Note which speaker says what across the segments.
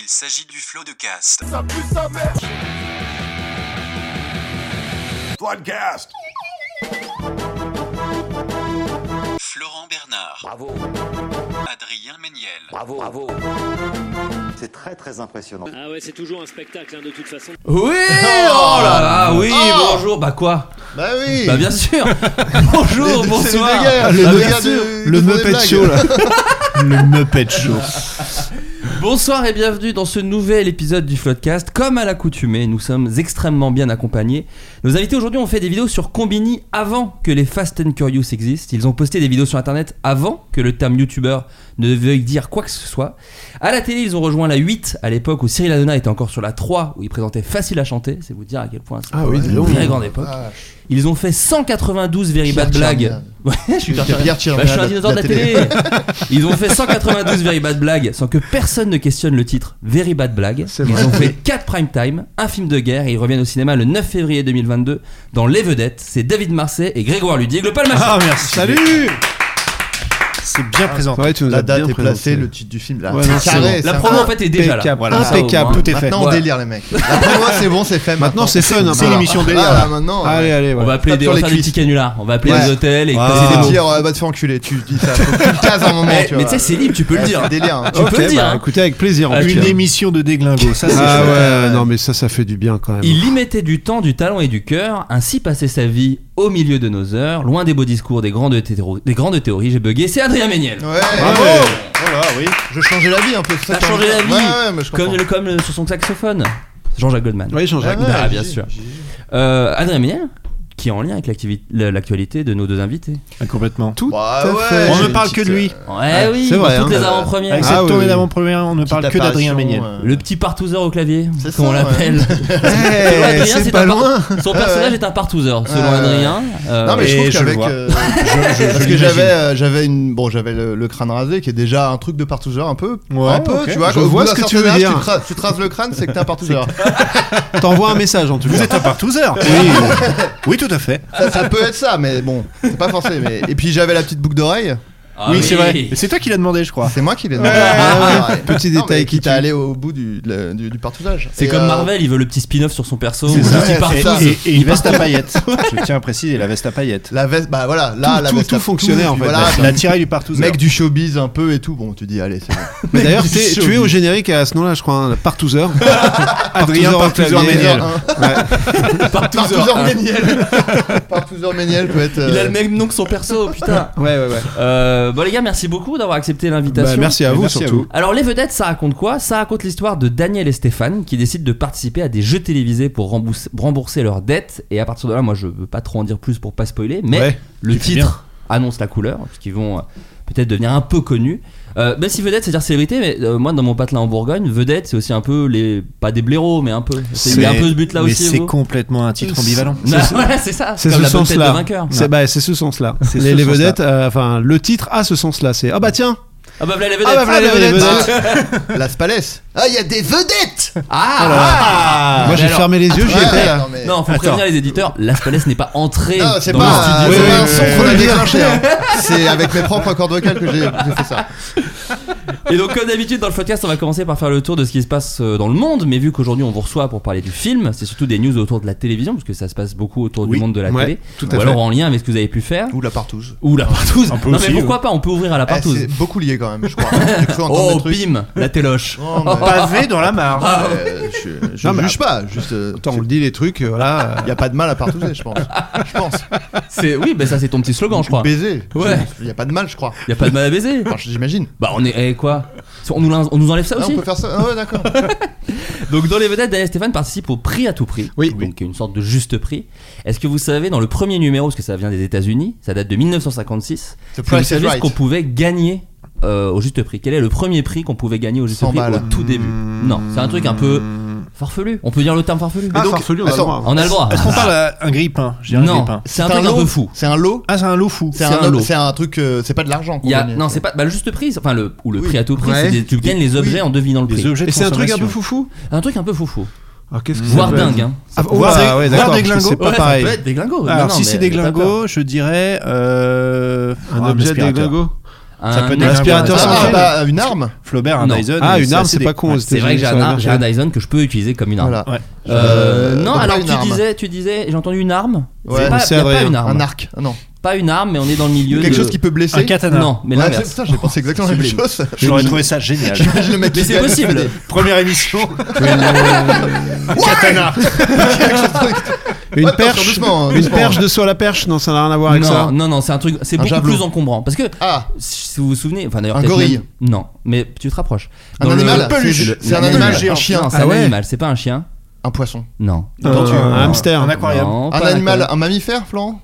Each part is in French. Speaker 1: Il s'agit du flot de cast.
Speaker 2: Floodcast.
Speaker 1: Florent Bernard. Bravo. Adrien Méniel.
Speaker 3: C'est très très impressionnant.
Speaker 4: Ah ouais, c'est toujours un spectacle hein, de toute façon.
Speaker 5: Oui, oh là là, oui,
Speaker 2: Oh
Speaker 5: bonjour, bah quoi
Speaker 2: Bah Ah oui.
Speaker 5: Bah bien sûr Bonjour,
Speaker 2: C'est
Speaker 5: bonsoir
Speaker 2: les deux gars,
Speaker 5: Bah,
Speaker 2: les deux
Speaker 5: bien
Speaker 2: gars
Speaker 5: sûr.
Speaker 2: du-
Speaker 6: Le
Speaker 2: du fond des
Speaker 6: Muppet
Speaker 2: blagues.
Speaker 6: Show là. Le Muppet Show.
Speaker 5: Bonsoir et bienvenue dans ce nouvel épisode du Floodcast. Comme à l'accoutumée, nous sommes extrêmement bien accompagnés. Nos invités aujourd'hui ont fait des vidéos sur Combini avant que les Fast and Curious existent. Ils ont posté des vidéos sur internet avant que le terme youtubeur ne veuille dire quoi que ce soit. À la télé, ils ont rejoint la 8 à l'époque où Cyril Hanouna était encore sur la 3 où il présentait Facile à chanter. C'est vous dire à quel point c'est
Speaker 6: Ah oui,
Speaker 5: une
Speaker 6: dis donc.
Speaker 5: vraie grande époque.
Speaker 2: Ah,
Speaker 5: Ils ont fait 192 very
Speaker 2: Pierre
Speaker 5: bad blagues.
Speaker 2: Tchernian.
Speaker 5: Ouais, je suis Pierre
Speaker 2: Pierre
Speaker 5: Tchernian.
Speaker 2: Tchernian
Speaker 5: Bah, je
Speaker 2: de
Speaker 5: suis un
Speaker 2: la-
Speaker 5: dinosaure de la,
Speaker 2: de la
Speaker 5: télé. Ils ont fait 192 very bad blagues sans que personne ne questionne le titre very bad blague.
Speaker 6: C'est vrai.
Speaker 5: Ils ont fait 4 prime time, un film de guerre et ils reviennent au cinéma le 9 février 2022 dans Les Vedettes. C'est David Marseille et Grégoire Ludig, le palmarès.
Speaker 6: Ah merci.
Speaker 2: Salut
Speaker 6: C'est bien présent. tu nous
Speaker 2: La
Speaker 6: as bien
Speaker 2: date est placée,
Speaker 6: présenté.
Speaker 2: le titre du film. Là,
Speaker 6: Ouais, non, c'est
Speaker 2: carré,
Speaker 5: La
Speaker 2: ça
Speaker 5: promo
Speaker 2: va.
Speaker 5: en fait est déjà là.
Speaker 6: Impeccable, voilà,
Speaker 5: Ça, au
Speaker 6: impeccable,
Speaker 5: moins.
Speaker 6: tout est fait.
Speaker 2: Maintenant, on
Speaker 5: Ouais.
Speaker 2: délire, les mecs. La promo, c'est bon, c'est fait.
Speaker 6: Maintenant c'est fun. hein,
Speaker 2: C'est
Speaker 6: voilà.
Speaker 2: l'émission délire.
Speaker 6: Ah,
Speaker 2: Ah,
Speaker 6: là.
Speaker 2: maintenant.
Speaker 6: Allez allez
Speaker 5: On
Speaker 6: voilà.
Speaker 5: va appeler
Speaker 2: Tape
Speaker 5: des,
Speaker 2: sur
Speaker 5: on va
Speaker 2: les
Speaker 5: faire des
Speaker 2: cuisses.
Speaker 5: petits canulars, on va appeler
Speaker 2: Ouais.
Speaker 5: des hôtels et
Speaker 6: Ah.
Speaker 5: poser des
Speaker 2: C'est
Speaker 5: mots.
Speaker 2: dire, ouais, va te faire enculer. Tu dis ça. Faut que tu le cases un moment.
Speaker 5: Eh,
Speaker 2: tu
Speaker 5: mais tu
Speaker 2: vois.
Speaker 5: sais, c'est libre, tu peux le
Speaker 2: Ouais,
Speaker 5: dire.
Speaker 2: C'est délire. hein.
Speaker 5: Tu peux le
Speaker 6: Ok,
Speaker 5: dire.
Speaker 6: bah,
Speaker 5: hein.
Speaker 6: écoutez avec plaisir. en
Speaker 5: Ah,
Speaker 6: tout
Speaker 5: une
Speaker 6: cas.
Speaker 3: Émission de déglingo, ça c'est
Speaker 6: Ah
Speaker 3: chouette.
Speaker 6: ouais, non mais ça, ça fait du bien quand même.
Speaker 5: Il y mettait du temps, du talent et du cœur, ainsi passait sa vie au milieu de nos heures, loin des beaux discours, des grandes, théo- des grandes théories, j'ai bugué, c'est Adrien Méniel.
Speaker 2: Ouais.
Speaker 6: Bravo.
Speaker 2: Voilà, oui. Je changeais la vie un peu. c'est ça
Speaker 5: T'as
Speaker 2: que t'as
Speaker 5: changé
Speaker 2: envie de
Speaker 5: la
Speaker 2: dire.
Speaker 5: vie,
Speaker 2: Ouais, ouais, mais je
Speaker 5: comme,
Speaker 2: comprends.
Speaker 5: le, comme le- sur son saxophone, Jean-Jacques Goldman.
Speaker 6: Oui, Jean-Jacques.
Speaker 2: Ah ouais,
Speaker 5: Ah, bien
Speaker 2: j'ai-
Speaker 5: sûr.
Speaker 2: j'ai-
Speaker 5: Euh, Adrien Méniel, qui est en lien avec l'activi- la- l'actualité de nos deux invités.
Speaker 3: Ah, complètement.
Speaker 6: Tout
Speaker 2: Bah,
Speaker 6: à
Speaker 2: ouais,
Speaker 6: fait.
Speaker 3: On
Speaker 2: j'ai
Speaker 3: ne
Speaker 2: une
Speaker 3: parle que de
Speaker 2: petite,
Speaker 3: lui.
Speaker 2: euh,
Speaker 5: Ouais,
Speaker 2: Ah,
Speaker 5: oui,
Speaker 2: c'est
Speaker 5: dans
Speaker 2: vrai,
Speaker 5: toutes
Speaker 2: hein,
Speaker 5: les
Speaker 2: euh,
Speaker 5: avant-premières.
Speaker 3: Avec
Speaker 6: Ah
Speaker 3: cette
Speaker 6: oui,
Speaker 3: tournée
Speaker 6: oui.
Speaker 3: d'avant-première, on ne
Speaker 2: petite
Speaker 3: parle que d'Adrien
Speaker 2: apparition,
Speaker 3: Méniel.
Speaker 2: euh,
Speaker 5: Le petit partouzeur au clavier,
Speaker 2: C'est
Speaker 5: comme on
Speaker 2: ça, ouais.
Speaker 5: l'appelle.
Speaker 6: Eh,
Speaker 5: Adrien,
Speaker 6: c'est
Speaker 5: c'est
Speaker 6: pas
Speaker 5: un par-
Speaker 6: loin.
Speaker 5: Son personnage est un partouzeur, selon
Speaker 2: Ouais, ouais.
Speaker 5: Adrien. Euh,
Speaker 2: Non mais je
Speaker 3: Et
Speaker 2: trouve
Speaker 3: je le
Speaker 2: qu'avec
Speaker 3: vois.
Speaker 2: euh, parce que j'avais euh, j'avais une bon j'avais le, le crâne rasé qui est déjà un truc de partouzeur un peu
Speaker 6: Ouais,
Speaker 2: un peu
Speaker 6: ok.
Speaker 2: tu vois
Speaker 6: Je
Speaker 2: quand au
Speaker 6: vois
Speaker 2: bout
Speaker 6: ce
Speaker 2: d'un
Speaker 6: que tu veux
Speaker 2: certain âge,
Speaker 6: dire.
Speaker 2: tu, te ra- tu te rases le crâne c'est que t'es un partouzeur
Speaker 6: T'envoies un message en tout
Speaker 3: Vous
Speaker 6: cas.
Speaker 3: êtes un partouzeur Oui, oui tout à fait.
Speaker 2: ça, ça peut être ça mais bon c'est pas forcé mais et puis j'avais la petite boucle d'oreille
Speaker 5: ah
Speaker 3: oui, c'est vrai. Et C'est toi qui l'as demandé, je crois.
Speaker 2: c'est moi qui l'ai Ah
Speaker 6: ouais, ouais. Petit
Speaker 2: Non,
Speaker 6: détail
Speaker 2: mais
Speaker 6: qui
Speaker 2: quitte à
Speaker 6: tue.
Speaker 2: allé au bout du le- du, du partouzage
Speaker 5: C'est
Speaker 2: Et,
Speaker 5: comme
Speaker 2: euh,
Speaker 5: Marvel, il veut le petit spin-off sur son perso.
Speaker 2: C'est
Speaker 5: ou
Speaker 2: ça,
Speaker 5: le petit
Speaker 2: c'est
Speaker 5: partout.
Speaker 2: ça.
Speaker 3: Et, et une veste à paillettes. je tiens à préciser la veste à paillettes.
Speaker 2: la veste bah voilà là
Speaker 6: Tout-
Speaker 2: la
Speaker 6: tout-
Speaker 2: veste
Speaker 6: tout
Speaker 2: à-
Speaker 6: fonctionnait, en
Speaker 2: puis
Speaker 6: fait.
Speaker 2: voilà,
Speaker 3: La tiraille du partouzeur.
Speaker 2: mec du showbiz un peu et tout bon tu dis allez c'est bon
Speaker 6: Mais d'ailleurs,
Speaker 2: Mec,
Speaker 6: t'es-
Speaker 2: du
Speaker 6: tu es au
Speaker 2: showbiz.
Speaker 6: générique à ce nom-là, je crois, hein, partouzeur. Adrien
Speaker 3: Partouzeur
Speaker 6: Partouzeur Méniel.
Speaker 2: Partouzeur,
Speaker 5: Partouzeur.
Speaker 2: partouzeur Méniel partouzeur Méniel peut être euh,
Speaker 5: Il a le même nom que son perso, putain.
Speaker 6: Ouais, ouais, ouais.
Speaker 5: Euh, bon les gars, merci beaucoup d'avoir accepté l'invitation.
Speaker 6: Bah, merci à vous
Speaker 3: Merci à
Speaker 6: surtout.
Speaker 3: vous.
Speaker 5: Alors les vedettes, ça raconte quoi Ça raconte l'histoire de Daniel et Stéphane qui décident de participer à des jeux télévisés pour rembourser, rembourser leurs dettes. Et à partir de là, moi je veux pas trop en dire plus pour pas spoiler, mais
Speaker 6: Ouais,
Speaker 5: le
Speaker 3: tu fais
Speaker 5: titre annonce la couleur, puisqu'ils vont euh, peut-être devenir un peu connus. Euh, même si vedette, c'est-à-dire célébrité, mais euh, moi dans mon patelin en Bourgogne, vedette c'est aussi un peu les pas des blaireaux, mais un peu. C'est il y a un peu ce but là
Speaker 3: mais
Speaker 5: aussi.
Speaker 3: C'est
Speaker 5: vous
Speaker 3: complètement un titre
Speaker 6: C'est-
Speaker 3: ambivalent.
Speaker 5: Non, voilà, c'est ça.
Speaker 6: C'est
Speaker 5: comme
Speaker 6: ce
Speaker 5: la bonne tête de
Speaker 6: sens-là.
Speaker 5: vainqueur.
Speaker 6: C'est bah, c'est ce sens-là.
Speaker 3: C'est
Speaker 6: Les,
Speaker 3: ce
Speaker 6: les
Speaker 3: sens-là.
Speaker 6: vedettes, euh, enfin, le titre a ce sens-là. C'est ah bah tiens,
Speaker 5: Ah bah voilà, les vedettes.
Speaker 6: ah bah voilà les vedettes. Ah
Speaker 2: la Spalès ah il y a des vedettes
Speaker 5: Ah,
Speaker 6: Moi j'ai
Speaker 5: Mais alors-
Speaker 6: fermé les yeux, j'y
Speaker 2: Ouais,
Speaker 6: étais.
Speaker 2: non, mais-
Speaker 5: Non, faut prévenir les éditeurs, la Spalès n'est pas entrée
Speaker 2: Non, c'est
Speaker 5: dans
Speaker 2: pas, c'est
Speaker 5: le studio.
Speaker 2: pas un
Speaker 6: Oui,
Speaker 2: son
Speaker 6: oui,
Speaker 2: qu'on
Speaker 6: oui.
Speaker 2: a déclenché. hein. C'est avec mes propres cordes vocales que j'ai j'ai fait ça.
Speaker 5: Et donc, comme d'habitude, dans le podcast, on va commencer par faire le tour de ce qui se passe euh, dans le monde. Mais vu qu'aujourd'hui, on vous reçoit pour parler du film, c'est surtout des news autour de la télévision, parce que ça se passe beaucoup autour
Speaker 6: Oui,
Speaker 5: du monde de la
Speaker 6: ouais,
Speaker 5: télé.
Speaker 6: tout à
Speaker 5: Ou
Speaker 6: fait.
Speaker 5: alors en lien avec ce que vous avez pu faire.
Speaker 2: Ou la partouze.
Speaker 5: Ou la partouze.
Speaker 3: On peut
Speaker 5: Non,
Speaker 3: aussi,
Speaker 5: mais pourquoi pas On peut ouvrir à la
Speaker 2: Eh,
Speaker 5: partouze.
Speaker 2: c'est beaucoup lié quand quand même, je crois. J'ai cru entendre
Speaker 5: Oh,
Speaker 2: des trucs.
Speaker 5: bim, la téloche.
Speaker 2: Non, mais-
Speaker 3: Pavé dans la mare.
Speaker 2: Euh, je je
Speaker 6: Non, mais
Speaker 2: juge pas, juste.
Speaker 6: Attends, on le dit les trucs, euh, voilà.
Speaker 2: il n'y a pas de mal à partouzer, je pense. Je pense.
Speaker 5: C'est oui, bah ça c'est ton petit slogan, je crois.
Speaker 2: Baiser.
Speaker 5: Ouais.
Speaker 2: Il n'y a pas de mal, je crois.
Speaker 5: Y a pas de mal à baiser.
Speaker 2: Enfin, j'imagine.
Speaker 5: Bah on est eh, quoi on nous, l'en- on nous enlève ça
Speaker 2: Ah,
Speaker 5: aussi.
Speaker 2: on peut faire ça. Ah ouais, d'accord.
Speaker 5: Donc dans les vedettes, Daniel Stéphane participe au prix à tout prix.
Speaker 6: Oui.
Speaker 5: Donc une sorte de juste prix. Est-ce que vous savez dans le premier numéro, parce que ça vient des États-Unis, ça date de 1956,
Speaker 2: The
Speaker 5: est-ce que vous
Speaker 2: price is
Speaker 5: savez ce
Speaker 2: right.
Speaker 5: qu'on pouvait gagner euh, au juste prix Quel est le premier prix qu'on pouvait gagner au juste
Speaker 2: 100
Speaker 5: prix au
Speaker 2: balles.
Speaker 5: tout début Non, c'est un truc un peu farfelu. On peut dire le terme farfelu.
Speaker 6: Ah,
Speaker 2: donc,
Speaker 6: farfelu, on a le
Speaker 2: attends,
Speaker 6: droit.
Speaker 5: On a le droit.
Speaker 3: Est-ce qu'on parle à un
Speaker 6: hein,
Speaker 3: grippin J'ai un
Speaker 5: Non,
Speaker 3: grippin.
Speaker 5: c'est un truc un
Speaker 2: lot.
Speaker 5: peu fou.
Speaker 2: C'est un lot.
Speaker 3: Ah, c'est un lot fou.
Speaker 2: C'est
Speaker 5: un
Speaker 2: un,
Speaker 5: lot.
Speaker 2: c'est un truc. euh, c'est pas de l'argent. qu'on
Speaker 5: Il y a-
Speaker 2: gagne.
Speaker 5: non, c'est pas bah, le juste prix, enfin le ou le
Speaker 2: Oui.
Speaker 5: prix à tout prix.
Speaker 6: Ouais.
Speaker 5: c'est des- tu gagnes les objets en devinant le
Speaker 3: Des
Speaker 5: prix.
Speaker 3: objets de
Speaker 6: Et c'est un truc un peu
Speaker 3: consommation.
Speaker 6: foufou
Speaker 5: Un truc un peu foufou,
Speaker 6: Ah, qu'est-ce que ça
Speaker 5: voire
Speaker 6: peut être
Speaker 5: dingue. Hein.
Speaker 6: Ah,
Speaker 3: Voir
Speaker 6: ouais,
Speaker 3: des-
Speaker 6: ouais,
Speaker 3: voir
Speaker 6: d'accord,
Speaker 3: des
Speaker 6: parce que
Speaker 3: glingos.
Speaker 6: C'est
Speaker 5: Ouais,
Speaker 6: pas
Speaker 5: ça
Speaker 6: pareil. Ah,
Speaker 5: peut être des
Speaker 3: Alors,
Speaker 5: glingos. Non, non,
Speaker 3: si
Speaker 5: mais
Speaker 3: c'est des
Speaker 5: t'as pas peur.
Speaker 3: glingos, je dirais. euh,
Speaker 6: Un objet des
Speaker 3: aspirateur.
Speaker 6: glingos.
Speaker 5: Un
Speaker 3: peut être
Speaker 5: aspirateur.
Speaker 3: l'aspirateur
Speaker 2: Ah,
Speaker 3: sans
Speaker 2: bah,
Speaker 3: fil.
Speaker 2: bah, une arme.
Speaker 3: Flaubert, un
Speaker 5: Non.
Speaker 3: Dyson.
Speaker 6: Ah,
Speaker 3: et
Speaker 6: une arme,
Speaker 3: assez
Speaker 6: c'est
Speaker 3: des-
Speaker 6: pas con. aux
Speaker 5: euh, C'est vrai que j'ai
Speaker 6: États-Unis,
Speaker 5: un,
Speaker 6: ça va
Speaker 5: j'ai un
Speaker 6: marcher.
Speaker 5: Dyson que je peux utiliser comme une arme.
Speaker 2: Voilà.
Speaker 3: Ouais.
Speaker 2: Euh,
Speaker 5: Euh, non,
Speaker 2: donc
Speaker 5: alors
Speaker 2: pas une
Speaker 5: tu
Speaker 2: arme.
Speaker 5: disais, tu disais, j'ai entendu une arme.
Speaker 2: Ouais.
Speaker 5: c'est pas,
Speaker 6: C'est
Speaker 5: y a pas
Speaker 6: Adrien,
Speaker 5: une arme.
Speaker 2: Un arc. Ah, Non.
Speaker 5: Pas une arme, mais on est dans le milieu.
Speaker 2: Quelque
Speaker 5: de-
Speaker 2: chose qui peut blesser.
Speaker 3: Un katana.
Speaker 5: Non, mais
Speaker 2: Ouais,
Speaker 5: l'inverse.
Speaker 2: c'est- putain, j'ai pensé exactement la même
Speaker 5: Sublime.
Speaker 2: chose.
Speaker 3: Je l'aurais trouvé ça génial.
Speaker 2: J'imagine le mec
Speaker 5: Mais
Speaker 2: qui
Speaker 5: c'est
Speaker 2: gagne.
Speaker 5: possible.
Speaker 3: Première émission. Katana.
Speaker 6: Une
Speaker 2: Ouais,
Speaker 6: perche.
Speaker 2: attends, doucement,
Speaker 6: euh,
Speaker 2: hein,
Speaker 6: Une
Speaker 2: doucement.
Speaker 6: perche dessous à la perche. Non, ça n'a rien à voir avec ça.
Speaker 5: Non, non, non, c'est un truc, c'est
Speaker 2: Un
Speaker 5: beaucoup
Speaker 2: javelot.
Speaker 5: plus encombrant. Parce que
Speaker 2: Ah,
Speaker 5: si vous vous souvenez, enfin d'ailleurs,
Speaker 2: Un
Speaker 5: peut-être
Speaker 2: gorille.
Speaker 5: même- Non, mais tu te rapproches.
Speaker 2: Un
Speaker 5: Dans le-
Speaker 2: animal.
Speaker 5: le
Speaker 2: Un peluche.
Speaker 5: le-
Speaker 2: C'est un
Speaker 5: l'animal.
Speaker 2: animal géant.
Speaker 5: Un chien.
Speaker 2: Ah
Speaker 5: c'est un
Speaker 6: ouais.
Speaker 5: animal. C'est pas un chien.
Speaker 2: un poisson.
Speaker 5: Non.
Speaker 2: tortue.
Speaker 6: Euh, Un hamster.
Speaker 3: Euh, Un aquarium.
Speaker 5: Non,
Speaker 2: Un
Speaker 5: pas
Speaker 2: animal,
Speaker 5: d'accord.
Speaker 2: un mammifère, Florent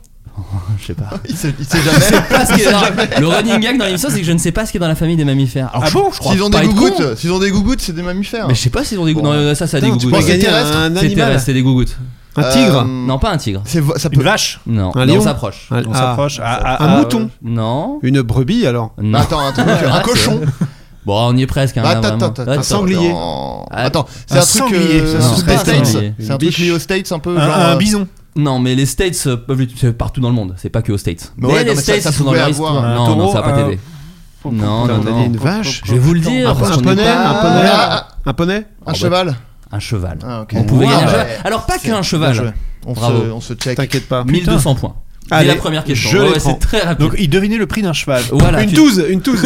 Speaker 5: Je sais pas.
Speaker 2: Il sait, il sait jamais.
Speaker 5: Parce que non, le running gag dans l'émission, c'est que je ne sais pas ce qui est dans la famille des mammifères. Alors,
Speaker 3: Ah
Speaker 5: je-
Speaker 3: bon
Speaker 5: je crois
Speaker 2: S'ils ont
Speaker 5: pas
Speaker 2: des
Speaker 5: être con.
Speaker 2: gougouttes, s'ils ont des gougouttes, c'est des mammifères.
Speaker 5: Mais je sais pas s'ils ont des gougouttes.
Speaker 2: Bon.
Speaker 5: Non, ça, ça a des
Speaker 6: Putain, tu
Speaker 5: gougouttes.
Speaker 6: pourrais
Speaker 2: C'est
Speaker 6: gagner
Speaker 2: terrestre.
Speaker 6: un
Speaker 5: C'est
Speaker 6: animal.
Speaker 5: terrestre, c'est des gougouttes.
Speaker 6: Un tigre.
Speaker 2: Euh,
Speaker 5: Non, pas un tigre.
Speaker 2: C'est vo- ça peut.
Speaker 3: Une vache.
Speaker 5: Non,
Speaker 6: Un
Speaker 5: Mais
Speaker 6: lion.
Speaker 5: on s'approche.
Speaker 6: Un-
Speaker 3: On
Speaker 6: ah,
Speaker 3: s'approche. Ah, ah,
Speaker 6: Un
Speaker 3: ah,
Speaker 6: mouton.
Speaker 5: Non.
Speaker 6: euh, Une brebis alors.
Speaker 5: Non.
Speaker 2: Attends, un truc,
Speaker 5: Ah,
Speaker 2: un
Speaker 5: c'est
Speaker 2: cochon. Bah,
Speaker 5: Bon, on y est presque. Hein, là,
Speaker 2: Attends,
Speaker 5: vraiment.
Speaker 2: attends, attends,
Speaker 5: Attends.
Speaker 6: sanglier.
Speaker 2: Non.
Speaker 5: Ah,
Speaker 2: Attends, c'est
Speaker 3: un
Speaker 2: un, truc.
Speaker 3: sanglier,
Speaker 2: euh,
Speaker 5: ça,
Speaker 2: un truc
Speaker 5: c'est
Speaker 2: des
Speaker 5: pas un
Speaker 2: States.
Speaker 5: sanglier.
Speaker 2: C'est un
Speaker 6: Une
Speaker 2: truc
Speaker 6: biche.
Speaker 2: lié aux States un peu.
Speaker 3: Un,
Speaker 2: genre,
Speaker 3: un
Speaker 2: euh,
Speaker 3: bison.
Speaker 5: Non, mais les States euh, peuvent l'utiliser partout dans le monde. C'est pas que aux States.
Speaker 2: Mais Bah ouais, non,
Speaker 5: les
Speaker 2: mais ça-
Speaker 5: States,
Speaker 2: ça
Speaker 5: ils sont dans
Speaker 2: pouvait
Speaker 5: leur
Speaker 2: avoir
Speaker 5: histoire.
Speaker 3: un
Speaker 5: Non, non,
Speaker 3: taureau,
Speaker 5: ça va pas
Speaker 3: un-
Speaker 5: t'aider. Non,
Speaker 6: Putain,
Speaker 5: non,
Speaker 6: on a dit
Speaker 5: non.
Speaker 6: une vache.
Speaker 5: Je vais vous le dire.
Speaker 6: Un,
Speaker 5: parce
Speaker 6: un
Speaker 5: qu'on est
Speaker 6: poney,
Speaker 5: pas-
Speaker 6: un poney,
Speaker 2: Ah,
Speaker 6: un poney.
Speaker 2: Un cheval.
Speaker 5: Un cheval.
Speaker 2: Ah, ok.
Speaker 5: On pouvait
Speaker 2: Ouais,
Speaker 5: gagner un
Speaker 2: bah,
Speaker 5: cheval. Alors, pas
Speaker 2: c'est-
Speaker 5: qu'un
Speaker 2: bien joué.
Speaker 5: cheval.
Speaker 2: On se,
Speaker 5: Bravo.
Speaker 2: on se check.
Speaker 6: T'inquiète pas.
Speaker 5: 1200 points. C'est
Speaker 6: Allez,
Speaker 5: la première question.
Speaker 6: je
Speaker 5: Ouais,
Speaker 6: les
Speaker 5: ouais,
Speaker 6: prends.
Speaker 5: c'est très rapide.
Speaker 3: Donc il devinait le prix d'un cheval.
Speaker 5: Voilà,
Speaker 6: une
Speaker 5: tu-
Speaker 6: touze, une touze.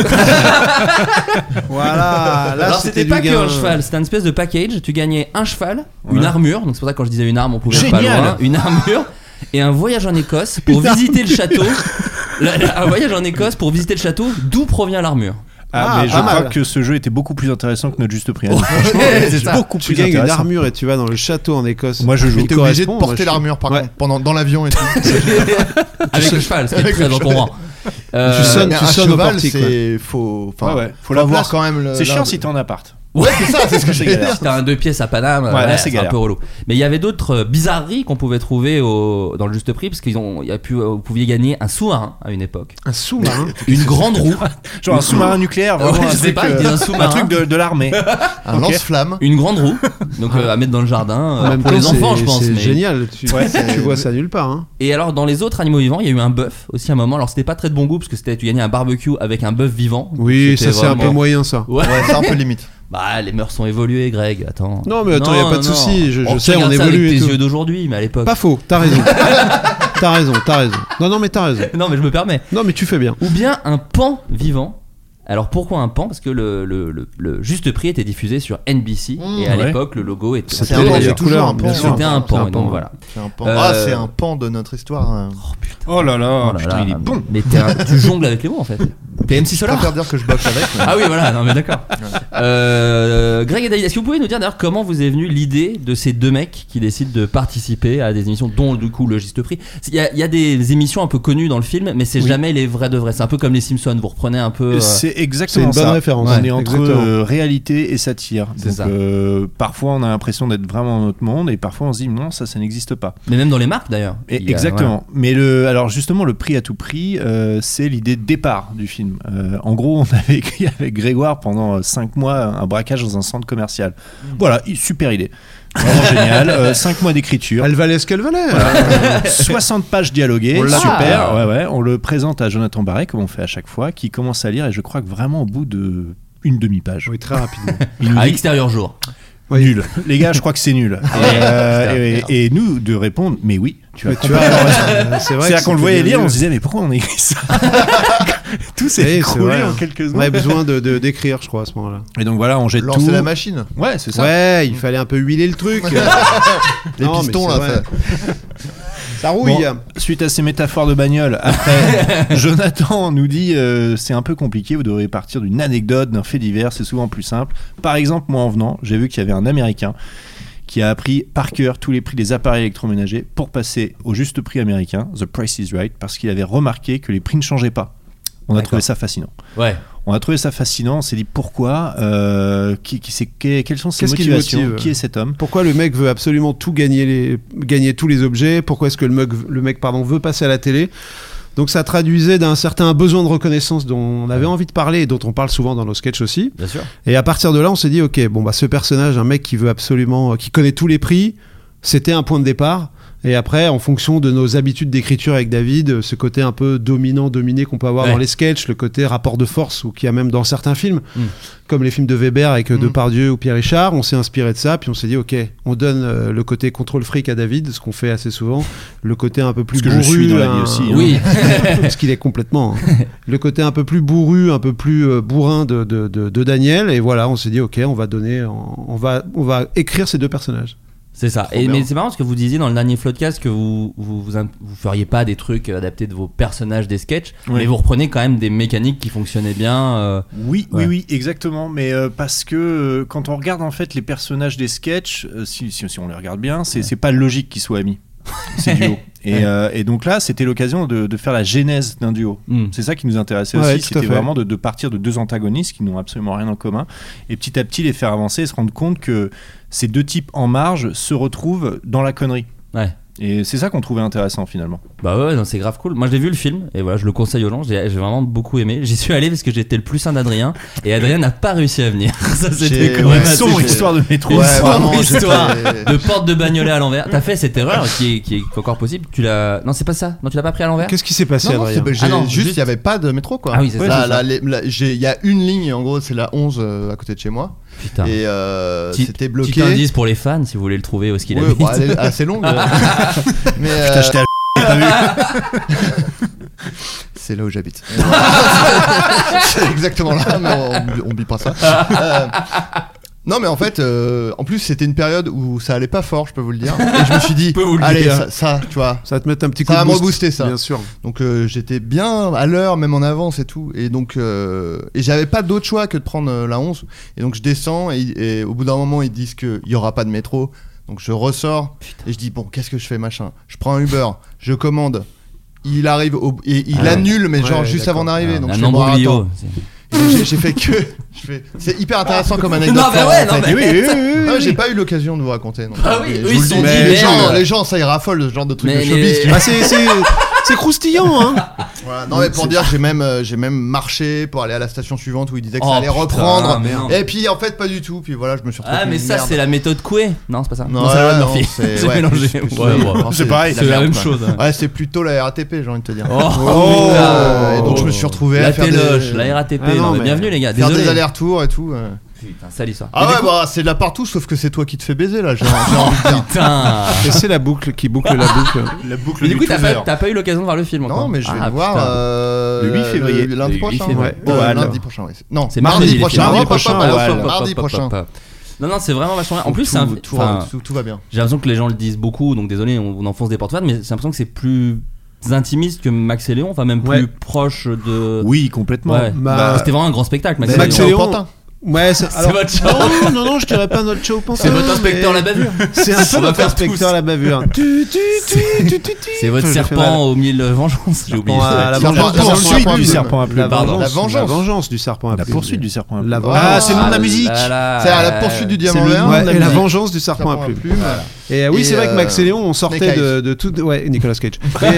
Speaker 6: voilà. Là,
Speaker 5: Alors c'était pas
Speaker 6: du
Speaker 5: que
Speaker 6: gain.
Speaker 5: un cheval, c'était un espèce de package. Tu gagnais un cheval, une armure, donc c'est pour ça que quand je disais une arme, on pouvait
Speaker 3: Génial.
Speaker 5: pas loin, une armure et un voyage en Écosse pour visiter le château. La- la- un voyage en Écosse pour visiter le château, d'où provient l'armure
Speaker 3: Ah,
Speaker 6: Ah,
Speaker 3: mais je
Speaker 6: pas
Speaker 3: crois
Speaker 6: mal.
Speaker 3: que ce jeu était beaucoup plus intéressant que notre juste prix. Franchement,
Speaker 5: C'est
Speaker 3: c'est
Speaker 5: ça.
Speaker 3: beaucoup
Speaker 6: Tu
Speaker 3: plus
Speaker 6: gagnes une
Speaker 3: intéressant.
Speaker 6: armure et tu vas dans le château en Écosse.
Speaker 3: Moi, je joue.
Speaker 2: Ah, Mais t'es
Speaker 6: Il
Speaker 2: obligé de
Speaker 6: correspond, moi,
Speaker 2: porter
Speaker 6: je-
Speaker 2: l'armure par
Speaker 6: Ouais.
Speaker 2: contre, pendant, dans l'avion et tout.
Speaker 5: avec le cheval, ce qui est
Speaker 2: Avec
Speaker 5: très
Speaker 2: le
Speaker 5: encombrant. Euh,
Speaker 6: Tu sonnes,
Speaker 2: Mais
Speaker 6: tu
Speaker 2: un
Speaker 6: sonnes au
Speaker 2: cheval,
Speaker 6: portique. quoi.
Speaker 2: c'est. Faut. enfin,
Speaker 3: Ouais, ouais. Faut
Speaker 2: faut
Speaker 3: l'avoir.
Speaker 2: l'avoir quand même. le-
Speaker 3: C'est chiant
Speaker 2: la-
Speaker 3: si t'es en appart.
Speaker 2: Ouais, c'est ça, c'est ce que
Speaker 3: C'est
Speaker 2: j'allais
Speaker 3: galère.
Speaker 2: dire.
Speaker 5: Si t'as un deux pièces à Paname,
Speaker 3: Ouais, là,
Speaker 5: ouais,
Speaker 3: c'est
Speaker 5: c'est un
Speaker 3: galère.
Speaker 5: peu relou. Mais il y avait d'autres euh, bizarreries qu'on pouvait trouver au- dans le juste prix, parce qu'ils ont, il y a pu, euh, vous pouviez gagner un sous-marin à une époque,
Speaker 6: Un sous-marin.
Speaker 5: une grande roue,
Speaker 3: Genre un sous-marin nucléaire, vraiment
Speaker 5: Ah Ouais,
Speaker 3: un
Speaker 5: je sais
Speaker 3: truc,
Speaker 5: pas,
Speaker 3: euh,
Speaker 5: il dit un
Speaker 3: un
Speaker 5: sous-marin.
Speaker 3: truc de, de l'armée.
Speaker 2: Un lance-flamme.
Speaker 5: une grande roue, donc euh, à mettre dans le jardin euh,
Speaker 6: En même
Speaker 5: pour
Speaker 6: temps,
Speaker 5: les enfants,
Speaker 6: c'est-
Speaker 5: je pense.
Speaker 6: C'est
Speaker 5: mais-
Speaker 6: génial. Tu,
Speaker 3: Ouais.
Speaker 6: tu vois ça nulle part. hein.
Speaker 5: Et alors dans les autres animaux vivants, il y a eu un bœuf aussi à un moment. Alors c'était pas très de bon goût parce que c'était tu gagnais un barbecue avec un bœuf vivant.
Speaker 6: Oui, ça
Speaker 5: C'était
Speaker 6: c'est un peu
Speaker 5: vraiment-
Speaker 6: moyen ça.
Speaker 5: Ouais.
Speaker 2: Ouais, c'est un peu limite.
Speaker 5: Bah les mœurs sont évoluées, Greg. Attends.
Speaker 6: Non, mais attends, y a pas de
Speaker 5: non.
Speaker 6: souci, je- je
Speaker 5: tu
Speaker 6: sais, on
Speaker 5: regardes ça
Speaker 6: évolue et
Speaker 5: Avec tes
Speaker 6: tout.
Speaker 5: yeux d'aujourd'hui, mais à l'époque.
Speaker 6: Pas faux. T'as raison. t'as raison. T'as raison. Non, non, mais t'as raison.
Speaker 5: Non mais je me permets.
Speaker 6: Non, mais tu fais bien.
Speaker 5: Ou bien un pan vivant. Alors pourquoi un pan Parce que le, le, le- le juste prix était diffusé sur NBC
Speaker 2: Mmh,
Speaker 5: et à
Speaker 3: ouais.
Speaker 5: l'époque le logo était.
Speaker 6: C'était
Speaker 2: un pan,
Speaker 6: les
Speaker 2: c'est toujours
Speaker 6: couleurs,
Speaker 2: un pan,
Speaker 6: bien sûr.
Speaker 5: C'était un
Speaker 2: C'est
Speaker 5: pan.
Speaker 2: un
Speaker 5: et
Speaker 2: pan,
Speaker 5: donc
Speaker 2: ouais.
Speaker 5: voilà.
Speaker 2: C'est un pan.
Speaker 5: Euh,
Speaker 2: Ah, c'est un pan de notre histoire. hein.
Speaker 5: Oh putain.
Speaker 3: Oh là là,
Speaker 5: oh là
Speaker 3: putain,
Speaker 5: là,
Speaker 3: il est bon.
Speaker 5: Mais t'es un- tu jongles avec les mots en fait. T'es MC
Speaker 2: Je
Speaker 5: Solar.
Speaker 2: préfère dire que je boxe avec. mais-
Speaker 5: Ah oui, voilà, non mais d'accord. Euh, Greg et David, est-ce que vous pouvez nous dire d'ailleurs comment vous est venue l'idée de ces deux mecs qui décident de participer à des émissions, dont du coup le Giste Prix Il y, a- il y a des émissions un peu connues dans le film, mais c'est jamais les vrais de vrais. C'est un peu comme les Simpsons, vous reprenez un peu. euh,
Speaker 3: C'est
Speaker 6: C'est
Speaker 3: exactement
Speaker 6: une bonne
Speaker 3: ça.
Speaker 6: référence.
Speaker 3: On est entre
Speaker 6: Exactement.
Speaker 3: euh, réalité et satire.
Speaker 5: C'est
Speaker 3: Donc,
Speaker 5: ça.
Speaker 3: euh, parfois, on a l'impression d'être vraiment dans notre monde, et parfois, on se dit non, ça, ça n'existe pas.
Speaker 5: Mais même dans les marques d'ailleurs.
Speaker 3: Et-
Speaker 5: Il y a-
Speaker 3: exactement. Mais le, alors justement, le prix à tout prix, euh, c'est l'idée de départ du film. Euh, en gros, on avait écrit avec Grégoire pendant 5 mois un braquage dans un centre commercial. Voilà, i- super idée. Vraiment génial. 5 mois d'écriture.
Speaker 6: Elle valait ce qu'elle valait.
Speaker 3: 60 pages dialoguées,
Speaker 5: On l'a.
Speaker 3: super.
Speaker 5: Ah.
Speaker 3: Ouais, ouais. On le présente à Jonathan Barret, comme on fait à chaque fois, qui commence à lire et je crois que vraiment au bout de une demi-page,
Speaker 6: Ah, Oui, très rapidement.
Speaker 3: il nous
Speaker 5: voilà. À
Speaker 3: dit
Speaker 5: extérieur jour. Ah
Speaker 3: nul. Les gars, je crois que c'est nul. Et, euh, et- et nous de répondre, mais oui, tu as
Speaker 6: Mais tu vois, euh, c'est vrai.
Speaker 3: C'est-à-dire
Speaker 6: que
Speaker 3: qu'on le
Speaker 6: c'était
Speaker 3: voyait
Speaker 6: bien
Speaker 3: lire,
Speaker 6: nul.
Speaker 3: on se disait, mais pourquoi on a écrit ça Tout
Speaker 6: Oui,
Speaker 3: s'est
Speaker 6: c'est
Speaker 3: écroulé
Speaker 6: vrai,
Speaker 3: en
Speaker 6: hein.
Speaker 3: quelques
Speaker 6: On avait
Speaker 3: secondes.
Speaker 6: besoin de de- d'écrire, je crois, à ce moment-là.
Speaker 3: Et donc voilà, on jette
Speaker 2: Lancer
Speaker 3: tout.
Speaker 2: la machine.
Speaker 3: Ouais, c'est ça. Mm.
Speaker 6: Ouais, il fallait un peu huiler le truc.
Speaker 2: Les
Speaker 6: Non, mais
Speaker 2: pistons, là.
Speaker 6: c'est vrai.
Speaker 2: ça-
Speaker 6: Ça rouille.
Speaker 3: Bon, suite à ces métaphores de bagnole, après, Jonathan nous dit euh, c'est un peu compliqué, vous devrez partir d'une anecdote, d'un fait divers, c'est souvent plus simple. Par exemple, moi en venant, j'ai vu qu'il y avait un Américain qui a appris par cœur tous les prix des appareils électroménagers pour passer au juste prix américain, The Price is Right, parce qu'il avait remarqué que les prix ne changeaient pas. On a
Speaker 5: D'accord.
Speaker 3: trouvé ça fascinant.
Speaker 5: Ouais.
Speaker 3: On a trouvé ça fascinant, on s'est dit pourquoi, euh, qui, qui, c'est- que- quelles sont ses
Speaker 6: Qu'est-ce qui le
Speaker 3: motivations,
Speaker 6: motive
Speaker 3: qui est cet homme
Speaker 6: Pourquoi le mec veut absolument tout gagner, les, gagner tous les objets Pourquoi est-ce que le mec, le mec pardon, veut passer à la télé Donc ça traduisait d'un certain besoin de reconnaissance dont on avait envie de parler et dont on parle souvent dans nos sketchs aussi.
Speaker 5: Bien sûr.
Speaker 6: Et à partir de là, on s'est dit, ok, bon bah ce personnage, un mec qui veut absolument, euh, qui connaît tous les prix, c'était un point de départ. Et après, en fonction de nos habitudes d'écriture avec David, euh, ce côté un peu dominant, dominé qu'on peut avoir
Speaker 5: Ouais.
Speaker 6: dans les sketchs, le côté rapport de force ou qu'il y a même dans certains films,
Speaker 5: Mm.
Speaker 6: comme les films de Weber avec euh,
Speaker 2: Mm.
Speaker 6: Depardieu ou Pierre Richard, on s'est inspiré de ça, puis on s'est dit, ok, on donne euh, le côté contrôle fric à David, ce qu'on fait assez souvent, le côté un peu plus
Speaker 3: Parce que je
Speaker 6: bourru,
Speaker 3: suis dans la vie
Speaker 6: un-
Speaker 3: aussi, hein.
Speaker 5: Oui.
Speaker 6: parce qu'il est complètement. hein. Le côté un peu plus bourru, un peu plus euh, bourrin de, de, de- de Daniel. Et voilà, on s'est dit, ok, on va donner, on, on va, on va écrire ces deux personnages.
Speaker 5: C'est ça. Et, mais c'est marrant parce que vous disiez dans le dernier Floodcast que vous vous, vous, imp- vous feriez pas des trucs adaptés de vos personnages des sketchs,
Speaker 3: Ouais.
Speaker 5: mais vous reprenez quand même des mécaniques qui fonctionnaient bien. euh,
Speaker 3: Oui,
Speaker 5: Ouais.
Speaker 3: oui, oui, exactement. Mais euh, parce que euh, quand on regarde en fait les personnages des sketchs, euh, si, si, si on les regarde bien, c'est c'est pas logique qu'ils soient amis. C'est duo. Et, euh, et donc là, c'était l'occasion de, de faire la genèse d'un duo.
Speaker 5: hmm.
Speaker 3: C'est ça qui nous intéressait
Speaker 6: Ouais,
Speaker 3: aussi.
Speaker 6: tout
Speaker 3: C'était
Speaker 6: à fait.
Speaker 3: vraiment de, de partir de deux antagonistes qui n'ont absolument rien en commun et petit à petit les faire avancer et se rendre compte que ces deux types en marge se retrouvent dans la connerie.
Speaker 5: Ouais.
Speaker 3: Et c'est ça qu'on trouvait intéressant finalement.
Speaker 5: Bah ouais, non, c'est grave cool. Moi, j'ai vu le film et voilà, je le conseille aux gens. J'ai j'ai vraiment beaucoup aimé. J'y suis allé parce que j'étais le plus sain d'Adrien et Adrien n'a pas réussi à venir. Ça, c'était
Speaker 2: J'ai-
Speaker 5: quand
Speaker 2: ouais,
Speaker 5: même
Speaker 6: Bah,
Speaker 3: Une
Speaker 5: assez
Speaker 2: c'est-
Speaker 3: sombre histoire de métro.
Speaker 5: Une
Speaker 2: Ouais,
Speaker 5: sombre
Speaker 2: vraiment, j'ai
Speaker 5: histoire
Speaker 2: fait-
Speaker 5: de porte de bagnolet à l'envers. T'as fait cette erreur qui est, qui est encore possible. Tu l'as. Non, c'est pas ça. Non, tu l'as pas pris à l'envers.
Speaker 6: Qu'est-ce qui s'est passé,
Speaker 2: Non, non,
Speaker 6: Adrien
Speaker 2: c'est- j'ai-
Speaker 5: Ah non,
Speaker 2: juste,
Speaker 5: juste-
Speaker 2: il n'y avait pas de métro, quoi.
Speaker 5: Ah oui, c'est ça,
Speaker 2: Là,
Speaker 5: c'est ça.
Speaker 2: là, les- là, j'ai- Il y a une ligne, en gros, c'est la 11 euh, à côté de chez moi.
Speaker 5: Putain.
Speaker 2: Et euh,
Speaker 5: Petit-
Speaker 2: c'était
Speaker 5: Petit
Speaker 2: bloqué.
Speaker 5: indice pour les fans si vous voulez le trouver où est-ce qu'il
Speaker 2: Ouais, bah,
Speaker 5: habite.
Speaker 2: bon, elle est assez longue. euh. mais euh,
Speaker 3: Putain, j'étais à
Speaker 2: c'est là où j'habite. c'est exactement là, mais on- on ne pas ça. Euh, non, mais en fait, euh, en plus, c'était une période où ça allait pas fort, je peux vous le dire. Et je me suis dit,
Speaker 5: peux vous le
Speaker 2: allez,
Speaker 6: dire.
Speaker 2: ça, ça, tu vois.
Speaker 6: Ça va te mettre un petit coup
Speaker 2: Ça va
Speaker 6: de
Speaker 2: me
Speaker 6: boost.
Speaker 2: rebooster, ça.
Speaker 6: Bien sûr.
Speaker 2: Donc euh, j'étais bien à l'heure, même en avance et tout. Et donc, euh, et j'avais pas d'autre choix que de prendre euh, la 11. Et donc je descends et, et au bout d'un moment, ils disent qu'il y aura pas de métro. Donc je ressors et je dis bon, qu'est-ce que je fais machin Je prends un Uber, je commande. Il arrive au- et il
Speaker 5: Ah ouais.
Speaker 2: annule, mais genre
Speaker 6: Ouais,
Speaker 2: juste
Speaker 6: d'accord.
Speaker 2: avant d'arriver. donc
Speaker 5: un
Speaker 2: je fais, bon,
Speaker 5: imbroglio.
Speaker 2: attends. Et donc, j'ai j'ai fait que. je fais- C'est hyper intéressant comme anecdote.
Speaker 5: Non, mais
Speaker 2: en fait.
Speaker 5: ouais, non, mais-
Speaker 2: Oui, oui, oui, oui, oui. j'ai pas eu l'occasion de vous raconter. non.
Speaker 5: Ah oui,
Speaker 2: Mais
Speaker 5: eux,
Speaker 2: je vous
Speaker 5: ils
Speaker 2: le
Speaker 5: se
Speaker 2: dis,
Speaker 5: sont
Speaker 2: mais
Speaker 5: dit,
Speaker 2: les gens,
Speaker 5: merde.
Speaker 2: les gens, ça ils raffolent de ce genre de truc
Speaker 5: Mais
Speaker 2: de showbiz.
Speaker 5: les-
Speaker 2: tu vois. Ah,
Speaker 6: Bah, c'est, c'est, c'est croustillant, hein
Speaker 2: Voilà, non mais pour dire j'ai même euh, j'ai même marché pour aller à la station suivante où il disait que
Speaker 5: Oh,
Speaker 2: ça allait
Speaker 5: putain,
Speaker 2: reprendre
Speaker 5: mais non.
Speaker 2: et puis en fait pas du tout puis voilà je me suis retrouvé
Speaker 5: Ah, mais ça, c'est la méthode Coué. Non, c'est pas ça.
Speaker 2: non,
Speaker 5: c'est
Speaker 2: ouais,
Speaker 5: la
Speaker 2: non,
Speaker 5: Murphy.
Speaker 2: c'est-
Speaker 5: J'ai
Speaker 2: ouais,
Speaker 5: mélangé.
Speaker 2: plus- plus-
Speaker 5: Ouais,
Speaker 2: oui,
Speaker 5: bon.
Speaker 2: enfin,
Speaker 3: C'est pareil.
Speaker 5: C'est la
Speaker 2: merde,
Speaker 5: même
Speaker 2: quoi.
Speaker 5: chose. hein.
Speaker 2: ouais c'est plutôt la RATP j'ai envie de te dire
Speaker 5: Oh,
Speaker 2: Oh,
Speaker 5: putain.
Speaker 2: et donc je me suis retrouvé
Speaker 5: La
Speaker 2: à faire des-
Speaker 5: téloche, la RATP.
Speaker 6: Ah, non,
Speaker 5: non, mais
Speaker 6: mais-
Speaker 5: bienvenue, les gars.
Speaker 2: faire des
Speaker 5: Désolé.
Speaker 2: allers-retours et tout euh.
Speaker 5: Putain, sale histoire.
Speaker 2: ah ouais bah c'est de la partout sauf que c'est toi qui te fais baiser là j'ai j'ai envie de dire
Speaker 5: Putain.
Speaker 6: Et c'est la boucle qui boucle la boucle.
Speaker 2: la boucle
Speaker 5: Mais du coup, t'as pas, t'as pas eu l'occasion de voir le film encore.
Speaker 2: non mais je vais
Speaker 5: Ah,
Speaker 2: le voir
Speaker 5: putain.
Speaker 2: euh,
Speaker 3: Le 8 février.
Speaker 2: le- lundi
Speaker 5: Le 8
Speaker 2: prochain
Speaker 5: février.
Speaker 2: Ouais,
Speaker 3: Ouais,
Speaker 2: lundi
Speaker 3: alors.
Speaker 2: prochain ouais. non
Speaker 5: C'est mardi,
Speaker 2: mardi
Speaker 5: les
Speaker 2: prochain
Speaker 5: films.
Speaker 2: mardi
Speaker 5: Mardi
Speaker 2: prochain
Speaker 5: prochain,
Speaker 2: pardon,
Speaker 5: ouais.
Speaker 2: mardi
Speaker 5: Hop, hop,
Speaker 2: prochain
Speaker 5: hop, hop. Non, non, c'est vraiment vachement bien. En plus,
Speaker 2: Tout-
Speaker 5: c'est un.
Speaker 2: tout-
Speaker 5: enfin,
Speaker 2: tout tout va bien
Speaker 5: J'ai l'impression que les gens le disent beaucoup, donc désolé, on, on enfonce des portes fermes, mais j'ai l'impression que c'est plus intimiste que Max et Léon, enfin même plus
Speaker 6: Ouais.
Speaker 5: proche de.
Speaker 3: Oui, complètement.
Speaker 5: Ouais.
Speaker 6: Bah,
Speaker 5: Parce que C'était vraiment un grand spectacle, Max,
Speaker 6: Mais
Speaker 5: et
Speaker 6: Max
Speaker 5: Léon.
Speaker 6: et Léon,
Speaker 2: Pantin.
Speaker 6: Ouais, c'est,
Speaker 5: C'est votre show.
Speaker 6: Non, non, non, je dirais pas notre show Pantin,
Speaker 5: C'est votre inspecteur
Speaker 6: mais-
Speaker 5: la bavure.
Speaker 6: C'est un peu
Speaker 5: On va
Speaker 6: notre
Speaker 5: faire
Speaker 6: inspecteur
Speaker 5: tous.
Speaker 6: la bavure. Tu, tu, tu, tu, tu, tu.
Speaker 5: C'est votre
Speaker 6: Je fais mal.
Speaker 5: serpent au milieu de vengeance, j'ai oublié.
Speaker 6: Serpent à la
Speaker 2: C'est un
Speaker 6: vengeance.
Speaker 2: peu
Speaker 6: La
Speaker 2: un serpent
Speaker 6: poursuite
Speaker 2: à plume.
Speaker 6: du serpent
Speaker 3: La
Speaker 6: à plume.
Speaker 5: vengeance.
Speaker 2: La vengeance.
Speaker 6: La vengeance du serpent à
Speaker 3: Ah, La
Speaker 6: plume.
Speaker 3: poursuite du serpent. à
Speaker 6: La
Speaker 3: plume.
Speaker 6: vengeance.
Speaker 3: Ah, c'est le nom de la
Speaker 5: Ah
Speaker 3: musique.
Speaker 5: là là.
Speaker 2: C'est à la poursuite du
Speaker 6: C'est
Speaker 2: diamant
Speaker 6: le
Speaker 2: vert.
Speaker 6: nom
Speaker 2: Ouais,
Speaker 6: de la
Speaker 2: et
Speaker 6: et la vengeance du
Speaker 2: serpent
Speaker 6: serpent à
Speaker 2: à
Speaker 6: plume.
Speaker 2: plume. Voilà.
Speaker 6: Et euh, oui,
Speaker 2: Et,
Speaker 6: c'est vrai que
Speaker 2: euh,
Speaker 6: Max et Léon, on sortait
Speaker 2: Snake
Speaker 6: de, de tout, ouais, Nicolas Cage. Et, euh,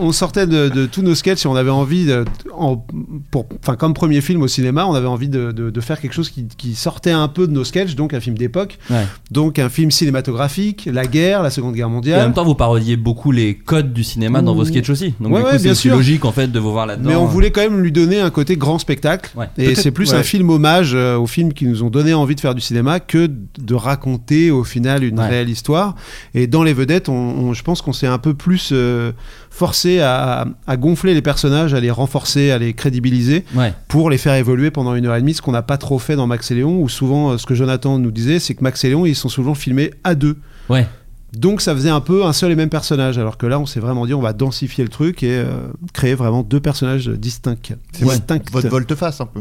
Speaker 6: on sortait de, de tous nos sketchs et on avait envie, de, en- pour, enfin, comme premier film au cinéma, on avait envie de, de- de faire quelque quelque chose qui, qui sortait un peu de nos sketchs, donc un film d'époque,
Speaker 5: Ouais.
Speaker 6: donc un film cinématographique, la guerre, la Seconde
Speaker 5: Et
Speaker 6: Guerre
Speaker 5: en même
Speaker 6: mondiale.
Speaker 5: temps, vous parodiez beaucoup les codes du cinéma dans vos sketchs aussi. Donc
Speaker 6: Mmh. Ouais,
Speaker 5: du coup,
Speaker 6: ouais,
Speaker 5: c'est
Speaker 6: bien
Speaker 5: aussi
Speaker 6: sûr.
Speaker 5: logique en fait de vous voir là-dedans.
Speaker 6: Mais on voulait quand même lui donner un côté grand spectacle.
Speaker 5: hein. Ouais.
Speaker 6: Et
Speaker 3: Peut-être-
Speaker 6: c'est plus
Speaker 3: ouais.
Speaker 6: un film hommage euh, aux films qui nous ont donné envie de faire du cinéma que de raconter au final une
Speaker 5: Ouais.
Speaker 6: réelle histoire. Et dans Les Vedettes, on, on- je pense qu'on s'est un peu plus euh, forcé à, à gonfler les personnages, à les renforcer, à les crédibiliser
Speaker 5: Ouais.
Speaker 6: pour les faire évoluer pendant une heure et demie, ce qu'on n'a pas trop fait dans Max et Léon, où souvent euh, ce que Jonathan nous disait, c'est que Max et Léon, ils sont souvent filmés à deux.
Speaker 5: Ouais.
Speaker 6: Donc ça faisait un peu un seul et même personnage, alors que là on s'est vraiment dit on va densifier le truc et euh, créer vraiment deux personnages distincts.
Speaker 2: C'est
Speaker 6: Distincts.
Speaker 2: votre volte-face un peu.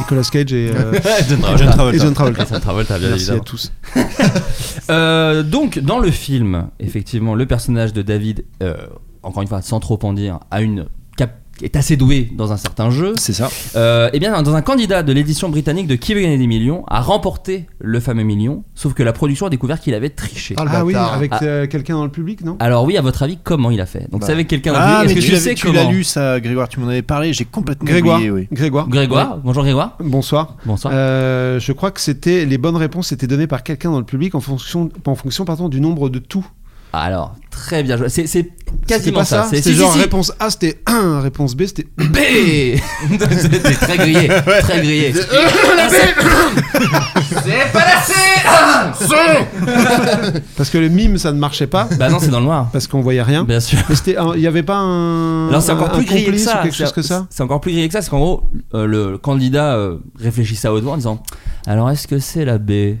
Speaker 6: Nicolas Cage et, euh,
Speaker 5: John
Speaker 3: John
Speaker 5: Travolta.
Speaker 6: et
Speaker 3: Travolta.
Speaker 6: John Travolta.
Speaker 5: John Travolta, bien
Speaker 6: Merci à
Speaker 5: évidemment.
Speaker 6: tous.
Speaker 5: Euh, donc, dans le film, effectivement, le personnage de David, euh, encore une fois, sans trop en dire, a une cap- est assez doué dans un certain jeu.
Speaker 3: C'est ça.
Speaker 5: Euh, eh bien, dans un candidat de l'édition britannique de Qui veut gagner des millions a remporté le fameux million, sauf que la production a découvert qu'il avait triché.
Speaker 2: Ah, le
Speaker 6: Ah oui,
Speaker 2: bâtard.
Speaker 6: avec
Speaker 5: Ah.
Speaker 6: euh, quelqu'un dans le public, non
Speaker 5: Alors oui, à votre avis, comment il a fait Donc,
Speaker 2: Bah.
Speaker 5: c'est avec quelqu'un. dans le
Speaker 3: Ah,
Speaker 5: public.
Speaker 3: mais tu,
Speaker 5: Est-ce que tu
Speaker 3: l'avais-
Speaker 5: sais
Speaker 3: tu l'as
Speaker 5: comment
Speaker 3: lu ça, Grégoire, tu m'en avais parlé, j'ai complètement
Speaker 6: Grégoire.
Speaker 3: oublié. Oui.
Speaker 6: Grégoire.
Speaker 5: Grégoire, bonjour Grégoire.
Speaker 6: Ouais. Bonsoir.
Speaker 5: Bonsoir.
Speaker 6: Euh, je crois que c'était les bonnes réponses étaient données par quelqu'un dans le public en fonction, en fonction pardon, du nombre de tout.
Speaker 5: Alors, très bien joué. C'est- C'est quasiment
Speaker 6: C'était pas
Speaker 5: ça.
Speaker 6: ça.
Speaker 5: C'est
Speaker 6: C'était
Speaker 5: si, si,
Speaker 6: genre
Speaker 5: si.
Speaker 6: réponse A c'était 1, réponse B c'était
Speaker 5: B C'était très grillé, très grillé. Ah, c'est- C'est pas la C Ah
Speaker 6: parce que le mime ça ne marchait pas
Speaker 5: Bah non, c'est dans le noir.
Speaker 6: parce qu'on voyait rien.
Speaker 5: Bien sûr.
Speaker 6: Mais c'était un- il y avait pas un
Speaker 5: Alors c'est encore
Speaker 6: Euh, un
Speaker 5: plus grillé que
Speaker 6: complice
Speaker 5: ça.
Speaker 6: ou quelque chose que ça.
Speaker 5: C'est encore plus grillé que ça, parce qu'en gros, euh, le candidat euh, réfléchissait à haute voix en disant Alors est-ce que c'est la B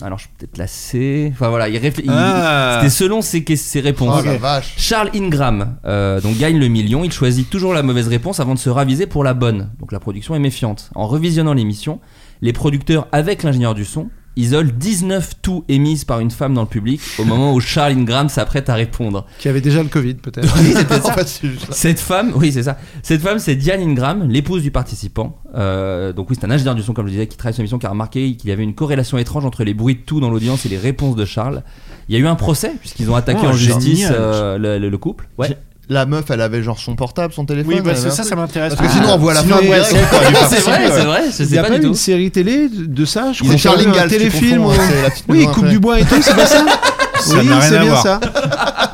Speaker 5: Alors je peux peut-être la C. Enfin voilà, il réfléchit.
Speaker 3: Ah.
Speaker 5: C'était selon ses, que- ses réponses.
Speaker 2: Oh la vache.
Speaker 5: Charles Ingram euh, donc gagne le million. Il choisit toujours la mauvaise réponse avant de se raviser pour la bonne. Donc la production est méfiante. En revisionnant l'émission, les producteurs avec l'ingénieur du son isolent 19 tout émises par une femme dans le public au moment où Charles Ingram s'apprête à répondre.
Speaker 6: Qui avait déjà le Covid peut-être.
Speaker 2: En fait, c'est juste ça.
Speaker 5: Cette femme, oui c'est ça. Cette femme c'est Diane Ingram, l'épouse du participant. Euh, donc oui c'est un ingénieur du son comme je disais qui travaille sur l'émission qui a remarqué qu'il y avait une corrélation étrange entre les bruits de tout dans l'audience et les réponses de Charles. Il y a eu un procès puisqu'ils ont attaqué
Speaker 6: Ah,
Speaker 3: Oh,
Speaker 5: en justice
Speaker 3: génial.
Speaker 5: euh, le, le- le couple. Ouais.
Speaker 2: La meuf, elle avait genre son portable, son téléphone.
Speaker 3: Oui,
Speaker 2: elle
Speaker 3: parce que
Speaker 2: avait
Speaker 3: ça,
Speaker 2: un
Speaker 3: ça m'intéresse.
Speaker 2: Parce que sinon, on voit la
Speaker 3: Sinon,
Speaker 2: fin
Speaker 3: on voit
Speaker 2: direct.
Speaker 3: la scène, quoi.
Speaker 5: c'est vrai, c'est vrai, je
Speaker 6: Il n'y
Speaker 5: sais
Speaker 6: a
Speaker 5: pas
Speaker 6: pas,
Speaker 5: du
Speaker 6: eu
Speaker 5: tout.
Speaker 6: une série télé de ça. Je
Speaker 2: Ils ont
Speaker 6: crois qu'il y a
Speaker 2: Charlie
Speaker 6: eu
Speaker 2: Gall,
Speaker 6: un
Speaker 2: tu
Speaker 6: téléfilm.
Speaker 2: confonds,
Speaker 6: euh,
Speaker 2: hein, c'est la petite
Speaker 6: Oui,
Speaker 2: maison
Speaker 6: Coupe du
Speaker 2: inférieure.
Speaker 6: bois et tout, c'est pas ça
Speaker 3: Ça
Speaker 6: Oui,
Speaker 3: n'a rien
Speaker 6: c'est
Speaker 3: à
Speaker 6: bien
Speaker 3: voir.
Speaker 6: ça.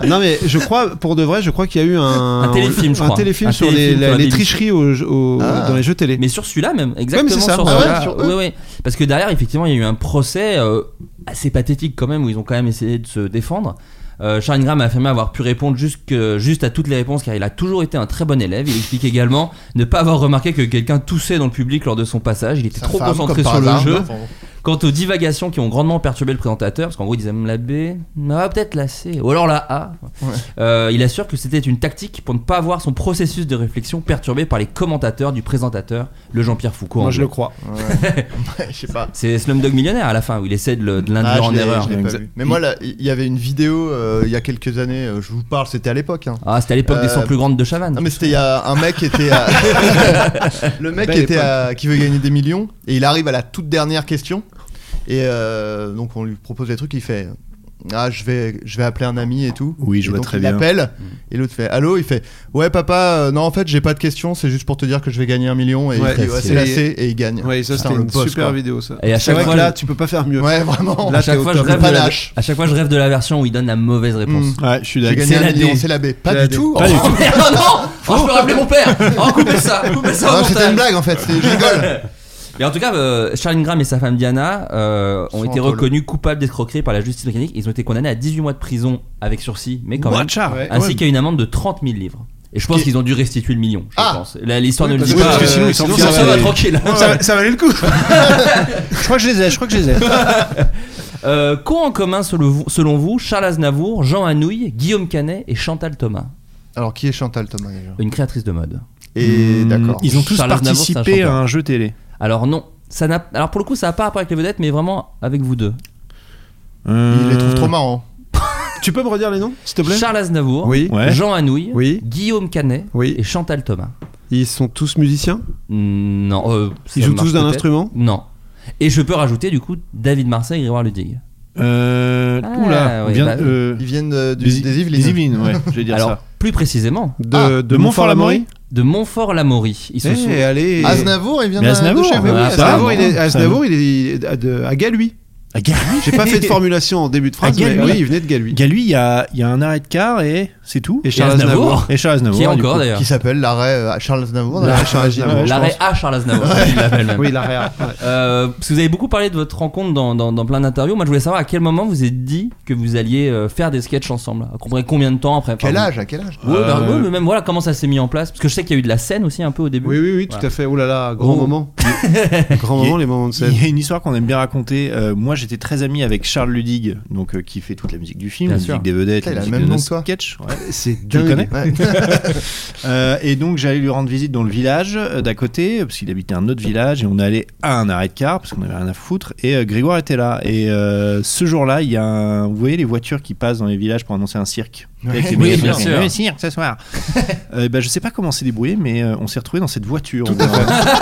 Speaker 6: Non mais je crois, pour de vrai, je crois qu'il y a eu un,
Speaker 5: Un téléfilm, je
Speaker 6: un
Speaker 5: crois.
Speaker 6: téléfilm
Speaker 5: Un
Speaker 6: sur
Speaker 5: téléfilm
Speaker 6: les,
Speaker 5: sur la
Speaker 6: les
Speaker 5: télévision.
Speaker 6: tricheries au- au-
Speaker 2: Ah.
Speaker 6: dans les jeux télé.
Speaker 5: Mais sur celui-là même, exactement
Speaker 6: c'est ça,
Speaker 5: sur
Speaker 6: bah
Speaker 2: ouais,
Speaker 5: celui-là.
Speaker 2: sur
Speaker 5: Oui,
Speaker 2: eux.
Speaker 5: oui. Parce que derrière, effectivement, il y a eu un procès euh, assez pathétique quand même, où ils ont quand même essayé de se défendre. Euh, Charles Ingram a affirmé avoir pu répondre jusque, juste à toutes les réponses car il a toujours été un très bon élève. Il explique également ne pas avoir remarqué que quelqu'un toussait dans le public lors de son passage. Il était
Speaker 2: Sa
Speaker 5: trop
Speaker 2: femme, comme
Speaker 5: concentré
Speaker 2: par
Speaker 5: sur le
Speaker 2: hasard.
Speaker 5: jeu. Quant aux divagations qui ont grandement perturbé le présentateur, parce qu'en gros il disait même la B, ah, peut-être la C, ou alors la A, Euh, il assure que c'était une tactique pour ne pas voir son processus de réflexion perturbé par les commentateurs du présentateur, le Jean-Pierre Foucault.
Speaker 6: Moi
Speaker 5: en
Speaker 6: je
Speaker 5: gros.
Speaker 6: le crois.
Speaker 2: Ouais, je sais pas.
Speaker 5: C'est Slumdog Millionnaire à la fin, où il essaie de le- de
Speaker 2: Ah,
Speaker 5: l'induire
Speaker 2: je
Speaker 5: en
Speaker 2: l'ai-
Speaker 5: erreur.
Speaker 2: je l'ai pas
Speaker 3: Exact.
Speaker 2: vu. Mais moi, là, il y avait une vidéo euh, il y a quelques années. euh, Je vous parle, c'était à l'époque. hein.
Speaker 5: Ah, c'était à l'époque des
Speaker 2: Euh,
Speaker 5: 100 plus grandes de Chavannes.
Speaker 2: Non mais c'était il y a un mec qui était à... le mec
Speaker 6: Belle
Speaker 2: qui était
Speaker 6: époque.
Speaker 2: à- qui veut gagner des millions et il arrive à la toute dernière question et euh, donc on lui propose des trucs il fait ah je vais je vais appeler un ami et tout
Speaker 3: Oui, je
Speaker 2: Et
Speaker 3: vois
Speaker 2: donc,
Speaker 3: très
Speaker 2: il
Speaker 3: bien.
Speaker 2: appelle et l'autre fait allô il fait ouais papa euh, non en fait j'ai pas de questions c'est juste pour te dire que je vais gagner un million et
Speaker 6: Ouais,
Speaker 2: il fait, Ouais,
Speaker 6: c'est-
Speaker 2: c'est la C et il gagne
Speaker 6: Ouais, ça
Speaker 2: Putain,
Speaker 6: c'était
Speaker 2: le
Speaker 6: une
Speaker 2: boss,
Speaker 6: super
Speaker 2: quoi.
Speaker 6: vidéo ça.
Speaker 5: Et à
Speaker 6: C'est
Speaker 5: chaque
Speaker 6: vrai
Speaker 5: fois,
Speaker 6: que là,
Speaker 5: le-
Speaker 6: tu peux pas faire mieux.
Speaker 2: ouais vraiment
Speaker 6: Là,
Speaker 5: à, chaque
Speaker 6: t'es au
Speaker 5: fois, je
Speaker 6: top.
Speaker 5: rêve
Speaker 2: Le
Speaker 5: de la,
Speaker 2: panache.
Speaker 5: à chaque fois, je rêve de la version où il donne la mauvaise réponse.
Speaker 2: Mm.
Speaker 3: Ouais, je suis
Speaker 2: j'ai
Speaker 3: d'accord.
Speaker 2: gagné
Speaker 5: C'est
Speaker 2: un
Speaker 5: la
Speaker 2: million
Speaker 5: D.
Speaker 2: c'est la B
Speaker 6: C'est
Speaker 2: pas
Speaker 6: la
Speaker 2: du
Speaker 6: D.
Speaker 2: tout
Speaker 3: Pas du
Speaker 5: Oh merde, non Oh, je peux rappeler mon père Oh, coupez ça Coupez ça au
Speaker 2: Non, Oh, c'était
Speaker 5: montage.
Speaker 2: une blague en fait c'est- je rigole
Speaker 5: Mais en tout cas, euh, Charles Ingram et sa femme Diana euh,
Speaker 2: Sont
Speaker 5: ont été
Speaker 2: en tôle.
Speaker 5: reconnus coupables d'escroquerie par la justice britannique. Ils ont été condamnés à 18 mois de prison avec sursis, mais quand même,
Speaker 3: Watcha.
Speaker 6: Ouais.
Speaker 5: ainsi qu'à une amende de 30 000 livres. Et je pense qu'ils ont dû restituer le million. Je
Speaker 2: Ah.
Speaker 5: pense. Là, l'histoire ne le
Speaker 6: parce
Speaker 5: dit
Speaker 6: que-
Speaker 5: pas.
Speaker 6: parce que sinon,
Speaker 5: euh,
Speaker 6: ils s'en
Speaker 5: ça,
Speaker 6: foutent.
Speaker 5: va tranquille.
Speaker 6: Ça, ça valait le coup.
Speaker 3: Je crois que je les ai, je crois que je les ai.
Speaker 5: Euh, Qu'ont en commun selon vous, selon vous Charles Aznavour, Jean Anouilh, Guillaume Canet et Chantal Thomas,
Speaker 2: alors qui est Chantal Thomas déjà
Speaker 5: une créatrice de mode
Speaker 2: et
Speaker 3: Hmm,
Speaker 2: d'accord
Speaker 3: Ils ont tous
Speaker 5: Charles Aznavour, c'est un
Speaker 3: participé à
Speaker 5: chanteur.
Speaker 3: un jeu télé.
Speaker 5: Alors non, ça n'a. Alors pour le coup, ça n'a pas rapport avec les vedettes, mais vraiment avec vous deux.
Speaker 3: Euh,
Speaker 2: ils les
Speaker 6: Euh,
Speaker 2: trouvent trop marrants
Speaker 6: tu peux me redire les noms, s'il te plaît
Speaker 5: Charles Aznavour,
Speaker 6: Oui.
Speaker 3: Ouais.
Speaker 5: Jean Anouilh,
Speaker 6: Oui.
Speaker 5: Guillaume Canet
Speaker 6: Oui.
Speaker 5: et Chantal Thomas.
Speaker 6: Ils sont tous musiciens
Speaker 5: Non. euh, ça
Speaker 6: Ils jouent
Speaker 5: marche
Speaker 6: tous d'un
Speaker 5: peut-être.
Speaker 6: instrument
Speaker 5: Non. Et je peux rajouter du coup David Marseille et Grégoire Ludig.
Speaker 3: Euh,
Speaker 5: Ah,
Speaker 3: oula,
Speaker 5: ouais,
Speaker 3: vient-
Speaker 5: bah,
Speaker 3: euh,
Speaker 2: ils viennent de- du-
Speaker 3: des,
Speaker 2: des Yvelines
Speaker 3: des Yvelines, ouais, je vais dire
Speaker 5: Alors,
Speaker 3: ça. Ah,
Speaker 5: plus précisément,
Speaker 6: De,
Speaker 3: de Montfort-la-Maurie
Speaker 5: de Montfort-l'Amaury. Ils se sont-
Speaker 6: Eh, allez.
Speaker 2: Aznavour, il vient
Speaker 3: Mais
Speaker 6: euh,
Speaker 2: de-
Speaker 3: Aznavour,
Speaker 2: de chez
Speaker 6: Oui,
Speaker 2: vous.
Speaker 3: Ah,
Speaker 6: Aznavour,
Speaker 3: ça,
Speaker 6: il est,
Speaker 3: bon,
Speaker 6: Aznavour, il est à, de- à Galui.
Speaker 3: À Ga-
Speaker 6: J'ai pas fait de formulation en début de phrase,
Speaker 3: À
Speaker 6: mais
Speaker 3: Galui.
Speaker 6: oui, il venait de Galui.
Speaker 3: Galui, il y a, il y a un arrêt de car et c'est tout.
Speaker 6: Et Charles
Speaker 5: Aznavour.
Speaker 6: Aznavour.
Speaker 3: Et Charles Aznavour.
Speaker 5: Qui est
Speaker 3: du
Speaker 5: encore
Speaker 3: coup.
Speaker 5: d'ailleurs.
Speaker 2: Qui s'appelle l'arrêt euh, à Charles Aznavour.
Speaker 6: L'arrêt Charles
Speaker 3: Ouais,
Speaker 6: Aznavour.
Speaker 3: je
Speaker 5: Euh, L'arrêt à Charles Aznavour, il l'appelle même.
Speaker 6: Oui, l'arrêt. A. Ouais.
Speaker 5: Euh, parce que vous avez beaucoup parlé de votre rencontre dans, dans- dans plein d'interviews. Moi, je voulais savoir à quel moment vous êtes dit que vous alliez euh, faire des sketchs ensemble. À comprendre combien de temps après
Speaker 2: Quel
Speaker 5: pardon.
Speaker 2: âge À quel âge
Speaker 5: Ouais, bah,
Speaker 3: Euh,
Speaker 5: ouais, mais même voilà comment ça s'est mis en place. Parce que je sais qu'il y a eu de la scène aussi un peu au début.
Speaker 6: Oui, oui, oui, tout
Speaker 5: Voilà.
Speaker 6: à fait. Oh là là, grand
Speaker 5: Oh.
Speaker 6: moment. grand moment, les moments de scène.
Speaker 3: Il y a une histoire qu'on aime bien raconter. Euh, moi, j'étais très ami avec Charles Ludig, donc euh, qui fait toute la musique du film,
Speaker 5: Bien
Speaker 3: la musique
Speaker 5: sûr.
Speaker 3: des vedettes,
Speaker 2: Putain, il a
Speaker 3: la
Speaker 2: le
Speaker 3: musique
Speaker 2: même
Speaker 3: de
Speaker 2: nom
Speaker 3: nos
Speaker 2: que toi.
Speaker 3: sketchs. ouais.
Speaker 6: C'est
Speaker 3: Tu le connais
Speaker 6: dingue.
Speaker 2: Ouais.
Speaker 3: Euh, et donc j'allais lui rendre visite dans le village euh, d'à côté, euh, parce qu'il habitait un autre village, et on allait à un arrêt de car, parce qu'on avait rien à foutre, et euh, Grégoire était là. Et euh, ce jour-là, il y a un... Vous voyez les voitures qui passent dans les villages pour annoncer un cirque Avec les
Speaker 5: Oui,
Speaker 3: brigands,
Speaker 5: bien
Speaker 3: on dit,
Speaker 5: sûr.
Speaker 3: Le cirque ce soir Euh, ben, Je sais pas comment on s'est débrouillé, mais euh, on s'est retrouvé dans cette voiture. On a-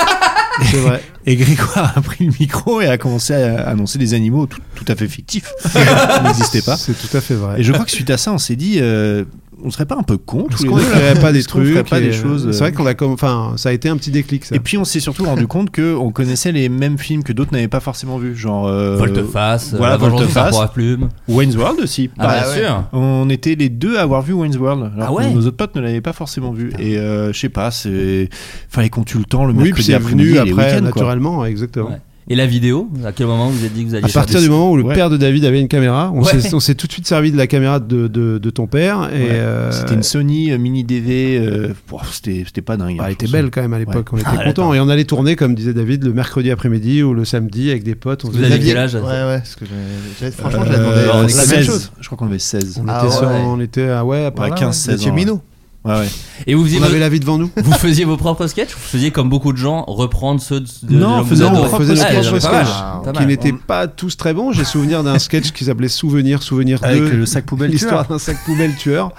Speaker 6: C'est vrai.
Speaker 3: Et Grégoire a pris le micro et a commencé à annoncer des animaux tout, tout à fait fictifs, qui n'existaient pas.
Speaker 6: C'est tout à fait vrai.
Speaker 3: Et je crois que suite à ça, on s'est dit, euh, on serait pas un peu con tous
Speaker 6: Est-ce
Speaker 3: les
Speaker 6: qu'on
Speaker 3: deux là
Speaker 6: n'écrirait pas des
Speaker 3: Est-ce qu'on ferait
Speaker 6: trucs
Speaker 3: pas
Speaker 6: et-
Speaker 3: des choses. euh,
Speaker 6: C'est vrai qu'on a comme, enfin, ça a été un petit déclic. Ça.
Speaker 3: Et puis on s'est surtout rendu compte que on connaissait les mêmes films que d'autres n'avaient pas forcément vu, genre euh,
Speaker 5: Volte-face,
Speaker 3: voilà,
Speaker 5: voilà, vengeance du
Speaker 3: Volte-face.
Speaker 5: sabre à plume.
Speaker 3: Wayne's World aussi.
Speaker 5: Ah,
Speaker 6: Bah,
Speaker 3: pareil.
Speaker 5: bien sûr.
Speaker 3: On était les deux à avoir vu Wayne's World. Alors
Speaker 5: Ah
Speaker 3: que
Speaker 5: ouais
Speaker 3: Nos autres potes ne l'avaient pas forcément vu. Et euh, je sais pas, c'est fallait qu'on tue le temps le
Speaker 6: oui, puis
Speaker 3: mercredi
Speaker 6: c'est
Speaker 3: après-midi
Speaker 6: venu
Speaker 3: et les
Speaker 6: après,
Speaker 3: week-ends, quoi.
Speaker 6: naturellement, exactement.
Speaker 5: Ouais. Et la vidéo À quel moment vous vous êtes dit que vous alliez
Speaker 6: À
Speaker 5: faire
Speaker 6: partir
Speaker 5: des-
Speaker 6: du moment où le
Speaker 3: Ouais.
Speaker 6: père de David avait une caméra, on
Speaker 5: Ouais.
Speaker 6: s'est on s'est tout de suite servi de la caméra de, de, de ton père. Et
Speaker 3: Ouais.
Speaker 6: euh,
Speaker 3: C'était une Sony euh, mini DV. euh, pouah, c'était c'était pas dingue.
Speaker 6: bah,
Speaker 3: hein,
Speaker 6: elle
Speaker 3: je
Speaker 6: était
Speaker 3: pense.
Speaker 6: belle quand même à l'époque, on
Speaker 3: Ah,
Speaker 6: était
Speaker 3: elle
Speaker 6: contents. Et on allait tourner, comme disait David, le mercredi après-midi ou le samedi avec des potes. On se
Speaker 5: Vous
Speaker 6: faisait-
Speaker 5: aviez quel âge
Speaker 2: Ouais, ouais. parce que j'avais- j'avais- Franchement, j'avais
Speaker 3: Euh,
Speaker 2: demandé
Speaker 3: on
Speaker 2: euh,
Speaker 3: était
Speaker 2: la même
Speaker 3: 16.
Speaker 2: chose.
Speaker 3: Je crois qu'on avait 16.
Speaker 6: on,
Speaker 2: Ah
Speaker 6: était sur-
Speaker 2: ouais.
Speaker 6: on était à ouais, à part
Speaker 3: Ah, Ouais,
Speaker 6: là,
Speaker 3: 15,
Speaker 6: ouais.
Speaker 2: Vous étiez
Speaker 3: ans,
Speaker 2: minot.
Speaker 3: Ouais, ouais.
Speaker 5: Et vous faisiez,
Speaker 6: On
Speaker 5: vos-
Speaker 6: avait la vie devant nous.
Speaker 5: vous faisiez vos propres sketchs Vous faisiez comme beaucoup de gens reprendre ceux de. de-
Speaker 3: Non,
Speaker 5: de-
Speaker 3: on
Speaker 5: de-
Speaker 3: faisait
Speaker 5: de-
Speaker 3: nos
Speaker 5: de-
Speaker 3: propres
Speaker 5: Ah,
Speaker 6: sketchs,
Speaker 5: il y en avait pas
Speaker 6: ouais.
Speaker 5: mal, pas
Speaker 6: qui
Speaker 5: mal.
Speaker 6: n'étaient pas tous très bons. J'ai souvenir d'un sketch qui s'appelait Souvenir, Souvenir
Speaker 3: Ah, Avec
Speaker 6: 2.
Speaker 3: le sac poubelle
Speaker 6: L'histoire
Speaker 3: tueur.
Speaker 6: d'un sac poubelle tueur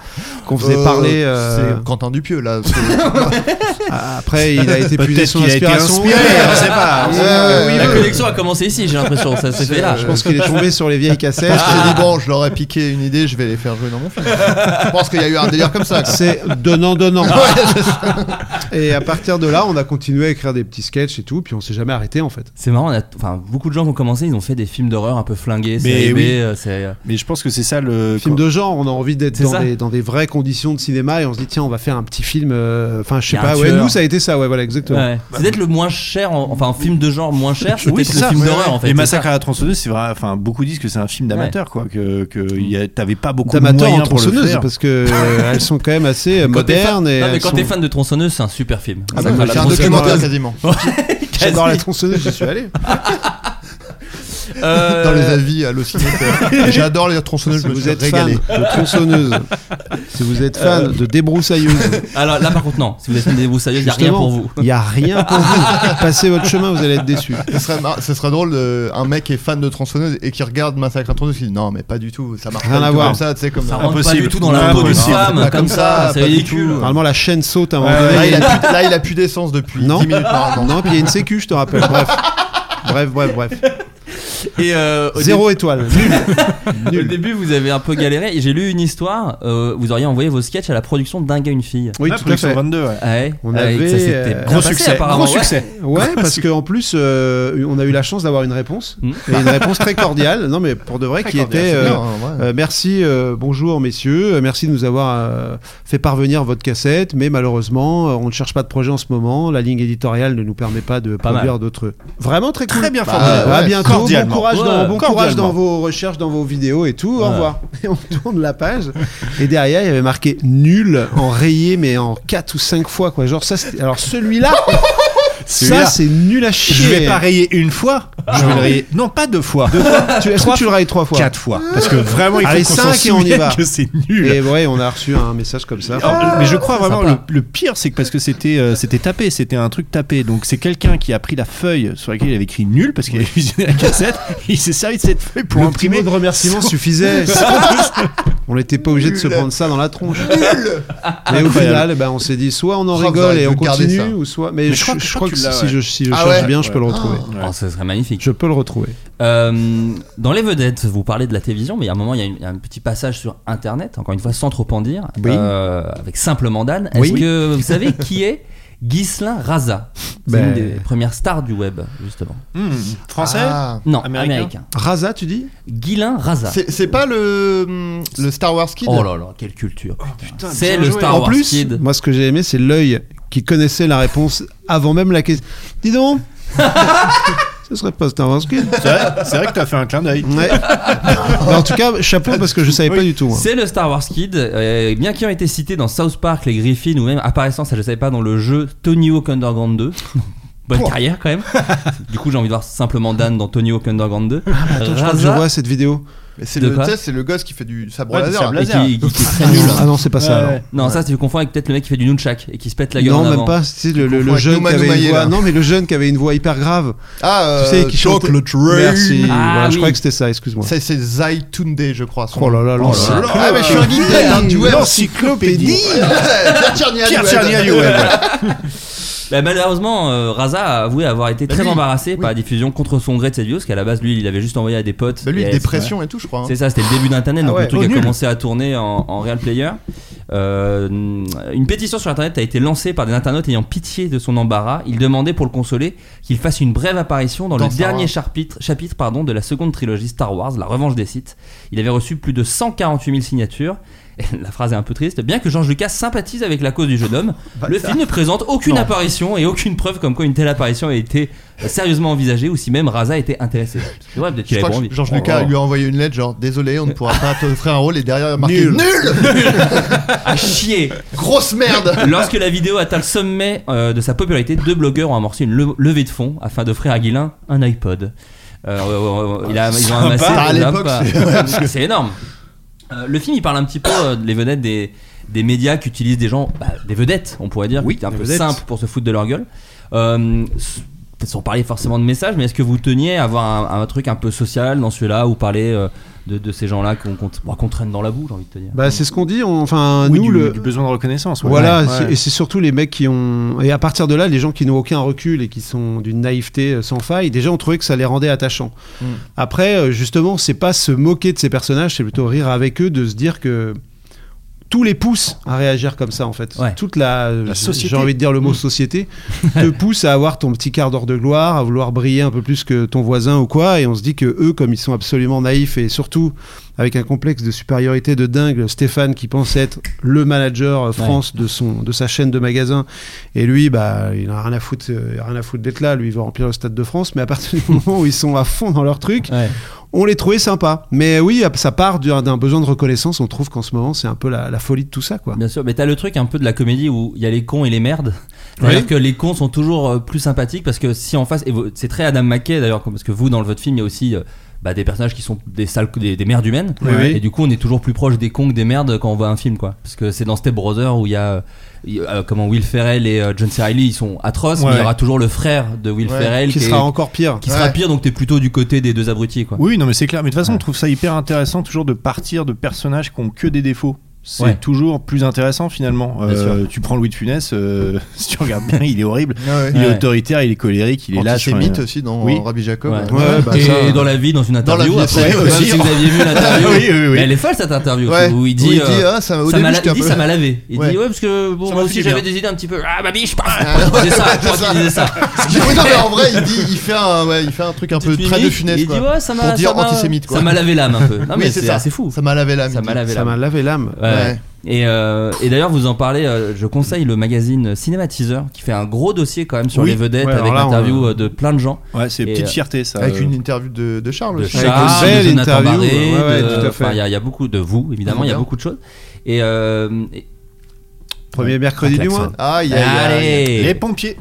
Speaker 6: qu'on faisait parler. euh,
Speaker 2: C'est Quentin Dupieux, là. parce que- euh,
Speaker 6: Après, il a été puiser
Speaker 3: Peut-être
Speaker 6: son
Speaker 3: qu'il a été
Speaker 6: inspiration.
Speaker 3: inspiré, on sait pas.
Speaker 2: Ouais,
Speaker 6: Ouais, ouais,
Speaker 2: ouais,
Speaker 6: oui,
Speaker 5: La
Speaker 6: oui.
Speaker 5: connexion a commencé ici, j'ai l'impression, ça s'est fait là.
Speaker 6: Je pense qu'il est tombé sur les vieilles cassettes.
Speaker 2: Parce qu'il dit, bon, je leur ai piqué une idée, je vais les faire jouer dans mon film. Je pense qu'il y a eu un délire comme ça. quoi.
Speaker 6: C'est donnant donnant.
Speaker 2: Ouais, c'est ça.
Speaker 6: Et à partir de là, on a continué à écrire des petits sketchs et tout, puis on s'est jamais arrêté en fait.
Speaker 5: C'est marrant, on a t- enfin, beaucoup de gens qui ont commencé, ils ont fait des films d'horreur un peu flingués,
Speaker 3: Mais
Speaker 5: série B,
Speaker 3: oui.
Speaker 5: euh, c'est
Speaker 3: Mais je pense que c'est ça le
Speaker 6: Film de genre, on a envie d'être
Speaker 5: C'est
Speaker 6: dans
Speaker 5: ça.
Speaker 6: des, dans des vraies conditions de cinéma et on se dit tiens, on va faire un petit film. euh, Enfin, je
Speaker 5: Il
Speaker 6: sais
Speaker 5: y a un
Speaker 6: pas. Ouais,
Speaker 5: tueur.
Speaker 6: nous ça a été ça. Ouais, voilà, exactement.
Speaker 5: Ouais. C'est peut-être le moins cher, en- enfin, un film de genre moins cher, c'est
Speaker 3: Oui,
Speaker 5: peut-être
Speaker 3: c'est
Speaker 5: le
Speaker 3: ça.
Speaker 5: film
Speaker 3: Ouais,
Speaker 5: d'horreur
Speaker 3: ouais.
Speaker 5: en fait.
Speaker 3: Et
Speaker 5: c'est
Speaker 3: Massacre
Speaker 5: ça.
Speaker 3: à la tronçonneuse, c'est vrai. Enfin, beaucoup disent que c'est un film d'amateur, quoi. Que, que il y a- t'avais pas beaucoup de
Speaker 6: D'amateurs en
Speaker 3: moyens pour le
Speaker 6: tronçonneuse
Speaker 3: faire.
Speaker 6: parce que euh, elles sont quand même assez euh,
Speaker 5: Quand t'es fan-
Speaker 6: modernes et
Speaker 5: non, mais
Speaker 6: elles
Speaker 5: quand t'es
Speaker 6: sont-
Speaker 5: fan de tronçonneuse, c'est un super film. Ça
Speaker 6: Ah bon,
Speaker 5: fera
Speaker 6: mais
Speaker 5: la
Speaker 2: C'est un
Speaker 6: tronçonneuse.
Speaker 2: documentaire quasiment.
Speaker 6: j'adore la
Speaker 5: quasi.
Speaker 6: tronçonneuse, j'y suis allé.
Speaker 5: Euh,
Speaker 2: Dans les avis à l'ocinéma. J'adore les tronçonneuses,
Speaker 6: Si
Speaker 2: je me
Speaker 6: vous
Speaker 2: suis
Speaker 6: êtes fan
Speaker 2: régalé.
Speaker 6: de tronçonneuse, si vous êtes fan
Speaker 3: Euh,
Speaker 6: de débroussailleuse,
Speaker 5: Alors là, par contre, non, si vous êtes fan des broussailleuses, il n'y a rien
Speaker 6: justement,
Speaker 5: pour vous.
Speaker 6: Il n'y a rien pour vous. Passez votre chemin, vous allez être déçus.
Speaker 2: Ce serait, mar- ce serait drôle, euh, un mec qui est fan de tronçonneuse et qui regarde Massacre à tronçonneuse, il dit non, mais pas du tout, ça marche
Speaker 6: Rien
Speaker 2: pas
Speaker 6: à
Speaker 2: du tout
Speaker 6: voir.
Speaker 2: comme ça, tu sais, comme euh,
Speaker 5: Ça rentre pas
Speaker 3: Impossible.
Speaker 5: du tout dans la peau d'une
Speaker 3: Impossible.
Speaker 5: femme,
Speaker 2: Pas
Speaker 5: comme ça, c'est
Speaker 2: pas du
Speaker 5: ridicule.
Speaker 2: tout.
Speaker 6: Normalement, la chaîne saute à un moment
Speaker 2: Là,
Speaker 3: Ouais,
Speaker 6: donné.
Speaker 2: il a plus, là, il a plus d'essence depuis
Speaker 6: Non. Ah,
Speaker 2: 10 minutes normalement.
Speaker 6: Non, puis il y a une sécu, je te rappelle. Bref. Bref, bref, bref.
Speaker 5: Et euh, au
Speaker 6: Zéro étoile.
Speaker 5: début- Au début, vous avez un peu galéré. Et J'ai lu une histoire. euh, vous auriez envoyé vos sketchs à la production Dingue à une fille.
Speaker 6: Oui,
Speaker 3: Ouais,
Speaker 6: tout à
Speaker 3: production
Speaker 6: fait.
Speaker 3: 22, ouais.
Speaker 5: Ah ouais,
Speaker 6: On
Speaker 5: Ah ouais,
Speaker 6: avait,
Speaker 5: ça, c'était
Speaker 6: euh,
Speaker 5: bien passé, apparemment,
Speaker 3: Gros
Speaker 5: ouais.
Speaker 3: succès.
Speaker 6: Ouais, parce qu'en plus, euh, on a eu la chance d'avoir une réponse.
Speaker 5: Hmm.
Speaker 6: Et une réponse très cordiale. Non, mais pour de vrai, qui était. euh,
Speaker 2: hein.
Speaker 6: Euh, merci, euh, bonjour messieurs, Euh, merci de nous avoir euh, fait parvenir votre cassette, mais malheureusement, euh, on ne cherche pas de projet en ce moment, la ligne éditoriale ne nous permet pas de
Speaker 5: Pas
Speaker 6: produire d'autres. Vraiment très cool.
Speaker 3: Très bien
Speaker 2: Bah,
Speaker 3: formulé.
Speaker 2: ouais.
Speaker 6: à bientôt, bon
Speaker 3: Cordialement.
Speaker 6: courage, dans,
Speaker 5: Ouais,
Speaker 6: bon courage
Speaker 3: cordialement.
Speaker 6: dans vos recherches, dans vos vidéos et tout,
Speaker 5: Ouais.
Speaker 6: au revoir. Et on tourne la page, et derrière il y avait marqué nul, en rayé, mais en 4 ou 5 fois, quoi. Genre ça, c'était- alors celui-là,
Speaker 3: Celui-là,
Speaker 6: ça c'est nul à chier. Ah.
Speaker 3: Je vais pas rayer une fois. Je vais le rayer. Non, pas deux fois. Deux fois.
Speaker 6: Tu- Est-ce que tu le rayes 3 fois Ah.
Speaker 3: Quatre fois. Parce que vraiment, il faut
Speaker 6: Allez,
Speaker 3: qu'on
Speaker 6: cinq
Speaker 3: s'en
Speaker 6: et on y
Speaker 3: souvienne
Speaker 6: va.
Speaker 3: que c'est nul.
Speaker 6: Et ouais, on a reçu un message comme ça. Ah.
Speaker 3: Alors, mais je crois vraiment le,
Speaker 5: sympa.
Speaker 3: le pire c'est que parce que c'était euh, c'était tapé c'était un truc tapé donc c'est quelqu'un qui a pris la feuille sur laquelle il avait écrit nul parce qu'il avait fusionné la cassette et il s'est servi de cette feuille pour
Speaker 6: le petit
Speaker 3: imprimer
Speaker 6: mot de remerciement
Speaker 3: son-
Speaker 6: suffisait.
Speaker 3: son-
Speaker 6: On n'était pas obligé de se
Speaker 2: Nul.
Speaker 6: prendre ça dans la tronche.
Speaker 2: Nul
Speaker 6: Mais au
Speaker 3: Incroyable.
Speaker 6: final, eh ben, on s'est dit soit on en
Speaker 2: Oh, vous
Speaker 6: rigole
Speaker 2: auriez
Speaker 6: et
Speaker 2: pu
Speaker 6: on
Speaker 2: garder
Speaker 6: continue,
Speaker 2: ça.
Speaker 6: ou soit.
Speaker 3: Mais
Speaker 6: Mais, je,
Speaker 3: je crois-
Speaker 6: je
Speaker 3: je
Speaker 6: crois
Speaker 3: crois
Speaker 6: que,
Speaker 3: que tu l'as,
Speaker 6: si,
Speaker 3: ouais.
Speaker 6: je, si je
Speaker 2: Ah
Speaker 6: cherche
Speaker 2: ouais
Speaker 6: bien, je peux le
Speaker 3: Ouais.
Speaker 6: retrouver.
Speaker 3: Ouais.
Speaker 5: Oh, ce serait magnifique.
Speaker 6: Je peux le retrouver.
Speaker 5: Euh, dans les vedettes, vous parlez de la télévision, mais il y a un moment, il y a une- il y, a un petit passage sur Internet, encore une fois, sans trop en dire,
Speaker 6: Oui.
Speaker 5: euh, avec simplement Dan. Est-ce
Speaker 6: Oui.
Speaker 5: que vous savez qui est Ghislain Raza C'est
Speaker 6: Ben.
Speaker 5: une des premières stars du web, justement.
Speaker 3: Hmm, Français
Speaker 2: Ah.
Speaker 5: Non,
Speaker 3: Américain.
Speaker 5: américain.
Speaker 6: Raza, tu dis
Speaker 5: Ghislain Raza.
Speaker 2: C'est c'est pas le, hum, le Star Wars Kid
Speaker 5: Oh là là, quelle culture.
Speaker 3: Putain,
Speaker 5: C'est
Speaker 3: bien
Speaker 5: le
Speaker 3: joué.
Speaker 5: Star
Speaker 6: En
Speaker 5: Wars
Speaker 6: plus,
Speaker 5: Kid.
Speaker 6: moi, ce que j'ai aimé, c'est l'œil qui connaissait la réponse avant même la question. Dis donc Ce serait pas Star Wars Kid
Speaker 3: C'est vrai, c'est vrai que t'as fait un clin d'œil.
Speaker 6: Ouais. Mais en tout cas, chapeau parce que je savais pas du tout. hein.
Speaker 5: C'est le Star Wars Kid, euh, bien qu'ayant été cité dans South Park, les Griffins ou même apparaissant, ça je savais pas, dans le jeu Tony Hawk Underground 2. Bonne carrière quand même. du coup, j'ai envie de voir simplement Dan dans Tony Hawk Underground 2.
Speaker 6: bah, Attends, je crois que je
Speaker 5: Raza,
Speaker 6: vois cette vidéo.
Speaker 2: Mais C'est
Speaker 5: De
Speaker 2: le,
Speaker 5: quoi
Speaker 2: tu sais, c'est le gosse qui fait du sabre
Speaker 3: Ouais, du
Speaker 2: laser.
Speaker 3: sabre
Speaker 2: là.
Speaker 5: et
Speaker 3: laser.
Speaker 5: qui- qui- qui est très
Speaker 6: Ah
Speaker 5: nul.
Speaker 6: non, ah non, c'est pas ça.
Speaker 3: Ouais.
Speaker 6: alors.
Speaker 5: Non, ça, tu confonds avec peut-être le mec qui fait du nunchak et qui se pète la gueule. en
Speaker 6: Non, même
Speaker 5: avant.
Speaker 6: pas. C'est le, le-
Speaker 2: confonds
Speaker 6: le
Speaker 2: avec
Speaker 6: jeune qui
Speaker 2: Nouma
Speaker 6: avait une
Speaker 2: Noumaïe,
Speaker 6: voix.
Speaker 2: là.
Speaker 6: Non, mais le jeune qui avait une voix hyper grave.
Speaker 2: Ah,
Speaker 6: tu sais, qui chante
Speaker 2: le
Speaker 6: Merci.
Speaker 5: Ah,
Speaker 6: Voilà, Je
Speaker 5: oui.
Speaker 6: croyais que c'était ça. Excuse-moi.
Speaker 2: C'est c'est Zai Tunde, je crois. son
Speaker 6: Oh là
Speaker 2: nom.
Speaker 6: là,
Speaker 2: Oh là là. Ah, mais je suis un geek hein, du web.
Speaker 3: L'encyclopédie.
Speaker 2: Pierre Tchernia du
Speaker 3: Pierre
Speaker 2: web.
Speaker 3: Tchernia du web.
Speaker 5: Bah, malheureusement, euh, Raza a avoué avoir été
Speaker 2: Bah,
Speaker 5: très
Speaker 2: lui,
Speaker 5: embarrassé
Speaker 2: oui.
Speaker 5: par la diffusion contre son gré de cette vidéo, parce qu'à la base, lui, il avait juste envoyé à des potes.
Speaker 2: Bah, lui,
Speaker 5: Et c'est-
Speaker 2: dépression et tout, je crois. hein.
Speaker 5: C'est ça, c'était le début d'Internet,
Speaker 6: Ah
Speaker 5: donc
Speaker 6: ouais,
Speaker 5: le truc
Speaker 6: oh,
Speaker 5: a
Speaker 6: nul.
Speaker 5: commencé à tourner en, en Real Player. Euh, une pétition sur Internet a été lancée par des internautes ayant pitié de son embarras. Ils demandaient pour le consoler qu'il fasse une brève apparition dans,
Speaker 2: Dans
Speaker 5: le
Speaker 2: Star
Speaker 5: dernier
Speaker 2: Wars.
Speaker 5: chapitre, chapitre pardon, de la seconde trilogie Star Wars, La Revanche des Sith. Il avait reçu plus de 148 000 signatures. Et La phrase est un peu triste. Bien que George Lucas sympathise avec la cause du jeune homme,
Speaker 2: Bah,
Speaker 5: le film ne présente aucune
Speaker 3: Non.
Speaker 5: apparition et aucune preuve comme quoi une telle apparition a été euh, sérieusement envisagée ou si même Raza était intéressé. Parce que, ouais, peut-être
Speaker 2: Je
Speaker 5: qu'il avait
Speaker 2: crois
Speaker 5: pas
Speaker 2: que
Speaker 5: envie.
Speaker 2: Georges Lucas lui a envoyé une lettre genre désolé on ne pourra pas t'offrir un rôle et derrière il a marqué
Speaker 3: Nul.
Speaker 2: nul,
Speaker 5: À chier
Speaker 2: grosse merde
Speaker 5: Lorsque la vidéo atteint le sommet euh, de sa popularité, deux blogueurs ont amorcé une le- levée de fonds afin d'offrir à Guilin un iPod. Euh, euh, euh, il a- ils ont
Speaker 3: Sympa.
Speaker 5: amassé.
Speaker 2: À
Speaker 5: ils ont
Speaker 2: l'époque,
Speaker 5: pas-
Speaker 2: c'est- parce
Speaker 5: c'est énorme. Euh, le film, il parle un petit peu euh, des vedettes des, des médias qu'utilisent des gens, bah, des vedettes, on pourrait dire,
Speaker 3: Oui,
Speaker 5: qui est un
Speaker 3: des
Speaker 5: peu
Speaker 3: vedettes.
Speaker 5: simple pour se foutre de leur gueule. Euh, s- sans parler forcément de messages, mais est-ce que vous teniez à avoir un, un truc un peu social dans celui-là ou parler euh, de, de ces gens-là qu'on qu'on t- bah, qu'on traîne dans la boue, j'ai envie de te dire
Speaker 6: Bah, c'est ce qu'on dit. on- Enfin,
Speaker 3: Oui,
Speaker 6: nous,
Speaker 3: du,
Speaker 6: le.
Speaker 3: du besoin de reconnaissance. ouais.
Speaker 6: Voilà,
Speaker 3: Ouais.
Speaker 6: c'est- et c'est surtout les mecs qui ont. Et à partir de là, les gens qui n'ont aucun recul et qui sont d'une naïveté euh, sans faille, déjà on trouvait que ça les rendait attachants. Après, euh, justement, c'est pas se moquer de ces personnages, c'est plutôt rire avec eux, de se dire que tous les poussent à réagir comme ça en fait.
Speaker 5: Ouais.
Speaker 6: Toute la,
Speaker 3: La société. Mm.
Speaker 6: j'ai envie de dire le mot société, te pousse à avoir ton petit quart d'heure de gloire, à vouloir briller un peu plus que ton voisin ou quoi. Et on se dit que eux, comme ils sont absolument naïfs et surtout avec un complexe de supériorité de dingue, Stéphane qui pense être le manager euh, France de son de sa chaîne de magasins et lui, bah, il n'a rien à foutre, euh, il a rien à foutre d'être là. Lui, il veut remplir le stade de France. Mais à partir du moment où ils sont à fond dans leur truc,
Speaker 5: Ouais.
Speaker 6: on les trouvait sympas. Mais oui, ça part d'un d'un besoin de reconnaissance. On trouve qu'en ce moment, c'est un peu la, la folie de tout ça, quoi.
Speaker 5: Bien sûr, mais t'as le truc un peu de la comédie où il y a les cons et les merdes. C'est-à-dire
Speaker 6: Oui.
Speaker 5: que les cons sont toujours euh, plus sympathiques parce que si en face, et vous- c'est très Adam McKay d'ailleurs, parce que vous dans votre film il y a aussi euh, bah, des personnages qui sont des sales, des, des merdes humaines.
Speaker 6: Oui, oui.
Speaker 5: Et du coup, on est toujours plus proche des cons que des merdes quand on voit un film, quoi. Parce que c'est dans Step Brother où il y a euh, il y a, euh, comment Will Ferrell et euh, John C. Reilly, ils sont atroces, mais
Speaker 3: Ouais.
Speaker 5: il y aura toujours le frère de Will
Speaker 2: Ouais,
Speaker 5: Ferrell
Speaker 6: Qui
Speaker 5: qui,
Speaker 6: sera
Speaker 5: est-
Speaker 6: encore pire.
Speaker 5: qui sera
Speaker 2: Ouais.
Speaker 5: pire, donc t'es plutôt du côté des deux abrutis, quoi.
Speaker 3: Oui, non, mais c'est clair. Mais de toute façon, on trouve ça hyper intéressant toujours de partir de personnages qui ont que des défauts. C'est
Speaker 5: Ouais.
Speaker 3: toujours plus intéressant finalement.
Speaker 5: Bien
Speaker 3: Euh, tu prends Louis de Funès, euh, si tu regardes bien, il est horrible,
Speaker 2: Ouais,
Speaker 3: il
Speaker 2: ouais.
Speaker 3: est
Speaker 5: Ouais.
Speaker 3: autoritaire, il est colérique, il est lâche.
Speaker 2: Antisémite
Speaker 3: enfin,
Speaker 2: aussi dans
Speaker 3: Oui.
Speaker 2: Rabbi Jacob
Speaker 5: Ouais.
Speaker 6: Ouais, bah,
Speaker 5: et
Speaker 6: ça-
Speaker 5: dans la vie, dans une
Speaker 2: Dans la
Speaker 5: interview,
Speaker 2: vie,
Speaker 5: après,
Speaker 2: c'est
Speaker 5: je sais
Speaker 2: vrai
Speaker 5: pas si
Speaker 2: aussi.
Speaker 5: vous aviez vu l'interview,
Speaker 3: Oui, oui, oui.
Speaker 5: Mais elle est folle cette interview
Speaker 2: Ouais.
Speaker 5: où il dit,
Speaker 2: Où il dit,
Speaker 5: euh,
Speaker 2: ah, ça, au
Speaker 5: ça
Speaker 2: début,
Speaker 5: m'a la-
Speaker 2: j'étais
Speaker 5: il
Speaker 2: un
Speaker 5: dit
Speaker 2: peu-
Speaker 5: ça m'a lavé. Il
Speaker 2: Ouais.
Speaker 5: dit ouais parce que bon,
Speaker 3: Ça
Speaker 5: moi
Speaker 3: m'a
Speaker 5: aussi
Speaker 3: fait du
Speaker 5: j'avais
Speaker 3: bien.
Speaker 5: des idées un petit peu ah ma biche paf. c'est ça je crois qu'il disait ça
Speaker 2: Oui, non, mais en vrai, il, dit, il, fait un, ouais, il fait un truc un peu
Speaker 5: Petite
Speaker 2: très de
Speaker 5: mimique,
Speaker 2: funeste.
Speaker 5: il dit
Speaker 2: quoi.
Speaker 5: ouais ça m'a
Speaker 2: Pour dire
Speaker 5: ça m'a-
Speaker 2: antisémite, quoi.
Speaker 5: ça m'a lavé l'âme un peu non
Speaker 2: Oui,
Speaker 5: mais
Speaker 2: c'est
Speaker 5: c'est
Speaker 2: ça.
Speaker 5: assez fou
Speaker 2: Ça m'a lavé l'âme.
Speaker 5: ça m'a lavé
Speaker 6: Ça m'a
Speaker 5: l'âme
Speaker 6: lavé l'âme.
Speaker 5: Ouais.
Speaker 2: Ouais.
Speaker 5: et, euh, et d'ailleurs, vous en parlez, euh, je conseille le magazine Cinéma Teaser qui fait un gros dossier quand même sur
Speaker 3: Oui.
Speaker 5: les vedettes
Speaker 6: Ouais, alors
Speaker 5: avec
Speaker 6: là, on-
Speaker 5: l'interview euh, de plein de gens.
Speaker 3: Ouais, c'est
Speaker 5: Et,
Speaker 3: petite
Speaker 5: euh,
Speaker 3: fierté ça.
Speaker 2: Avec
Speaker 3: euh.
Speaker 2: une interview de, de Charles
Speaker 5: de
Speaker 2: aussi.
Speaker 6: Charles,
Speaker 5: Charles,
Speaker 6: belle
Speaker 5: de Jonathan
Speaker 6: interview,
Speaker 5: Barré,
Speaker 6: ouais, ouais,
Speaker 5: de-
Speaker 6: tout à fait.
Speaker 5: enfin, il y, a- il y a beaucoup de vous, évidemment, il y a
Speaker 2: Bien.
Speaker 5: beaucoup de choses. Et, euh, et-
Speaker 6: Premier mercredi
Speaker 5: Un
Speaker 6: du
Speaker 5: klaxon.
Speaker 6: mois.
Speaker 2: Aïe, aïe, aïe.
Speaker 5: Allez
Speaker 3: Les pompiers.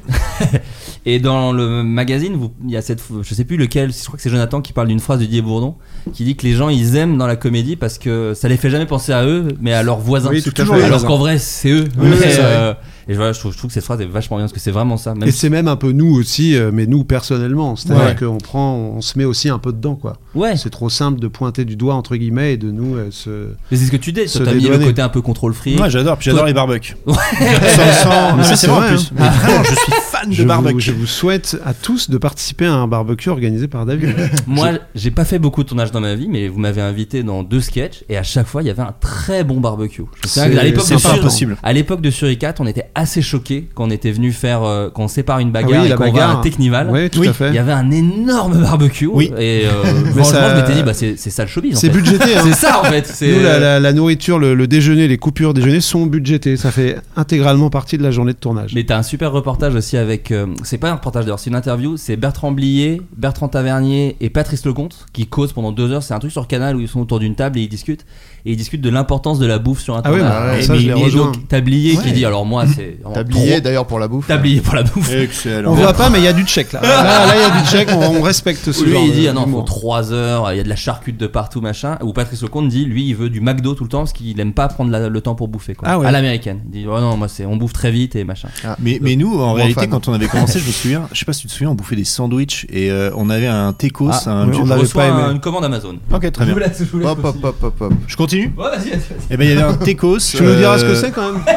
Speaker 5: Et dans le magazine, vous- il y a cette, je sais plus lequel, je crois que c'est Jonathan qui parle d'une phrase de Didier Bourdon, qui dit que les gens ils aiment dans la comédie parce que ça les fait jamais penser à eux, mais à leurs voisins.
Speaker 6: Oui, tout à Toujours fait. les
Speaker 5: Alors
Speaker 6: voisins.
Speaker 5: qu'en vrai, c'est eux.
Speaker 6: Oui,
Speaker 5: Mais,
Speaker 6: oui, c'est vrai.
Speaker 5: euh, et voilà, je trouve, je trouve que cette phrase est vachement bien parce que c'est vraiment ça. Même
Speaker 6: Et c'est même un peu nous aussi, euh, mais nous personnellement. C'est-à-dire
Speaker 3: Ouais.
Speaker 6: qu'on prend, on se met aussi un peu dedans, quoi.
Speaker 5: Ouais,
Speaker 6: C'est trop simple de pointer du doigt entre guillemets et de nous euh, se.
Speaker 5: mais c'est ce que tu dis. toi,
Speaker 6: Se
Speaker 5: T'as mis le
Speaker 6: dédouaner.
Speaker 5: côté un peu contrôle fric.
Speaker 3: Moi j'adore, puis j'adore
Speaker 5: Toi-
Speaker 3: les barbecues.
Speaker 6: Sans- sans-
Speaker 3: Non, mais
Speaker 6: mais
Speaker 3: c'est vrai en
Speaker 6: hein.
Speaker 3: plus. Mais vraiment, je suis fan
Speaker 6: Je
Speaker 3: de
Speaker 6: vous, je
Speaker 3: barbecue.
Speaker 6: vous souhaite à tous de participer à un barbecue organisé par David.
Speaker 5: Moi, j'ai pas fait beaucoup de tournage dans ma vie, mais vous m'avez invité dans deux sketchs et à chaque fois, il y avait un très bon barbecue. Je me souviens
Speaker 6: C'est-
Speaker 5: que à l'époque
Speaker 6: c'est
Speaker 5: de
Speaker 6: pas
Speaker 5: Sur-
Speaker 3: impossible.
Speaker 5: À l'époque de Suricat, on était assez choqués quand on était venu faire, euh, quand on sépare une
Speaker 6: Ah
Speaker 5: bagarre
Speaker 6: oui,
Speaker 5: et
Speaker 6: la
Speaker 5: qu'on va à
Speaker 6: bagarre.
Speaker 5: un Technival.
Speaker 6: Oui, tout à fait.
Speaker 5: Il y avait un énorme barbecue.
Speaker 3: Oui.
Speaker 5: Et euh,
Speaker 6: Mais
Speaker 5: franchement,
Speaker 6: ça-
Speaker 5: je m'étais dit, bah, c'est c'est ça le showbiz. en
Speaker 6: C'est
Speaker 5: fait.
Speaker 6: budgété. hein.
Speaker 5: C'est ça en fait. C'est
Speaker 6: Nous, la, la- la nourriture, le, le déjeuner, les coupures déjeuner sont budgétées. Ça fait intégralement partie de la journée de tournage.
Speaker 5: Mais t'as un super reportage aussi avec. euh, c'est pas un reportage d'ailleurs, c'est une interview. C'est Bertrand Blier, Bertrand Tavernier et Patrice Lecomte qui causent pendant deux heures. C'est un truc sur Canal où ils sont autour d'une table et ils discutent. Et ils discutent de l'importance de la bouffe sur
Speaker 6: Ah oui,
Speaker 5: Internet.
Speaker 2: bah ouais,
Speaker 5: et,
Speaker 6: ça, je l'ai
Speaker 5: et
Speaker 6: rejoint.
Speaker 5: donc t'as Blier qui
Speaker 2: Ouais.
Speaker 5: dit alors moi c'est. vraiment
Speaker 2: Tablier
Speaker 5: trop-
Speaker 2: d'ailleurs pour la bouffe.
Speaker 5: Tablier pour la bouffe.
Speaker 6: on
Speaker 3: Excellent.
Speaker 6: voit pas, mais il y a du check là. Là, là, il y a du check. On, on respecte ce
Speaker 5: Lui
Speaker 6: genre
Speaker 5: il dit
Speaker 6: de-
Speaker 5: ah non faut
Speaker 6: d'humour.
Speaker 5: 3 heures, il y a de la charcute de partout machin. Ou Patrice Lecomte dit lui il veut du McDo tout le temps parce qu'il aime pas prendre la- le temps pour bouffer quoi.
Speaker 3: Ah ouais.
Speaker 5: À l'américaine. Il dit oh non moi c'est on bouffe très vite et machin.
Speaker 3: Mais, mais nous, en
Speaker 2: Grand
Speaker 3: réalité,
Speaker 2: fan.
Speaker 3: quand on avait commencé, je me souviens, je sais pas si tu te souviens, on bouffait des sandwichs et euh, on avait un tecos,
Speaker 6: Ah,
Speaker 3: un.
Speaker 6: oui,
Speaker 3: vieux-
Speaker 6: on
Speaker 5: Je
Speaker 6: l'avait
Speaker 5: reçois
Speaker 6: pas aimé.
Speaker 5: un- une commande Amazon.
Speaker 3: Ok, très
Speaker 5: Je
Speaker 3: bien.
Speaker 5: vous laisse, je vous laisse
Speaker 2: Hop, hop,
Speaker 5: aussi.
Speaker 2: hop, hop, hop.
Speaker 3: Je continue
Speaker 5: Ouais, vas-y, vas-y, vas-y.
Speaker 3: Eh ben, il y avait un tecos.
Speaker 6: Tu nous diras ce que
Speaker 3: euh,
Speaker 6: c'est quand même.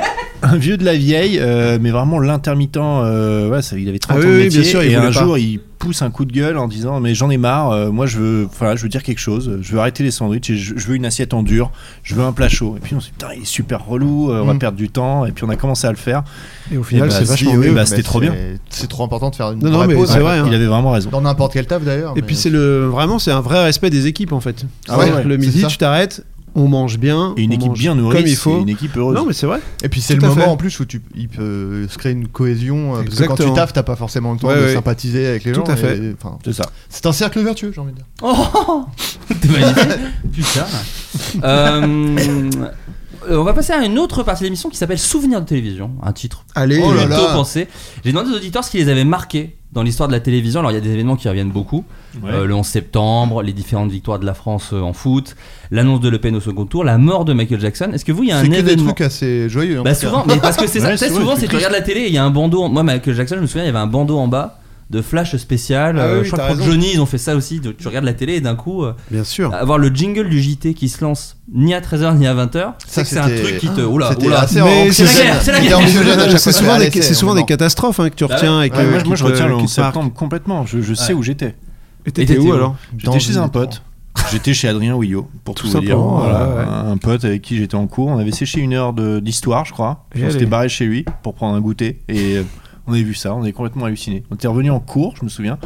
Speaker 3: un vieux de la vieille, euh, mais vraiment l'intermittent. euh, ouais, ça, il avait 30 ans
Speaker 6: Ah oui,
Speaker 3: de
Speaker 6: oui,
Speaker 3: métier.
Speaker 6: bien sûr, il
Speaker 3: et un
Speaker 6: voulait pas.
Speaker 3: jour, il pousse un coup de gueule en disant Mais j'en ai marre, euh, moi je veux, enfin, je veux dire quelque chose, je veux arrêter les sandwichs, et je, je veux une assiette en dur, je veux un plat chaud. Et puis on s'est dit Putain, il est super relou, euh, on va
Speaker 2: Mm.
Speaker 3: perdre du temps. Et puis on a commencé à le faire.
Speaker 6: Et au
Speaker 3: final, bah, c'est vachement
Speaker 2: Si,
Speaker 3: mieux.
Speaker 2: oui,
Speaker 3: Bah,
Speaker 2: mais
Speaker 3: c'était trop
Speaker 2: c'est-
Speaker 3: bien.
Speaker 2: C'est trop important de faire une
Speaker 6: Non, non,
Speaker 2: vraie
Speaker 6: mais
Speaker 2: pause.
Speaker 6: c'est vrai, hein.
Speaker 3: Il avait vraiment raison.
Speaker 2: Dans n'importe quel taf d'ailleurs.
Speaker 6: Et
Speaker 2: mais-
Speaker 6: puis c'est le vraiment c'est un vrai respect des équipes en fait.
Speaker 2: Ah ouais,
Speaker 6: C'est-à-dire que le
Speaker 2: c'est
Speaker 6: midi
Speaker 2: ça.
Speaker 6: tu t'arrêtes, on mange bien,
Speaker 3: Et une
Speaker 6: on
Speaker 3: équipe
Speaker 6: mange
Speaker 3: bien nourrie,
Speaker 6: comme il faut.
Speaker 3: une équipe heureuse.
Speaker 6: Non mais c'est
Speaker 5: Oh
Speaker 6: vrai.
Speaker 2: Et puis c'est
Speaker 6: Tout
Speaker 2: le
Speaker 6: à
Speaker 2: moment
Speaker 6: fait.
Speaker 2: en plus où tu, il peut euh, se créer une cohésion. euh, Parce que quand tu
Speaker 6: Exactement.
Speaker 2: taffes, t'as pas forcément le temps
Speaker 6: Ouais,
Speaker 2: de
Speaker 6: ouais.
Speaker 2: sympathiser avec les
Speaker 6: Tout
Speaker 2: gens.
Speaker 6: à fait.
Speaker 2: et- enfin,
Speaker 3: C'est ça.
Speaker 2: c'est un cercle vertueux, j'ai envie de dire.
Speaker 5: Oh T'es magnifique Putain Euh, euh, On va passer à une autre partie de l'émission qui s'appelle Souvenirs de télévision, un titre
Speaker 6: Allez.
Speaker 2: Oh là là.
Speaker 5: plutôt pensé. J'ai demandé aux auditeurs ce qui les avait marqués dans l'histoire de la télévision. Alors il y a des événements qui reviennent beaucoup. Euh, le 11 septembre, les différentes victoires de la France euh, en foot, l'annonce de Le Pen au second tour, la mort de Michael Jackson. Est-ce que vous, il y a un
Speaker 2: C'est que des
Speaker 5: événement
Speaker 2: trucs assez joyeux. en
Speaker 5: Bah
Speaker 2: tout cas.
Speaker 5: souvent, mais parce que c'est ça,
Speaker 3: Ouais,
Speaker 5: tu sais,
Speaker 3: souvent,
Speaker 5: souvent
Speaker 3: c'est
Speaker 5: c'est tu
Speaker 3: triste.
Speaker 5: regardes la télé et il y a un bandeau, en- moi Michael Jackson je me souviens il y avait un bandeau en bas de flash spécial,
Speaker 6: Ah
Speaker 5: Euh,
Speaker 6: oui,
Speaker 5: je crois
Speaker 6: t'as
Speaker 5: que pour
Speaker 6: raison.
Speaker 5: Johnny ils ont fait ça aussi, de- tu regardes la télé et d'un coup euh,
Speaker 6: Bien sûr.
Speaker 5: avoir le jingle du JT qui se lance ni à 13h ni à 20h,
Speaker 2: Ça,
Speaker 5: c'est que c'est un
Speaker 2: c'était-
Speaker 5: truc qui te... Oula,
Speaker 2: C'était
Speaker 5: oula.
Speaker 2: assez
Speaker 6: Mais
Speaker 2: anxiogène.
Speaker 6: c'est la
Speaker 5: guerre, c'est la guerre.
Speaker 2: Il est anxiogène à chaque fois
Speaker 6: C'est
Speaker 2: qu'on
Speaker 6: souvent
Speaker 2: la
Speaker 6: des
Speaker 2: laissait,
Speaker 6: c'est souvent
Speaker 2: on
Speaker 6: des
Speaker 2: en-
Speaker 6: catastrophes hein, que tu
Speaker 5: Bah
Speaker 6: retiens et que
Speaker 3: Ouais, moi,
Speaker 6: qui
Speaker 3: moi, je
Speaker 6: te-
Speaker 3: retiens le
Speaker 6: euh, qui
Speaker 3: 11
Speaker 6: te marquent.
Speaker 3: septembre complètement. Je, je sais
Speaker 5: Ouais.
Speaker 3: où j'étais.
Speaker 6: Et t'étais où alors
Speaker 2: Dans
Speaker 3: J'étais chez
Speaker 2: une
Speaker 3: un
Speaker 2: des
Speaker 3: pote. J'étais chez Adrien Ouillot, pour tout,
Speaker 6: Tout
Speaker 3: vous dire.
Speaker 6: simplement,
Speaker 3: Voilà,
Speaker 6: ouais, ouais.
Speaker 3: Un pote avec qui j'étais en cours. On avait séché une heure de- d'histoire, je crois.
Speaker 6: Et
Speaker 3: on
Speaker 6: allez.
Speaker 3: s'était barré chez lui pour prendre un goûter. Et euh, on avait vu ça, on avait complètement halluciné. On était revenu en cours, je me souviens.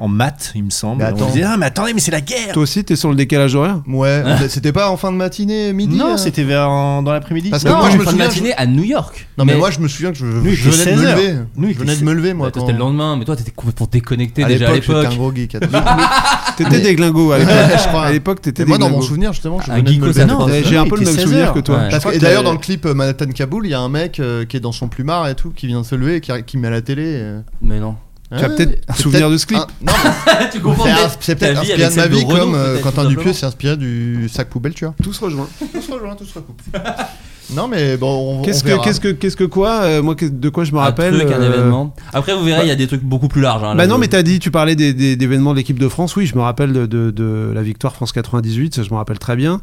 Speaker 3: En maths, il me semble.
Speaker 2: Mais
Speaker 3: Et
Speaker 2: attends.
Speaker 3: on disait, ah, mais attendez, mais c'est la guerre
Speaker 6: Toi aussi t'es sur le décalage horaire.
Speaker 2: Ouais,
Speaker 6: Hein
Speaker 2: mais c'était pas en fin de matinée, midi
Speaker 3: Non,
Speaker 2: euh.
Speaker 3: c'était vers en- dans l'après-midi.
Speaker 2: Parce que
Speaker 5: Non,
Speaker 2: moi, je me
Speaker 5: fin de
Speaker 2: souviens,
Speaker 5: matinée à New York.
Speaker 2: Non, mais moi, je me souviens que je,
Speaker 3: il
Speaker 2: je
Speaker 3: était
Speaker 2: venais de me
Speaker 3: 16 heures.
Speaker 2: lever.
Speaker 3: Nous, il
Speaker 2: je
Speaker 3: était
Speaker 2: venais de me lever, moi.
Speaker 5: Ouais, toi,
Speaker 2: quand-
Speaker 5: c'était Bah, le lendemain, mais toi t'étais complètement déconnecté
Speaker 2: à
Speaker 5: déjà à
Speaker 2: l'époque, j'étais un
Speaker 5: l'époque.
Speaker 2: gros geek. à tout- Ah, Mais
Speaker 6: T'étais des glingos à l'époque.
Speaker 2: je crois.
Speaker 6: À l'époque t'étais
Speaker 2: moi,
Speaker 6: des
Speaker 2: dans mon
Speaker 6: glingos.
Speaker 2: souvenir, justement, je
Speaker 5: Un
Speaker 2: venais de me
Speaker 5: geeko,
Speaker 2: lever.
Speaker 5: ça
Speaker 3: Non,
Speaker 5: te
Speaker 6: Ouais,
Speaker 5: pense.
Speaker 6: J'ai un
Speaker 3: Il
Speaker 6: peu le
Speaker 3: était
Speaker 6: même
Speaker 3: 16
Speaker 6: souvenir
Speaker 3: heures.
Speaker 6: que toi.
Speaker 5: Ouais.
Speaker 2: Parce
Speaker 3: crois
Speaker 2: que- et
Speaker 3: que
Speaker 2: d'ailleurs,
Speaker 3: t'as-
Speaker 2: dans le clip euh, Manhattan Kaboul, il y a un mec euh, qui est dans son plumard et tout, qui vient de se lever et qui, qui met à la télé. euh.
Speaker 5: Mais non.
Speaker 6: Tu as
Speaker 2: Ouais,
Speaker 6: peut-être
Speaker 2: c'est
Speaker 6: souvenir de ce clip.
Speaker 2: un- non, mais
Speaker 5: tu comprends
Speaker 2: c'est
Speaker 5: peut-être
Speaker 2: ins- c'est
Speaker 5: ta
Speaker 2: peut-être
Speaker 5: vie
Speaker 2: inspiré de
Speaker 5: avec
Speaker 2: ma
Speaker 5: celle de
Speaker 2: vie,
Speaker 5: Renaud,
Speaker 2: comme euh,
Speaker 5: peut-être,
Speaker 2: Quentin
Speaker 5: tout
Speaker 2: Dupieux
Speaker 5: simplement.
Speaker 2: s'est inspiré du sac poubelle tueur.
Speaker 6: Tous rejoints.
Speaker 2: Tous rejoints, tous recoupent. Non, mais bon, on
Speaker 6: Qu'est-ce que qu'est-ce que qu'est-ce que quoi euh, Moi qu'est- de quoi je me
Speaker 5: Un
Speaker 6: rappelle
Speaker 5: truc, un
Speaker 6: euh,
Speaker 5: événement. Après, vous verrez, il y a des trucs beaucoup plus larges. hein,
Speaker 6: Bah
Speaker 5: là,
Speaker 6: non,
Speaker 5: je-
Speaker 6: mais t'as dit, tu parlais des, des- d'événements de l'équipe de France. Oui, je me rappelle de, de- de la victoire France 98, ça je me rappelle très bien.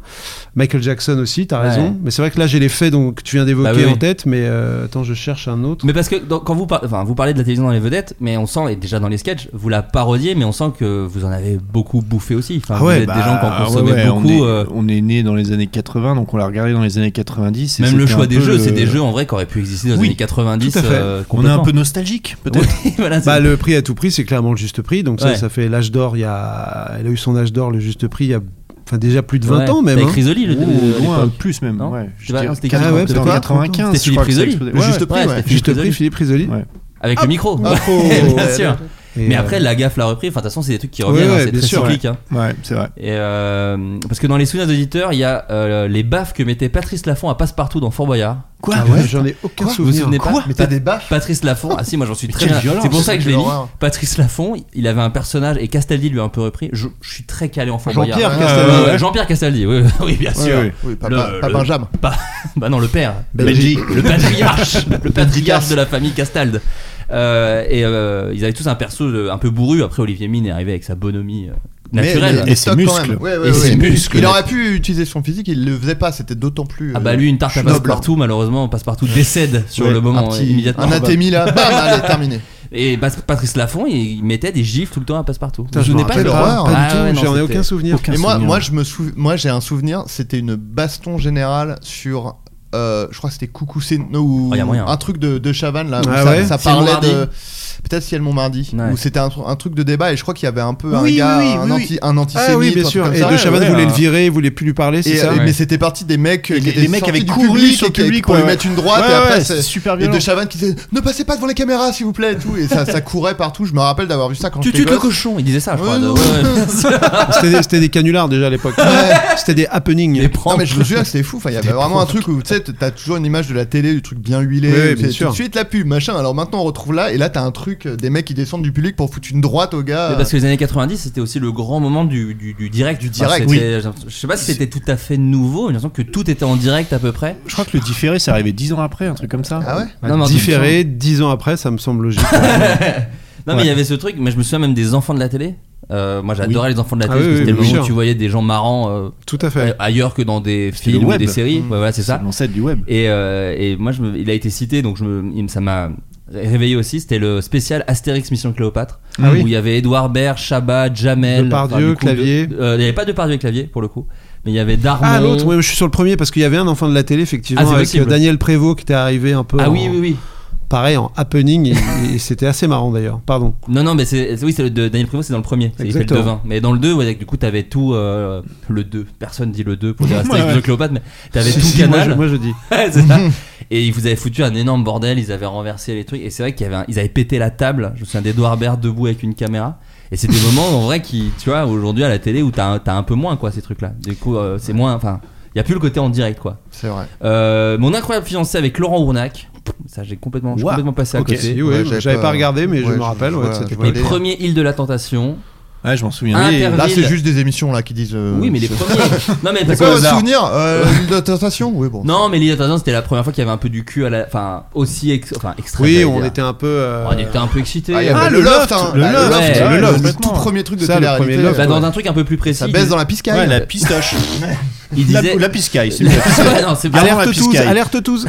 Speaker 6: Michael Jackson aussi, t'as
Speaker 5: Ouais.
Speaker 6: raison. Mais c'est vrai que là, j'ai les faits donc, que tu viens d'évoquer
Speaker 5: Bah oui,
Speaker 6: en
Speaker 5: oui.
Speaker 6: tête, mais euh, attends, je cherche un autre.
Speaker 5: Mais parce que dans- quand vous, par- enfin, vous parlez de la télévision dans les vedettes, mais on sent, et déjà dans les sketchs, vous la parodiez, mais on sent que vous en avez beaucoup bouffé aussi. Enfin, vous êtes des gens qui en
Speaker 3: bah,
Speaker 5: consommaient
Speaker 3: ouais, ouais,
Speaker 5: ah,
Speaker 3: On
Speaker 5: beaucoup.
Speaker 3: est,
Speaker 5: euh,
Speaker 3: on est né dans les années 80, donc on l'a regardé dans les années 90. et
Speaker 5: même le
Speaker 3: c'était
Speaker 5: choix
Speaker 3: un
Speaker 5: des
Speaker 3: peu
Speaker 5: jeux,
Speaker 3: le-
Speaker 5: c'est des jeux en vrai qui auraient pu exister dans les
Speaker 3: Oui,
Speaker 5: années 90.
Speaker 6: tout à fait.
Speaker 5: euh,
Speaker 3: On est un
Speaker 5: complètement.
Speaker 3: peu nostalgique, peut-être.
Speaker 5: Oui, voilà, Ah, c'est-
Speaker 6: Bah, le prix à tout prix, c'est clairement le juste prix. Donc
Speaker 5: Ouais.
Speaker 6: ça, ça fait l'âge d'or. Il y a... Elle a eu son âge d'or, le juste prix, il y a enfin, déjà plus de 20
Speaker 5: Ouais,
Speaker 6: ans même.
Speaker 5: C'était
Speaker 6: hein.
Speaker 5: Crisoli le
Speaker 3: Ou
Speaker 5: le-
Speaker 3: loin,
Speaker 5: l'époque.
Speaker 3: plus même.
Speaker 5: Non
Speaker 3: ouais, Bah, je
Speaker 5: C'était pas-
Speaker 3: dirais
Speaker 5: c'était
Speaker 3: 80,
Speaker 6: Ah ouais, peut-être
Speaker 3: peut-être
Speaker 6: pas.
Speaker 3: 95.
Speaker 5: C'était
Speaker 3: je crois
Speaker 5: Philippe
Speaker 3: que ça a
Speaker 5: Risoli.
Speaker 3: explosé.
Speaker 5: Ouais,
Speaker 3: Ouais,
Speaker 5: c'était
Speaker 6: Juste prix,
Speaker 5: Philippe
Speaker 6: Philippe Risoli.
Speaker 3: ouais.
Speaker 5: Avec le micro.
Speaker 2: Ah, faut-
Speaker 5: Bien sûr.
Speaker 6: Et,
Speaker 5: Mais
Speaker 6: euh,
Speaker 5: après, la gaffe l'a repris. Enfin, de toute façon, c'est des trucs qui reviennent.
Speaker 6: Ouais,
Speaker 5: hein,
Speaker 6: ouais,
Speaker 5: c'est
Speaker 6: bien
Speaker 5: très
Speaker 6: sûr,
Speaker 5: cyclique. hein.
Speaker 3: Ouais, c'est vrai.
Speaker 5: Et euh, parce que dans les souvenirs d'auditeurs, il y a euh, les baffes que mettait Patrice Laffont à Passepartout dans Fort Boyard.
Speaker 3: Quoi
Speaker 6: ah ouais, j'en ai aucun
Speaker 2: Quoi
Speaker 5: Vous vous
Speaker 6: souvenir.
Speaker 5: souvenez pas
Speaker 2: Mais t'as des baffes
Speaker 5: Patrice Laffont, ah si, moi j'en suis
Speaker 3: Mais
Speaker 5: très
Speaker 3: quelle
Speaker 5: bien.
Speaker 3: violence,
Speaker 5: C'est pour ça que je l'ai
Speaker 2: quelle
Speaker 5: lu.
Speaker 2: horreur.
Speaker 5: Patrice Laffont, il avait un personnage et Castaldi lui a un peu repris. Je, je suis très calé en Fort
Speaker 2: Jean-Pierre
Speaker 5: Boyard.
Speaker 2: Castaldi.
Speaker 5: Euh, ouais, Jean-Pierre Castaldi, oui, oui, bien sûr.
Speaker 3: oui.
Speaker 2: Oui, pas,
Speaker 5: Le-
Speaker 2: pas- pas
Speaker 5: le-
Speaker 2: Benjamin.
Speaker 5: Bah non, le père.
Speaker 3: Benji.
Speaker 5: Le patriarche. le patriarche de la famille Castalde. Euh, et euh, ils avaient tous un perso euh, un peu bourru. Après, Olivier Mine est arrivé avec sa bonhomie euh, naturelle.
Speaker 3: mais- Et ses
Speaker 2: toc quand
Speaker 3: muscles.
Speaker 2: même. Ouais, ouais,
Speaker 3: Et
Speaker 2: ouais.
Speaker 3: ses muscles.
Speaker 2: Il aurait pu utiliser son physique, il le faisait pas, c'était d'autant plus.
Speaker 5: Ah
Speaker 2: euh,
Speaker 5: bah lui une tarte à
Speaker 2: noble.
Speaker 5: passe-partout malheureusement passe-partout décède sur
Speaker 2: Ouais,
Speaker 5: le
Speaker 2: un
Speaker 5: moment
Speaker 2: petit-
Speaker 5: euh, immédiatement
Speaker 2: Un athémie là, bam, allez, terminé.
Speaker 5: et Bas- Patrice Laffont il, il mettait des gifles tout le temps à passe-partout.
Speaker 6: Putain, je
Speaker 5: vous
Speaker 6: me
Speaker 5: souvenez pas
Speaker 6: rappelle
Speaker 5: de-
Speaker 2: l'horreur.
Speaker 6: pas
Speaker 5: Ah
Speaker 6: du tout,
Speaker 5: ouais, non,
Speaker 6: j'en ai
Speaker 5: c'était-
Speaker 6: aucun souvenir.
Speaker 3: Aucun
Speaker 2: Mais moi,
Speaker 3: souvenir.
Speaker 2: moi, je me souvi- moi, j'ai un souvenir. C'était une baston générale sur, euh, je crois que c'était Coucouceno ou
Speaker 5: Oh, y a moyen.
Speaker 2: un truc de, de Chavannes là. où
Speaker 6: Ah
Speaker 2: ça,
Speaker 6: ouais.
Speaker 2: ça
Speaker 5: Ciel
Speaker 2: parlait
Speaker 5: Montmardi.
Speaker 2: de peut-être Ciel Montmardi
Speaker 5: Ouais.
Speaker 2: où c'était un, tru- un truc de débat et je crois qu'il y avait un peu
Speaker 6: Oui,
Speaker 2: un gars,
Speaker 6: oui, oui,
Speaker 2: un,
Speaker 6: oui,
Speaker 2: anti,
Speaker 6: oui.
Speaker 2: un antisémite,
Speaker 6: Ah oui,
Speaker 2: un
Speaker 6: bien
Speaker 2: truc
Speaker 6: sûr.
Speaker 2: comme
Speaker 6: Et
Speaker 2: ça.
Speaker 6: De Chavannes
Speaker 3: ouais,
Speaker 6: voulait
Speaker 3: ouais.
Speaker 6: le virer, il voulait plus lui parler, c'est
Speaker 2: Et,
Speaker 6: ça
Speaker 2: euh,
Speaker 5: Ouais.
Speaker 2: mais c'était parti des mecs qui
Speaker 3: les-
Speaker 2: étaient
Speaker 3: les mecs
Speaker 2: sortis
Speaker 3: avec
Speaker 2: du
Speaker 3: couru
Speaker 2: public
Speaker 3: sur
Speaker 2: et
Speaker 3: le
Speaker 2: qui- qui-
Speaker 3: public,
Speaker 2: pour lui
Speaker 3: ouais,
Speaker 2: mettre une droite
Speaker 3: ouais.
Speaker 2: et
Speaker 3: Ouais,
Speaker 2: après
Speaker 3: ouais,
Speaker 2: c'est-
Speaker 3: c'est super
Speaker 2: et
Speaker 3: violent.
Speaker 2: de Chavannes qui disait ne passez pas devant les caméras s'il vous plaît et tout et ça ça courait partout je me rappelle d'avoir vu ça quand
Speaker 5: Tu
Speaker 2: j'étais
Speaker 5: tutes le
Speaker 2: gosse.
Speaker 5: cochon, il disait ça, je
Speaker 2: Ouais,
Speaker 5: crois. de-
Speaker 2: non.
Speaker 5: ouais, ouais.
Speaker 6: C'était des- C'était des canulars déjà à l'époque. C'était des happenings.
Speaker 5: Les pranks.
Speaker 2: Non mais je me souviens que c'était fou, enfin il y avait
Speaker 6: Des
Speaker 2: vraiment un truc où tu sais t'as toujours une image de la télé du truc bien huilé,
Speaker 6: Oui, oui,
Speaker 2: où
Speaker 6: bien
Speaker 2: c'est tout
Speaker 6: sûr.
Speaker 2: de suite la pub machin. Alors maintenant on retrouve là et là t'as un truc euh, des mecs qui descendent du public pour foutre une droite au gars.
Speaker 5: Mais parce que les années 90, c'était aussi le grand moment du, du- du direct. Du
Speaker 2: direct,
Speaker 5: Je sais pas si c'était tout à fait nouveau, mais j'ai l'impression que tout était en direct à peu près.
Speaker 3: Je crois que le différé, c'est arrivé 10 ans après, un truc comme ça.
Speaker 2: Ah ouais
Speaker 5: Non, mais en
Speaker 6: Différé, dix ans après, ça me semble logique.
Speaker 5: Non, mais il y avait ce truc, mais je me souviens même des enfants de la télé. Euh, moi j'adorais les enfants de la
Speaker 6: Ah
Speaker 5: télé,
Speaker 6: oui,
Speaker 5: parce que
Speaker 6: oui,
Speaker 5: c'était le
Speaker 6: bien
Speaker 5: moment où
Speaker 6: sûr.
Speaker 5: tu voyais des gens marrants euh,
Speaker 6: Tout à fait.
Speaker 5: ailleurs que dans des
Speaker 3: le
Speaker 5: films ou
Speaker 3: web.
Speaker 5: des séries.
Speaker 6: Mmh.
Speaker 5: Ouais, voilà, c'est ça.
Speaker 3: C'est l'ancêtre du web.
Speaker 5: Et, euh, et moi, je me- il a été cité, donc je me, il- ça m'a réveillé aussi. C'était le spécial Astérix Mission Cléopâtre,
Speaker 6: Ah oui.
Speaker 5: où il y avait Edouard Baird, Chabat, Jamel,
Speaker 6: Depardieu,
Speaker 5: du coup,
Speaker 6: Clavier.
Speaker 5: de- euh, il n'y avait pas de Pardieu Clavier pour le coup, mais il y avait Darmon.
Speaker 6: Ah l'autre, ouais, je suis sur le premier parce qu'il y avait un enfant de la télé effectivement
Speaker 5: Ah, c'est
Speaker 6: avec
Speaker 5: possible.
Speaker 6: euh, Daniel Prévost qui était arrivé un peu
Speaker 5: Ah
Speaker 6: en-
Speaker 5: oui, oui, oui.
Speaker 6: pareil en happening et, et c'était assez marrant d'ailleurs. Pardon.
Speaker 5: Non, non, mais c'est c'est- oui, c'est le de Daniel Prévost, c'est dans le premier. C'est il fait le
Speaker 6: Exactement.
Speaker 5: devin. Mais dans le 2, ouais, du coup, t'avais tout. euh, le 2, personne dit le 2 pour dire ah, Astérix
Speaker 3: Ouais.
Speaker 5: Mission Cléopâtre, mais t'avais
Speaker 6: Si,
Speaker 5: tout
Speaker 6: si, moi,
Speaker 5: Canal.
Speaker 6: je, moi, je dis.
Speaker 5: Ouais, c'est ça. Et ils vous avaient foutu un énorme bordel, ils avaient renversé les trucs. Et c'est vrai qu'ils avaient, ils avaient pété la table. Je me souviens d'Edouard Baird debout avec une caméra. Et c'est des moments en vrai qui, tu vois, aujourd'hui à la télé où t'as un, t'as un peu moins quoi ces trucs-là. Du coup, euh, c'est moins. Enfin, il y a plus le côté en direct quoi.
Speaker 2: C'est vrai.
Speaker 5: Euh, mon incroyable fiancé avec Laurent Ournac. Ça, j'ai complètement, j'ai
Speaker 3: Ouah.
Speaker 5: complètement passé à
Speaker 3: Ok.
Speaker 5: côté.
Speaker 6: Si, ouais,
Speaker 2: Ouais, j'avais
Speaker 6: J'avais pas,
Speaker 2: pas-
Speaker 6: regardé mais
Speaker 2: ouais,
Speaker 6: je
Speaker 2: je-
Speaker 6: me rappelle.
Speaker 2: je
Speaker 6: ouais,
Speaker 2: vois-
Speaker 6: de cette
Speaker 2: je vois
Speaker 5: Les
Speaker 6: époque.
Speaker 2: Allez.
Speaker 5: premiers îles de la tentation.
Speaker 3: Ouais, je m'en souviens.
Speaker 5: Ah,
Speaker 3: Et-
Speaker 5: Interville.
Speaker 2: Là c'est juste des émissions là qui disent. euh,
Speaker 5: Oui, mais les
Speaker 2: c'est-
Speaker 5: premiers. non mais
Speaker 2: C'est
Speaker 5: parce
Speaker 2: quoi
Speaker 5: que
Speaker 2: votre souvenir Euh, L'île de la tentation Oui bon. Ah,
Speaker 5: Non mais l'île de la tentation, c'était la première fois qu'il y avait un peu du cul à la, enfin aussi, ex- enfin extrême.
Speaker 6: Oui,
Speaker 5: j'allais
Speaker 6: on
Speaker 5: dire.
Speaker 6: était un peu. euh,
Speaker 5: On était un peu excités.
Speaker 2: Ah, il y
Speaker 5: Euh,
Speaker 2: avait
Speaker 3: Ah,
Speaker 2: le
Speaker 3: le
Speaker 2: loft,
Speaker 3: loft,
Speaker 2: hein,
Speaker 3: le
Speaker 2: bah,
Speaker 3: loft,
Speaker 5: ouais,
Speaker 2: le
Speaker 3: le
Speaker 2: loft,
Speaker 3: loft.
Speaker 2: tout premier truc de
Speaker 6: Ça, le premier
Speaker 2: télé-réalité.
Speaker 6: loft,
Speaker 5: Bah,
Speaker 2: ouais.
Speaker 5: dans un truc un peu plus précis.
Speaker 2: Ça
Speaker 5: il-
Speaker 2: baisse dans la piscine.
Speaker 3: Ouais, la pistoche.
Speaker 5: Il
Speaker 3: La-
Speaker 5: disait.
Speaker 3: La piscaille, c'est bien.
Speaker 5: Ouais, non, c'est pas-
Speaker 3: Alerte
Speaker 6: Alerte tous,
Speaker 3: Piscaille.
Speaker 6: alerte tous.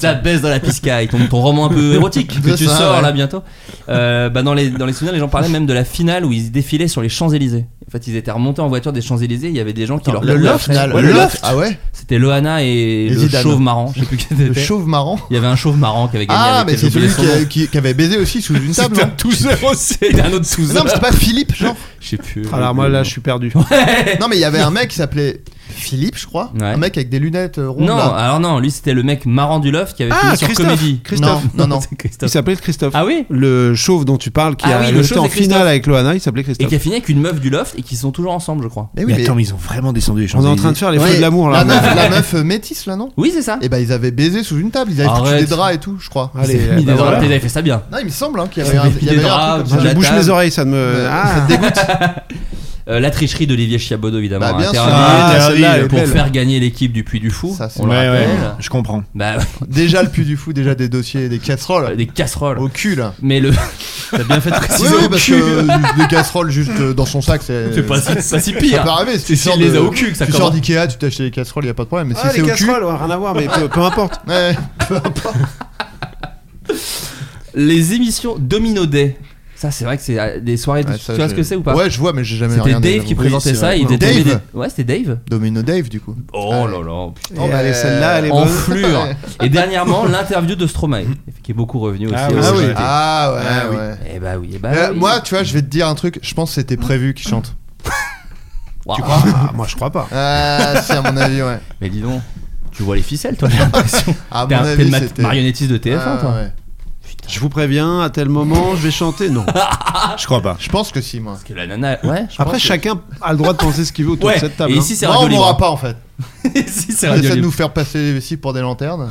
Speaker 5: Ça baisse dans la piscaille, ton, ton roman un peu érotique que
Speaker 2: C'est
Speaker 5: tu
Speaker 2: ça,
Speaker 5: sors
Speaker 2: ouais.
Speaker 5: là bientôt. Euh, bah dans, les, dans les souvenirs, les gens parlaient même de la finale où ils défilaient sur les Champs-Élysées. En fait, ils étaient remontés en voiture des Champs-Élysées, il y avait des gens qui leur
Speaker 2: Le
Speaker 5: couraient
Speaker 2: loft,
Speaker 5: après.
Speaker 2: final.
Speaker 5: Ouais,
Speaker 2: le loft. Ah ouais.
Speaker 5: C'était Loana et
Speaker 2: Les
Speaker 5: le
Speaker 2: Zidane.
Speaker 5: chauve marrant, je sais plus qui c'était.
Speaker 2: Le chauve marrant.
Speaker 5: Il y avait un chauve marrant qui avait gagné.
Speaker 2: Ah
Speaker 5: avec
Speaker 2: mais
Speaker 5: j'ai
Speaker 2: c'est celui
Speaker 5: oublié son
Speaker 2: qui
Speaker 5: nom.
Speaker 2: a- qui qui avait baisé aussi sous une table.
Speaker 3: C'était un
Speaker 2: non
Speaker 3: tousseur aussi.
Speaker 5: C'était un autre sous
Speaker 2: Non mais c'est pas Ah, Philippe genre.
Speaker 5: Je sais plus.
Speaker 6: Alors moi là, je suis perdu.
Speaker 2: Non mais il y avait un mec qui s'appelait Philippe, je crois.
Speaker 5: Ouais.
Speaker 2: Un mec avec des lunettes euh, rondes.
Speaker 5: Non,
Speaker 2: là. Ah,
Speaker 5: alors non, lui c'était le mec marrant du loft qui avait fini sur
Speaker 6: Christophe.
Speaker 5: comédie.
Speaker 6: Christophe.
Speaker 2: Non, non, non.
Speaker 5: C'est
Speaker 6: Il
Speaker 5: Christophe.
Speaker 6: s'appelait Christophe.
Speaker 5: Ah oui
Speaker 6: Le chauve dont tu parles qui
Speaker 5: Ah
Speaker 6: a
Speaker 5: oui, le
Speaker 6: le
Speaker 5: chauve,
Speaker 6: en
Speaker 5: c'est Christophe.
Speaker 6: finale avec Loana, il s'appelait
Speaker 5: Et
Speaker 6: Christophe.
Speaker 5: qui a fini avec une meuf du loft et qui sont toujours ensemble, je crois.
Speaker 2: Mais oui,
Speaker 3: Mais
Speaker 2: mais-
Speaker 3: attends, mais ils ont vraiment descendu les champs
Speaker 6: Eh On est en train de faire les
Speaker 2: Ouais,
Speaker 6: feux de l'amour là.
Speaker 2: La meuf, la meuf euh, métisse là, non
Speaker 5: Oui, c'est ça.
Speaker 2: Et bah ils avaient baisé sous une table, ils avaient foutu
Speaker 5: Arrête.
Speaker 2: des draps et tout, je crois.
Speaker 6: Allez,
Speaker 5: Ils
Speaker 6: euh,
Speaker 5: avaient
Speaker 6: bah voilà.
Speaker 5: fait ça bien.
Speaker 2: Non, il me semble hein, qu'il y
Speaker 5: Ils
Speaker 2: avait un,
Speaker 5: avaient
Speaker 2: il y
Speaker 5: mis des
Speaker 2: avait un truc
Speaker 5: draps, sur
Speaker 2: comme ça.
Speaker 6: Je
Speaker 5: la
Speaker 6: bouche
Speaker 5: table.
Speaker 6: mes oreilles, ça me.
Speaker 2: Ouais,
Speaker 6: Ah.
Speaker 2: ça te dégoûte.
Speaker 5: Euh, la tricherie d'Olivier Chiabodo, évidemment.
Speaker 2: Bah, bien sûr.
Speaker 5: interdit
Speaker 6: Ah,
Speaker 3: interdit,
Speaker 6: celle-là, elle est
Speaker 5: pour
Speaker 6: belle.
Speaker 5: faire gagner l'équipe du Puy du Fou.
Speaker 2: Ça, c'est
Speaker 5: on le
Speaker 2: vrai.
Speaker 3: Ouais, ouais,
Speaker 5: rappelle.
Speaker 3: je comprends.
Speaker 5: Bah,
Speaker 2: Déjà le puits du fou, déjà des dossiers, des casseroles.
Speaker 5: des casseroles.
Speaker 2: Au cul là.
Speaker 5: Mais le. T'as bien fait de
Speaker 2: Oui,
Speaker 5: préciser.
Speaker 2: oui,
Speaker 5: au
Speaker 2: parce
Speaker 5: cul.
Speaker 2: que des casseroles juste euh, dans son sac, c'est.
Speaker 5: C'est pas, si- pas
Speaker 2: Ça
Speaker 5: si
Speaker 2: peut
Speaker 5: pire.
Speaker 2: arriver. Si
Speaker 5: C'est
Speaker 2: tu sors
Speaker 5: s'il les
Speaker 2: de-
Speaker 5: a au cul que ça
Speaker 2: Tu sors
Speaker 5: commence.
Speaker 2: d'Ikea, tu t'achètes des casseroles, y a pas de problème. Mais
Speaker 6: Ah,
Speaker 2: si c'est
Speaker 6: les
Speaker 2: au cul.
Speaker 6: casseroles, ouais, rien à voir, mais peu, peu importe.
Speaker 2: Ouais.
Speaker 5: Les émissions Domino Day. Ça, c'est vrai que c'est euh, des soirées. de-
Speaker 2: Ouais,
Speaker 5: tu
Speaker 2: ça,
Speaker 5: vois ce
Speaker 2: je-
Speaker 5: que c'est ou pas
Speaker 2: Ouais, je vois, mais j'ai jamais
Speaker 5: C'était
Speaker 2: regardé.
Speaker 5: Dave qui
Speaker 2: j'avoue.
Speaker 5: présentait
Speaker 3: c'est
Speaker 5: ça.
Speaker 3: vrai.
Speaker 5: Il était tombé
Speaker 2: Dave
Speaker 5: des- Ouais, c'était Dave.
Speaker 2: Domino Dave, du coup.
Speaker 5: Oh là là.
Speaker 2: Eh
Speaker 5: putain.
Speaker 6: Oh, bah, allez, celle-là, elle est
Speaker 2: ben,
Speaker 6: bonne.
Speaker 5: Enflure. Et dernièrement, l'interview de Stromae, qui est beaucoup revenu aussi.
Speaker 3: Ah
Speaker 5: au
Speaker 3: oui.
Speaker 2: Ah oui.
Speaker 5: CGT.
Speaker 2: Ah
Speaker 3: Ah
Speaker 2: ouais,
Speaker 3: oui.
Speaker 2: ouais.
Speaker 5: Eh bah oui, eh bah
Speaker 2: Euh,
Speaker 5: oui.
Speaker 2: Moi, tu vois, je vais te dire un truc. Je pense que c'était prévu qu'il chante.
Speaker 5: Waouh.
Speaker 6: Ah, moi, je crois pas.
Speaker 2: Ah, c'est à mon avis, ouais.
Speaker 5: Mais dis donc, tu vois les ficelles, toi, j'ai l'impression.
Speaker 2: À
Speaker 5: T'es
Speaker 2: mon
Speaker 5: un- t'es
Speaker 2: avis,
Speaker 5: ma-
Speaker 2: c'était.
Speaker 5: marionnette de TF1,
Speaker 2: Ah,
Speaker 5: toi.
Speaker 2: ouais.
Speaker 6: Je vous préviens, à tel moment, je vais chanter. Non.
Speaker 3: Je crois pas.
Speaker 2: Je pense que si, moi.
Speaker 5: Parce que la nana. Ouais, je
Speaker 6: Après,
Speaker 5: pense que-
Speaker 6: chacun a le droit de penser ce qu'il veut autour
Speaker 5: Ouais,
Speaker 6: de cette table.
Speaker 5: et
Speaker 6: hein.
Speaker 5: ici c'est
Speaker 2: Moi,
Speaker 5: radio
Speaker 2: on m'aura
Speaker 5: libre.
Speaker 2: pas en fait.
Speaker 5: Ici c'est
Speaker 2: On
Speaker 5: radio
Speaker 2: essaie de
Speaker 5: libre.
Speaker 2: nous faire passer ici pour des lanternes.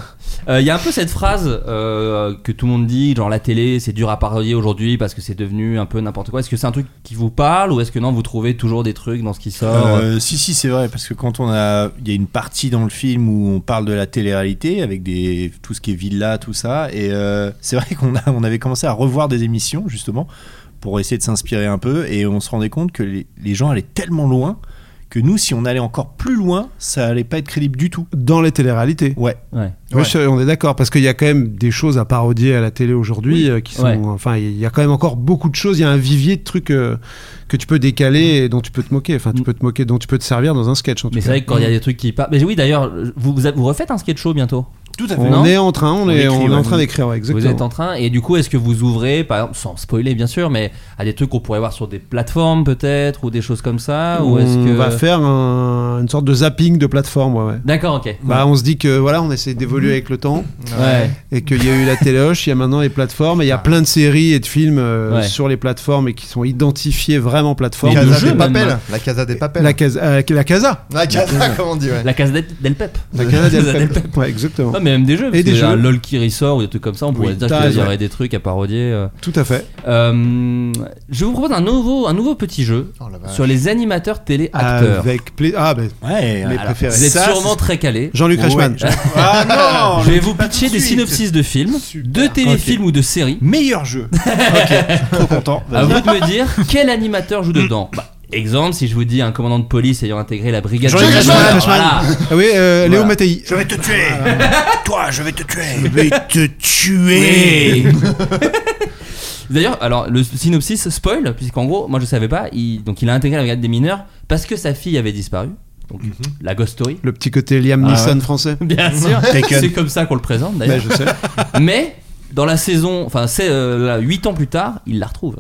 Speaker 5: Euh, Il y a un peu cette phrase euh, que tout le monde dit, genre la télé c'est dur à parodier aujourd'hui parce que c'est devenu un peu n'importe quoi. Est-ce que c'est un truc qui vous parle ou est-ce que non vous trouvez toujours des trucs dans ce qui sort
Speaker 3: Euh, si, si, c'est vrai, parce que quand on a. Il y a une partie dans le film où on parle de la télé-réalité, avec des, tout ce qui est villa, tout ça. Et euh, c'est vrai qu'on a, on avait commencé à revoir des émissions, justement, pour essayer de s'inspirer un peu. Et on se rendait compte que les, les gens allaient tellement loin que nous, si on allait encore plus loin, ça allait pas être crédible du tout.
Speaker 6: Dans les téléréalités.
Speaker 3: Ouais.
Speaker 5: Ouais.
Speaker 6: Oui, je- on est d'accord, parce qu'il y a quand même des choses à parodier à la télé aujourd'hui euh, qui sont.
Speaker 5: Ouais.
Speaker 6: Enfin, il y a quand même encore beaucoup de choses. Il y a un vivier de trucs euh, que tu peux décaler et dont tu peux te moquer. Enfin, tu
Speaker 5: Mm.
Speaker 6: peux te moquer, dont tu peux te servir dans un sketch en tout
Speaker 5: Mais c'est
Speaker 6: cas.
Speaker 5: vrai que quand il y a des trucs qui parlent. Mais oui d'ailleurs vous, vous vous refaites un sketch show bientôt.
Speaker 3: Tout à
Speaker 6: on
Speaker 5: non
Speaker 6: est en train, on,
Speaker 3: On
Speaker 6: est,
Speaker 3: écrit,
Speaker 6: on est en
Speaker 3: ouais.
Speaker 6: train d'écrire, ouais, exactement.
Speaker 5: Vous êtes en train et du coup est-ce que vous ouvrez par exemple sans spoiler bien sûr mais à des trucs qu'on pourrait voir sur des plateformes peut-être ou des choses comme ça ou est-ce
Speaker 6: on
Speaker 5: que
Speaker 6: va faire un- une sorte de zapping de plateforme, ouais, ouais.
Speaker 5: D'accord ok.
Speaker 6: Bah, on se dit que voilà, on essaie
Speaker 5: Mm.
Speaker 6: d'évoluer avec le temps
Speaker 5: Ouais.
Speaker 6: et qu'il y a eu la téléoche, il y a maintenant les plateformes et il y a plein de séries et de films euh,
Speaker 5: Ah. Ouais.
Speaker 6: sur les plateformes et qui sont identifiés vraiment plateformes.
Speaker 2: La
Speaker 5: Il y a
Speaker 6: de
Speaker 5: des
Speaker 2: Casa
Speaker 6: jeux.
Speaker 5: jeux,
Speaker 2: des
Speaker 5: même.
Speaker 2: Papel. La Casa des Papel.
Speaker 6: La casa, euh, la casa,
Speaker 2: La Casa, comme on dit, ouais.
Speaker 5: La Casa del, del Pep.
Speaker 6: la casa del
Speaker 5: del
Speaker 6: Papel. Ouais, exactement.
Speaker 5: Ouais, mais même des jeux. Parce
Speaker 6: des
Speaker 5: que
Speaker 6: jeux.
Speaker 5: Un LOL qui ressort ou des trucs comme ça, on pourrait
Speaker 6: Oui,
Speaker 5: se dire
Speaker 6: t'as
Speaker 5: qu'il y
Speaker 6: raison.
Speaker 5: aurait des trucs à parodier. euh.
Speaker 6: Tout à fait.
Speaker 5: Euh, je vous propose un nouveau, un nouveau petit jeu
Speaker 2: Oh, la vache.
Speaker 5: sur les animateurs télé-acteurs.
Speaker 6: Avec pla- Ah, ben,
Speaker 3: Ouais,
Speaker 6: mes
Speaker 3: alors,
Speaker 6: préférés.
Speaker 5: Vous êtes
Speaker 3: Ça,
Speaker 5: sûrement
Speaker 3: c'est-
Speaker 5: très calé.
Speaker 6: Jean-Luc
Speaker 3: Ouais,
Speaker 6: Reichmann.
Speaker 3: je- Ah non
Speaker 5: je vais
Speaker 3: le
Speaker 5: vous
Speaker 3: dis pas tout
Speaker 5: pitcher
Speaker 3: de
Speaker 5: des
Speaker 3: suite.
Speaker 5: synopsis de films, de téléfilms ou de séries.
Speaker 3: Meilleur jeu. ok, Ah trop content.
Speaker 5: À
Speaker 3: Vas-y.
Speaker 5: vous de me dire quel animateur joue dedans. Bah, exemple, si je vous dis un commandant de police ayant intégré la brigade
Speaker 3: Jean-Luc
Speaker 5: de
Speaker 3: Reichmann.
Speaker 5: gendarmes, voilà.
Speaker 6: Ah oui, euh, Léo Mattei.
Speaker 3: Je vais te tuer Toi, je vais te tuer Je vais te
Speaker 5: Et-
Speaker 3: tuer
Speaker 5: D'ailleurs, alors le synopsis spoil, puisqu'en gros, moi je savais pas, il, donc il a intégré la brigade des mineurs parce que sa fille avait disparu. Donc la ghost story.
Speaker 6: Le petit côté Liam
Speaker 3: Ah,
Speaker 6: Neeson français.
Speaker 5: Bien sûr,
Speaker 3: Taken.
Speaker 5: c'est comme ça qu'on le présente
Speaker 6: Ben,
Speaker 5: d'ailleurs.
Speaker 6: je sais.
Speaker 5: Mais dans la saison, enfin c'est 8 ans plus tard, il la retrouve.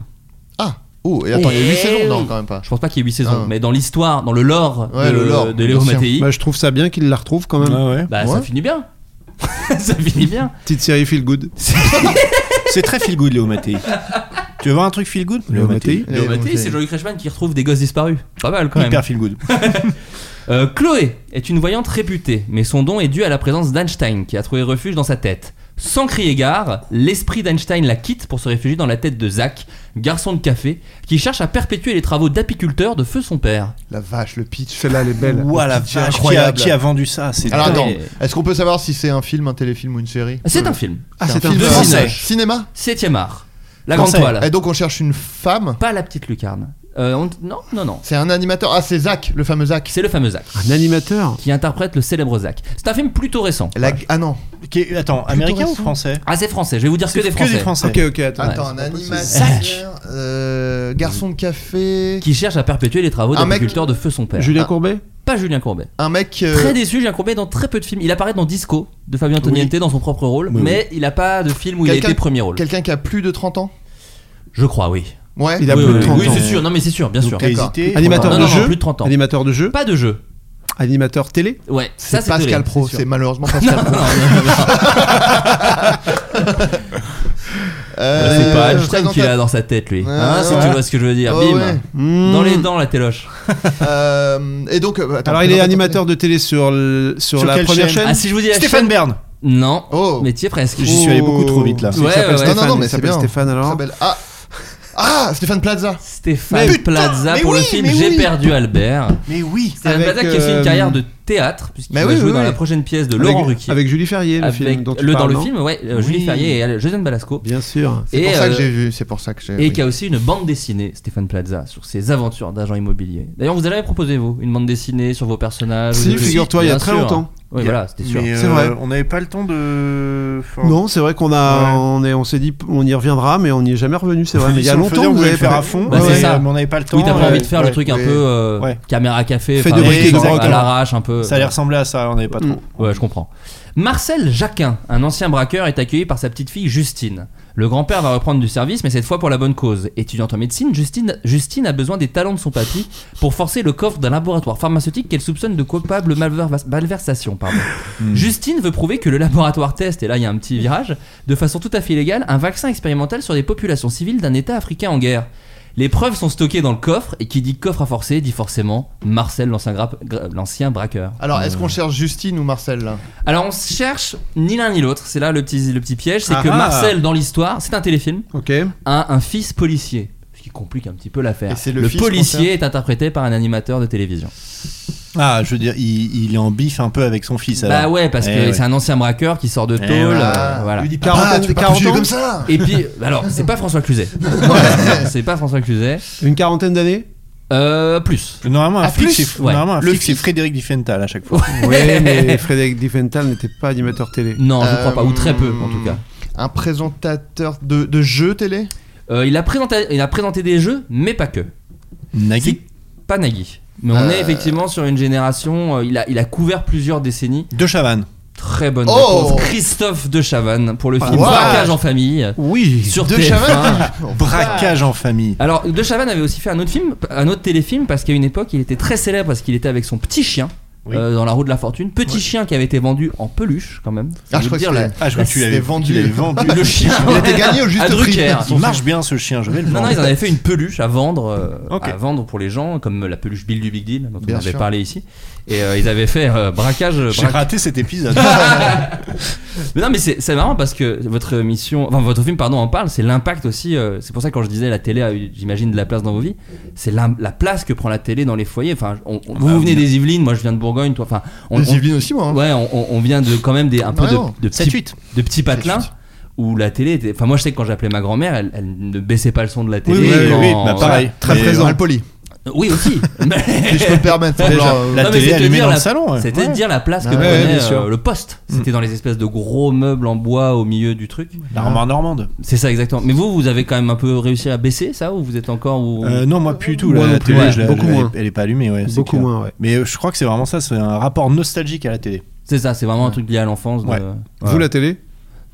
Speaker 2: Ah, oh, et attends, il y a 8
Speaker 5: Eh
Speaker 2: saisons, non,
Speaker 5: oui.
Speaker 2: quand même pas.
Speaker 5: Je pense pas qu'il y ait 8 saisons,
Speaker 2: Ah.
Speaker 5: mais dans l'histoire, dans le lore
Speaker 2: Ouais,
Speaker 5: de,
Speaker 2: le lore,
Speaker 5: de Léo
Speaker 2: bien sûr.
Speaker 5: Mattei, bah,
Speaker 6: Bah, je trouve ça bien qu'il la retrouve quand même.
Speaker 3: Ah ouais.
Speaker 5: ça
Speaker 2: ouais.
Speaker 5: finit bien. ça finit bien.
Speaker 6: Petite série feel good.
Speaker 3: C'est très feel good, Léo Mattei. tu veux voir un truc feel good
Speaker 6: Léo Mattei.
Speaker 5: Léo Mattei, c'est Jean-Luc Reichmann qui retrouve des gosses disparus. Pas mal quand même.
Speaker 3: Hyper feel good.
Speaker 5: Euh, Chloé est une voyante réputée, mais son don est dû à la présence d'Einstein qui a trouvé refuge dans sa tête. Sans crier gare, l'esprit d'Einstein la quitte pour se réfugier dans la tête de Zach, garçon de café, qui cherche à perpétuer les travaux d'apiculteur de feu son père.
Speaker 2: La vache, le pitch.
Speaker 6: Celle-là, elle est belle.
Speaker 3: Ouah la
Speaker 2: Petit jeu
Speaker 3: vache, qui a,
Speaker 2: incroyable.
Speaker 3: qui a vendu ça C'est
Speaker 2: Alors
Speaker 3: dingue.
Speaker 2: attends,
Speaker 5: Et-
Speaker 2: est-ce qu'on peut savoir si c'est un film, un téléfilm ou une série
Speaker 5: C'est un film.
Speaker 6: Ah, c'est un
Speaker 2: film
Speaker 5: film
Speaker 2: français.
Speaker 5: français.
Speaker 2: Cinéma
Speaker 5: Septième art. La grande
Speaker 3: Français.
Speaker 5: toile.
Speaker 2: Et donc on cherche une femme
Speaker 5: Pas la petite lucarne. Euh, on- Non, non, non.
Speaker 2: C'est un animateur. Ah, c'est Zach, le fameux Zach.
Speaker 5: C'est le fameux Zach
Speaker 6: Un animateur.
Speaker 5: qui interprète le célèbre Zach. C'est un film plutôt récent.
Speaker 2: La- Ah non.
Speaker 3: Qui est- attends, américain ou
Speaker 2: récent.
Speaker 3: français
Speaker 5: Ah, c'est français. Je vais vous dire que des français. Ah.
Speaker 6: Ok, ok, attends.
Speaker 5: Ouais,
Speaker 2: Attends, un
Speaker 5: c'est pas possible.
Speaker 2: animateur. euh, garçon de café.
Speaker 5: Qui cherche à perpétuer les travaux
Speaker 2: Un mec-
Speaker 5: d'apiculteur de feu son père.
Speaker 6: Julien
Speaker 2: Ah.
Speaker 6: Courbet
Speaker 5: Pas Julien Courbet.
Speaker 2: Un mec. euh,
Speaker 5: Très déçu, Julien Courbet est dans très peu de films. Il apparaît dans Disco de Fabien Antoniente dans son propre rôle,
Speaker 3: Oui,
Speaker 5: mais il a pas de film où il a
Speaker 2: Quelqu'un-
Speaker 5: été premier rôle.
Speaker 2: Quelqu'un qui a plus de 30 ans
Speaker 5: Je crois, oui.
Speaker 2: Ouais.
Speaker 6: Il a
Speaker 5: oui,
Speaker 6: plus
Speaker 5: oui,
Speaker 6: de 30
Speaker 5: oui,
Speaker 6: ans.
Speaker 5: c'est sûr. Non, mais c'est sûr, bien sûr.
Speaker 3: T'as
Speaker 2: D'accord.
Speaker 3: hésité
Speaker 6: Animateur
Speaker 5: Ah. Non, non,
Speaker 6: de
Speaker 5: non,
Speaker 6: jeu
Speaker 5: plus de 30 ans.
Speaker 6: Animateur de jeu
Speaker 5: Pas de jeu.
Speaker 6: Animateur télé
Speaker 5: Ouais, ça
Speaker 2: C'est
Speaker 5: c'est toléré.
Speaker 2: Pascal Pro,
Speaker 5: sûr.
Speaker 2: c'est malheureusement
Speaker 5: Non,
Speaker 2: Pascal
Speaker 5: non,
Speaker 2: Pro.
Speaker 5: non, non, non.
Speaker 2: Euh,
Speaker 5: c'est pas Einstein
Speaker 2: présentateur-
Speaker 5: qu'il a dans sa tête, lui.
Speaker 2: Ouais,
Speaker 5: Hein, si
Speaker 2: ouais.
Speaker 5: tu vois ce que je veux dire.
Speaker 2: Ouais,
Speaker 5: Bim.
Speaker 2: ouais.
Speaker 5: Dans
Speaker 6: Hmm.
Speaker 5: les dents, la téloche.
Speaker 2: Euh, et donc, euh, attends,
Speaker 6: Alors, il est
Speaker 2: présentateur-
Speaker 6: animateur de télé sur, le- sur,
Speaker 3: Sur
Speaker 6: la
Speaker 3: quelle
Speaker 6: première
Speaker 3: chaîne
Speaker 6: chaîne,
Speaker 5: Ah, si je vous dis la
Speaker 3: Stéphane
Speaker 5: chaîne.
Speaker 3: Bern
Speaker 5: Non,
Speaker 2: Oh.
Speaker 5: mais tu es presque.
Speaker 3: J'y suis allé beaucoup trop vite là.
Speaker 6: Il
Speaker 5: Ouais,
Speaker 6: s'appelle
Speaker 2: Non,
Speaker 5: ouais, ouais.
Speaker 2: non, non, mais
Speaker 6: Stéphane, il
Speaker 2: c'est
Speaker 6: s'appelle
Speaker 2: bien.
Speaker 6: Stéphane, alors
Speaker 2: Très belle. Ah. Ah, Stéphane Plaza.
Speaker 5: Stéphane
Speaker 2: Mais putain,
Speaker 5: Plaza
Speaker 2: mais
Speaker 5: pour le
Speaker 2: oui,
Speaker 5: film
Speaker 2: mais
Speaker 5: J'ai
Speaker 2: oui.
Speaker 5: perdu Albert.
Speaker 3: Mais oui
Speaker 5: Stéphane
Speaker 6: Avec,
Speaker 5: Plaza qui a aussi
Speaker 6: euh,
Speaker 5: une carrière de théâtre, puisqu'il
Speaker 2: mais
Speaker 5: va
Speaker 2: oui,
Speaker 5: jouer
Speaker 2: oui,
Speaker 5: dans
Speaker 2: oui.
Speaker 5: la prochaine pièce de
Speaker 6: Avec-
Speaker 5: Laurent Ruquier.
Speaker 6: Avec Julie Ferrier, le film dont tu
Speaker 5: le, dans
Speaker 6: parles,
Speaker 5: le
Speaker 6: non
Speaker 5: film, ouais, euh, Julie
Speaker 6: Oui.
Speaker 5: Ferrier et Josiane Balasco.
Speaker 6: Bien sûr.
Speaker 2: C'est pour
Speaker 5: Et,
Speaker 2: ça que
Speaker 5: euh,
Speaker 2: j'ai vu. C'est pour ça que j'ai.
Speaker 5: Et
Speaker 2: oui.
Speaker 5: qui a aussi une bande dessinée, Stéphane Plaza, sur ses aventures d'agent immobilier. D'ailleurs, vous avez proposé, vous, une bande dessinée sur vos personnages
Speaker 6: Si,
Speaker 5: ou des-
Speaker 6: figure-toi, il y a
Speaker 5: Bien
Speaker 6: très
Speaker 5: sûr.
Speaker 6: longtemps.
Speaker 5: Oui, voilà, c'était sûr.
Speaker 3: Mais,
Speaker 6: C'est
Speaker 3: euh,
Speaker 6: vrai.
Speaker 3: On n'avait pas le temps de. enfin,
Speaker 6: Non, c'est vrai qu'on a,
Speaker 3: Oh. Ouais.
Speaker 6: on est, on s'est dit, on y reviendra, mais on n'y est jamais revenu. C'est vrai. Mais il y
Speaker 3: si
Speaker 6: a
Speaker 3: on le faisait,
Speaker 6: longtemps,
Speaker 3: on
Speaker 6: vous
Speaker 3: voulait
Speaker 6: avez
Speaker 3: le faire
Speaker 6: pas-
Speaker 3: à fond.
Speaker 5: Bah,
Speaker 3: ouais,
Speaker 5: c'est ça.
Speaker 3: mais on n'avait pas le temps.
Speaker 5: Oui, t'as pas
Speaker 3: ouais.
Speaker 5: envie de faire le truc un
Speaker 2: ouais.
Speaker 5: peu euh,
Speaker 3: Ouais.
Speaker 5: caméra café,
Speaker 6: Fait
Speaker 5: enfin, ouais,
Speaker 6: de briquet,
Speaker 5: genre à
Speaker 6: exactement.
Speaker 5: l'arrache un peu.
Speaker 3: Ça allait ressembler à ça, on n'avait pas trop.
Speaker 5: Ouais, je comprends. Marcel Jacquin, un ancien braqueur, est accueilli par sa petite fille Justine. Le grand-père va reprendre du service, mais cette fois pour la bonne cause. Étudiante en médecine, Justine, Justine a besoin des talents de son papy pour forcer le coffre d'un laboratoire pharmaceutique qu'elle soupçonne de coupable malver- malversation. Pardon. Justine veut prouver que le laboratoire teste, et là il y a un petit virage, de façon tout à fait illégale, un vaccin expérimental sur des populations civiles d'un État africain en guerre. Les preuves sont stockées dans le coffre, et qui dit coffre à forcer dit forcément Marcel, l'ancien, grappe- gra- l'ancien braqueur.
Speaker 2: Alors, est-ce qu'on cherche Justine ou Marcel là
Speaker 5: Alors on cherche ni l'un ni l'autre, c'est là le petit, le petit piège, c'est
Speaker 6: Ah
Speaker 5: que
Speaker 6: ah.
Speaker 5: Marcel dans l'histoire, c'est un téléfilm,
Speaker 6: Ok.
Speaker 5: a un fils policier. Ce qui complique un petit peu l'affaire.
Speaker 2: Et c'est le fils
Speaker 5: policier est interprété par un animateur de télévision.
Speaker 3: Ah, je veux dire, il, il est en bif un peu avec son fils.
Speaker 5: bah
Speaker 3: alors.
Speaker 5: ouais, parce
Speaker 3: Eh
Speaker 5: que
Speaker 3: ouais.
Speaker 5: c'est un ancien braqueur qui sort de tôle.
Speaker 3: Eh ouais.
Speaker 5: euh, voilà.
Speaker 6: dit
Speaker 2: Ah, tu peux pas
Speaker 6: 40
Speaker 2: filer
Speaker 6: ans
Speaker 2: comme ça
Speaker 5: Et puis, bah alors, c'est pas François Cluzet. c'est pas François Cluzet.
Speaker 6: Une quarantaine d'années
Speaker 5: Euh, plus.
Speaker 3: Normalement, un
Speaker 5: Ah,
Speaker 3: flic,
Speaker 5: plus
Speaker 3: c'est
Speaker 5: Ouais.
Speaker 3: normalement, un
Speaker 5: Le
Speaker 3: flic, c'est Frédéric Diffental à chaque fois.
Speaker 6: Oui, mais Frédéric Diffental n'était pas animateur télé.
Speaker 5: Non, je crois pas, ou très peu
Speaker 2: Euh,
Speaker 5: en tout cas.
Speaker 2: Un présentateur de, de jeux télé
Speaker 5: Euh, il, a présenté, il a présenté des jeux, mais pas que.
Speaker 3: Nagui
Speaker 5: C'est Pas Nagui. Mais on est effectivement sur une génération, euh, il, a, il a couvert plusieurs décennies.
Speaker 3: De Chavannes.
Speaker 5: Très bonne
Speaker 2: Oh Ah,
Speaker 5: réponse. Christophe de Chavannes pour le film
Speaker 2: wow.
Speaker 5: Braquage en famille.
Speaker 3: Oui.
Speaker 5: Sur
Speaker 2: De Ah,
Speaker 5: TF1.
Speaker 2: Chavannes
Speaker 3: Oh, Braquage en famille.
Speaker 5: Alors, De Chavannes avait aussi fait un autre film, un autre téléfilm, parce qu'à une époque, il était très célèbre parce qu'il était avec son petit chien
Speaker 3: Oui.
Speaker 5: euh, dans la roue de la fortune, petit chien qui avait été vendu en peluche quand même.
Speaker 2: Ah,
Speaker 5: Ça
Speaker 2: je
Speaker 5: veut
Speaker 2: crois que
Speaker 5: dire la-
Speaker 2: c'était-
Speaker 3: Ah, je crois que tu
Speaker 2: C'était
Speaker 3: l'avais
Speaker 2: vendu.
Speaker 3: vendu. Tu l'avais vendu.
Speaker 5: le chien.
Speaker 2: Il était gagné au juste
Speaker 5: à
Speaker 2: prix.
Speaker 5: Drucker.
Speaker 3: Il marche bien ce chien, je vais le
Speaker 5: Non, non,
Speaker 3: vendre.
Speaker 5: ils en avaient fait une peluche à vendre, euh,
Speaker 3: Ok.
Speaker 5: à vendre pour les gens, comme la peluche Bill du Big Deal dont
Speaker 2: Bien
Speaker 5: on avait
Speaker 2: sûr.
Speaker 5: parlé ici. Et euh, ils avaient fait euh, braquage.
Speaker 3: J'ai
Speaker 5: braquage.
Speaker 3: raté cet épisode.
Speaker 5: Mais non, mais c'est c'est marrant parce que votre mission, enfin votre film, pardon, en parle, c'est l'impact aussi. euh, c'est pour ça que quand je disais la télé a eu, j'imagine, de la place dans vos vies, c'est la, la place que prend la télé dans les foyers. Enfin, on- on- vous,
Speaker 3: Bah,
Speaker 5: vous venez
Speaker 3: oui.
Speaker 5: des Yvelines, moi je viens de Bourgogne, toi, enfin, on,
Speaker 2: Les
Speaker 5: on-
Speaker 2: Yvelines aussi, moi. hein.
Speaker 5: ouais, on, on- on vient de quand même des un peu
Speaker 2: Ouais,
Speaker 5: de,
Speaker 2: non.
Speaker 5: de petits, de petits patelins.
Speaker 2: Sept, huit.
Speaker 5: Où la télé était. Enfin, moi je sais que quand j'appelais ma grand-mère, elle, elle ne baissait pas le son de la télé.
Speaker 3: oui, oui,
Speaker 5: quand-
Speaker 3: oui, bah, pareil.
Speaker 2: Très
Speaker 3: Mais,
Speaker 2: présent.
Speaker 3: euh,
Speaker 2: Mal poli,
Speaker 5: Oui, aussi. Mais-
Speaker 2: si je peux me permettre.
Speaker 3: Déjà,
Speaker 2: Genre, euh,
Speaker 3: la
Speaker 5: Non, mais
Speaker 3: télé
Speaker 5: c'est de
Speaker 3: allumée
Speaker 5: dire
Speaker 3: dans
Speaker 5: la-
Speaker 3: le salon. ouais.
Speaker 5: C'était de dire la place que
Speaker 2: Ouais,
Speaker 5: prenait
Speaker 2: ouais, Mm.
Speaker 6: bien sûr.
Speaker 5: euh, le poste. C'était dans les espèces de gros meubles en bois au milieu du truc.
Speaker 3: La remorque normande.
Speaker 5: C'est ça exactement. Mais vous, vous avez quand même un peu réussi à baisser ça ou vous êtes encore où
Speaker 3: Euh, non, moi, plus du tout.
Speaker 6: Moi
Speaker 3: la-
Speaker 6: non
Speaker 3: la
Speaker 6: plus,
Speaker 3: télé,
Speaker 6: ouais.
Speaker 3: je la-
Speaker 6: Beaucoup
Speaker 3: je la-
Speaker 6: moins.
Speaker 3: Elle est pas allumée, ouais. c'est
Speaker 6: Beaucoup
Speaker 3: clair.
Speaker 6: moins, ouais.
Speaker 3: Mais euh, je crois que c'est vraiment ça, c'est un rapport nostalgique à la télé.
Speaker 5: C'est ça, c'est vraiment un truc lié à l'enfance. de-
Speaker 3: Ouais.
Speaker 6: Vous, la télé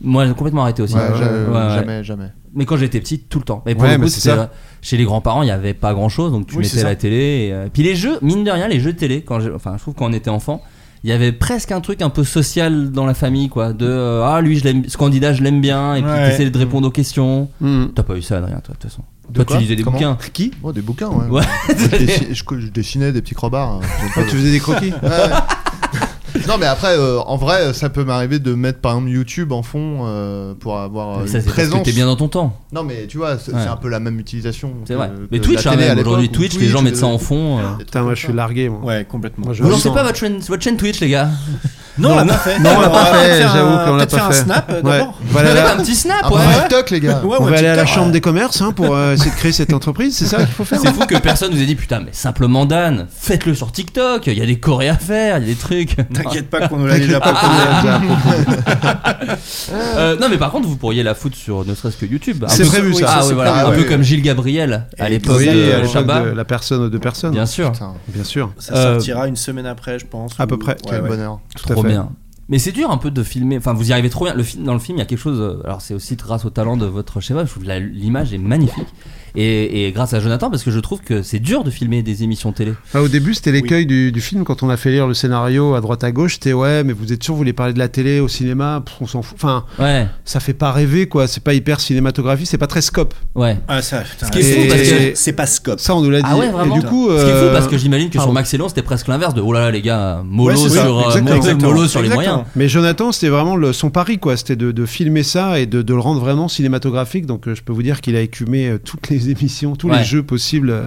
Speaker 5: Moi, j'ai complètement arrêté aussi.
Speaker 2: Ouais,
Speaker 5: Ouais,
Speaker 2: j'ai-
Speaker 5: ouais, ouais.
Speaker 2: jamais, jamais.
Speaker 5: Mais quand j'étais petit, tout le temps. Et pour
Speaker 6: Ouais,
Speaker 5: le coup,
Speaker 6: mais c'est
Speaker 5: c'était
Speaker 6: ça.
Speaker 5: euh, chez les grands-parents, il n'y avait pas grand-chose, donc tu
Speaker 3: Oui, c'est
Speaker 5: mettais
Speaker 3: ça.
Speaker 5: la télé. Et, euh, Puis les jeux, mine de rien, les jeux télé. Quand j'ai- enfin, je trouve quand on était enfant, il y avait presque un truc un peu social dans la famille, quoi. De euh, ah lui, je l'aime, ce candidat, je l'aime bien, et puis
Speaker 3: Ouais.
Speaker 5: t'essayais de répondre aux questions.
Speaker 6: Hmm.
Speaker 5: T'as pas eu ça, Adrien, toi, de toute façon.
Speaker 2: De
Speaker 5: toi,
Speaker 2: quoi
Speaker 5: tu lisais des
Speaker 2: Comment
Speaker 5: bouquins.
Speaker 6: Qui
Speaker 2: Oh, des bouquins, ouais.
Speaker 5: Ouais.
Speaker 2: Je, dessi- je co- je dessinais des petits crebards. hein. J'aime
Speaker 6: Ah,
Speaker 2: pas
Speaker 6: tu faisais des croquis
Speaker 2: Ouais, ouais. non mais après euh, en vrai ça peut m'arriver de mettre par exemple YouTube en fond euh, pour avoir euh,
Speaker 5: Ça,
Speaker 2: une
Speaker 5: c'est parce que
Speaker 2: présence
Speaker 5: t'es bien dans ton temps.
Speaker 2: non mais tu vois c'est
Speaker 5: Ouais.
Speaker 2: c'est un peu la même utilisation
Speaker 5: C'est
Speaker 2: que-
Speaker 5: vrai.
Speaker 2: que euh,
Speaker 5: Mais
Speaker 2: la
Speaker 5: Twitch, hein,
Speaker 2: télé à
Speaker 5: même
Speaker 2: l'époque,
Speaker 5: aujourd'hui,
Speaker 2: ou
Speaker 5: Twitch, les gens
Speaker 2: ou
Speaker 5: mettent ça
Speaker 2: des-
Speaker 5: en fond. euh.
Speaker 2: des trucs
Speaker 6: Putain, moi
Speaker 2: comme
Speaker 6: je
Speaker 2: ça.
Speaker 6: suis largué, moi.
Speaker 3: Ouais, complètement.
Speaker 6: Moi, je-
Speaker 5: Vous
Speaker 6: Non,
Speaker 5: lancez
Speaker 6: non.
Speaker 5: pas votre chaîne, votre chaîne Twitch, les gars.
Speaker 3: Non, on l'a pas fait.
Speaker 6: Non, on l'a pas
Speaker 3: va
Speaker 6: fait,
Speaker 3: peut-être faire
Speaker 6: j'avoue
Speaker 3: un-
Speaker 6: qu'on l'a
Speaker 3: peut-être
Speaker 6: pas
Speaker 3: faire un
Speaker 6: fait.
Speaker 3: snap euh,
Speaker 6: Ouais.
Speaker 3: d'abord.
Speaker 6: On va aller à
Speaker 5: Faites
Speaker 6: la-
Speaker 5: un petit snap,
Speaker 2: un
Speaker 5: ouais.
Speaker 2: vrai TikTok les gars
Speaker 3: Ouais,
Speaker 6: on
Speaker 3: ouais,
Speaker 6: va aller à la
Speaker 3: TikTok,
Speaker 6: chambre
Speaker 3: ouais.
Speaker 6: des commerces hein, pour euh, essayer de créer cette entreprise, c'est ça qu'il faut faire
Speaker 5: C'est fou que personne vous ait dit putain, mais simplement Dan, faites-le sur TikTok, il y a des chorés à faire, il y a des trucs.
Speaker 3: T'inquiète pas qu'on nous l'a déjà pas
Speaker 5: Euh, non, mais par contre, vous pourriez la foutre sur ne serait-ce que YouTube. Un
Speaker 6: C'est
Speaker 5: peu-
Speaker 6: prévu, ça,
Speaker 5: Ah,
Speaker 6: ça,
Speaker 5: oui,
Speaker 6: c'est
Speaker 5: voilà,
Speaker 6: prévu,
Speaker 5: un peu
Speaker 6: ouais.
Speaker 5: comme Gilles Gabriel à l'époque
Speaker 6: Oui, à
Speaker 5: de
Speaker 6: l'époque
Speaker 5: Chabat.
Speaker 6: de la personne ou deux personnes.
Speaker 5: euh, Bien sûr,
Speaker 2: Putain,
Speaker 6: Bien sûr.
Speaker 3: Ça
Speaker 5: Euh,
Speaker 3: sortira une semaine après, je pense.
Speaker 6: À
Speaker 3: ou-
Speaker 6: peu près.
Speaker 3: Ouais,
Speaker 2: quel
Speaker 3: ouais.
Speaker 2: bonheur
Speaker 6: Tout à
Speaker 5: trop
Speaker 6: fait.
Speaker 5: bien. Mais c'est dur un peu de filmer. Enfin, vous y arrivez trop bien. Le film, dans le film, il y a quelque chose. euh, Alors, c'est aussi grâce au talent de votre chef Je trouve la- l'image est magnifique. Et, et grâce à Jonathan, parce que je trouve que c'est dur de filmer des émissions télé.
Speaker 6: Ah, au début, c'était l'écueil du, du film. Quand on a fait lire le scénario à droite à gauche, c'était ouais, mais vous êtes sûr, vous voulez parler de la télé, au cinéma Pff, On s'en fout. Enfin,
Speaker 5: Ouais,
Speaker 6: ça fait pas rêver, quoi. C'est pas hyper cinématographique, c'est pas très scope.
Speaker 5: ouais.
Speaker 3: Ah, ça, putain.
Speaker 5: Ce qui est fou,
Speaker 3: Et-
Speaker 5: parce que-
Speaker 3: C'est pas scope.
Speaker 6: Ça, on nous l'a dit.
Speaker 5: Ah ouais, vraiment
Speaker 6: Et du coup,
Speaker 5: Ce qui est
Speaker 6: euh,
Speaker 5: fou parce que j'imagine que sur
Speaker 6: pardon.
Speaker 5: Max et Léon c'était presque l'inverse de oh là là les gars, mollo
Speaker 3: Ouais, c'est
Speaker 5: sur,
Speaker 3: ça,
Speaker 5: euh, mollo-
Speaker 3: exactement, exactement.
Speaker 5: mollo sur les
Speaker 3: Exactement.
Speaker 5: moyens.
Speaker 6: Mais Jonathan, c'était vraiment le- son pari, quoi. C'était de, de filmer ça et de, de le rendre vraiment cinématographique. Donc, euh, je peux vous dire qu'il a écumé euh, toutes les émissions, tous
Speaker 5: Ouais.
Speaker 6: les jeux possibles euh,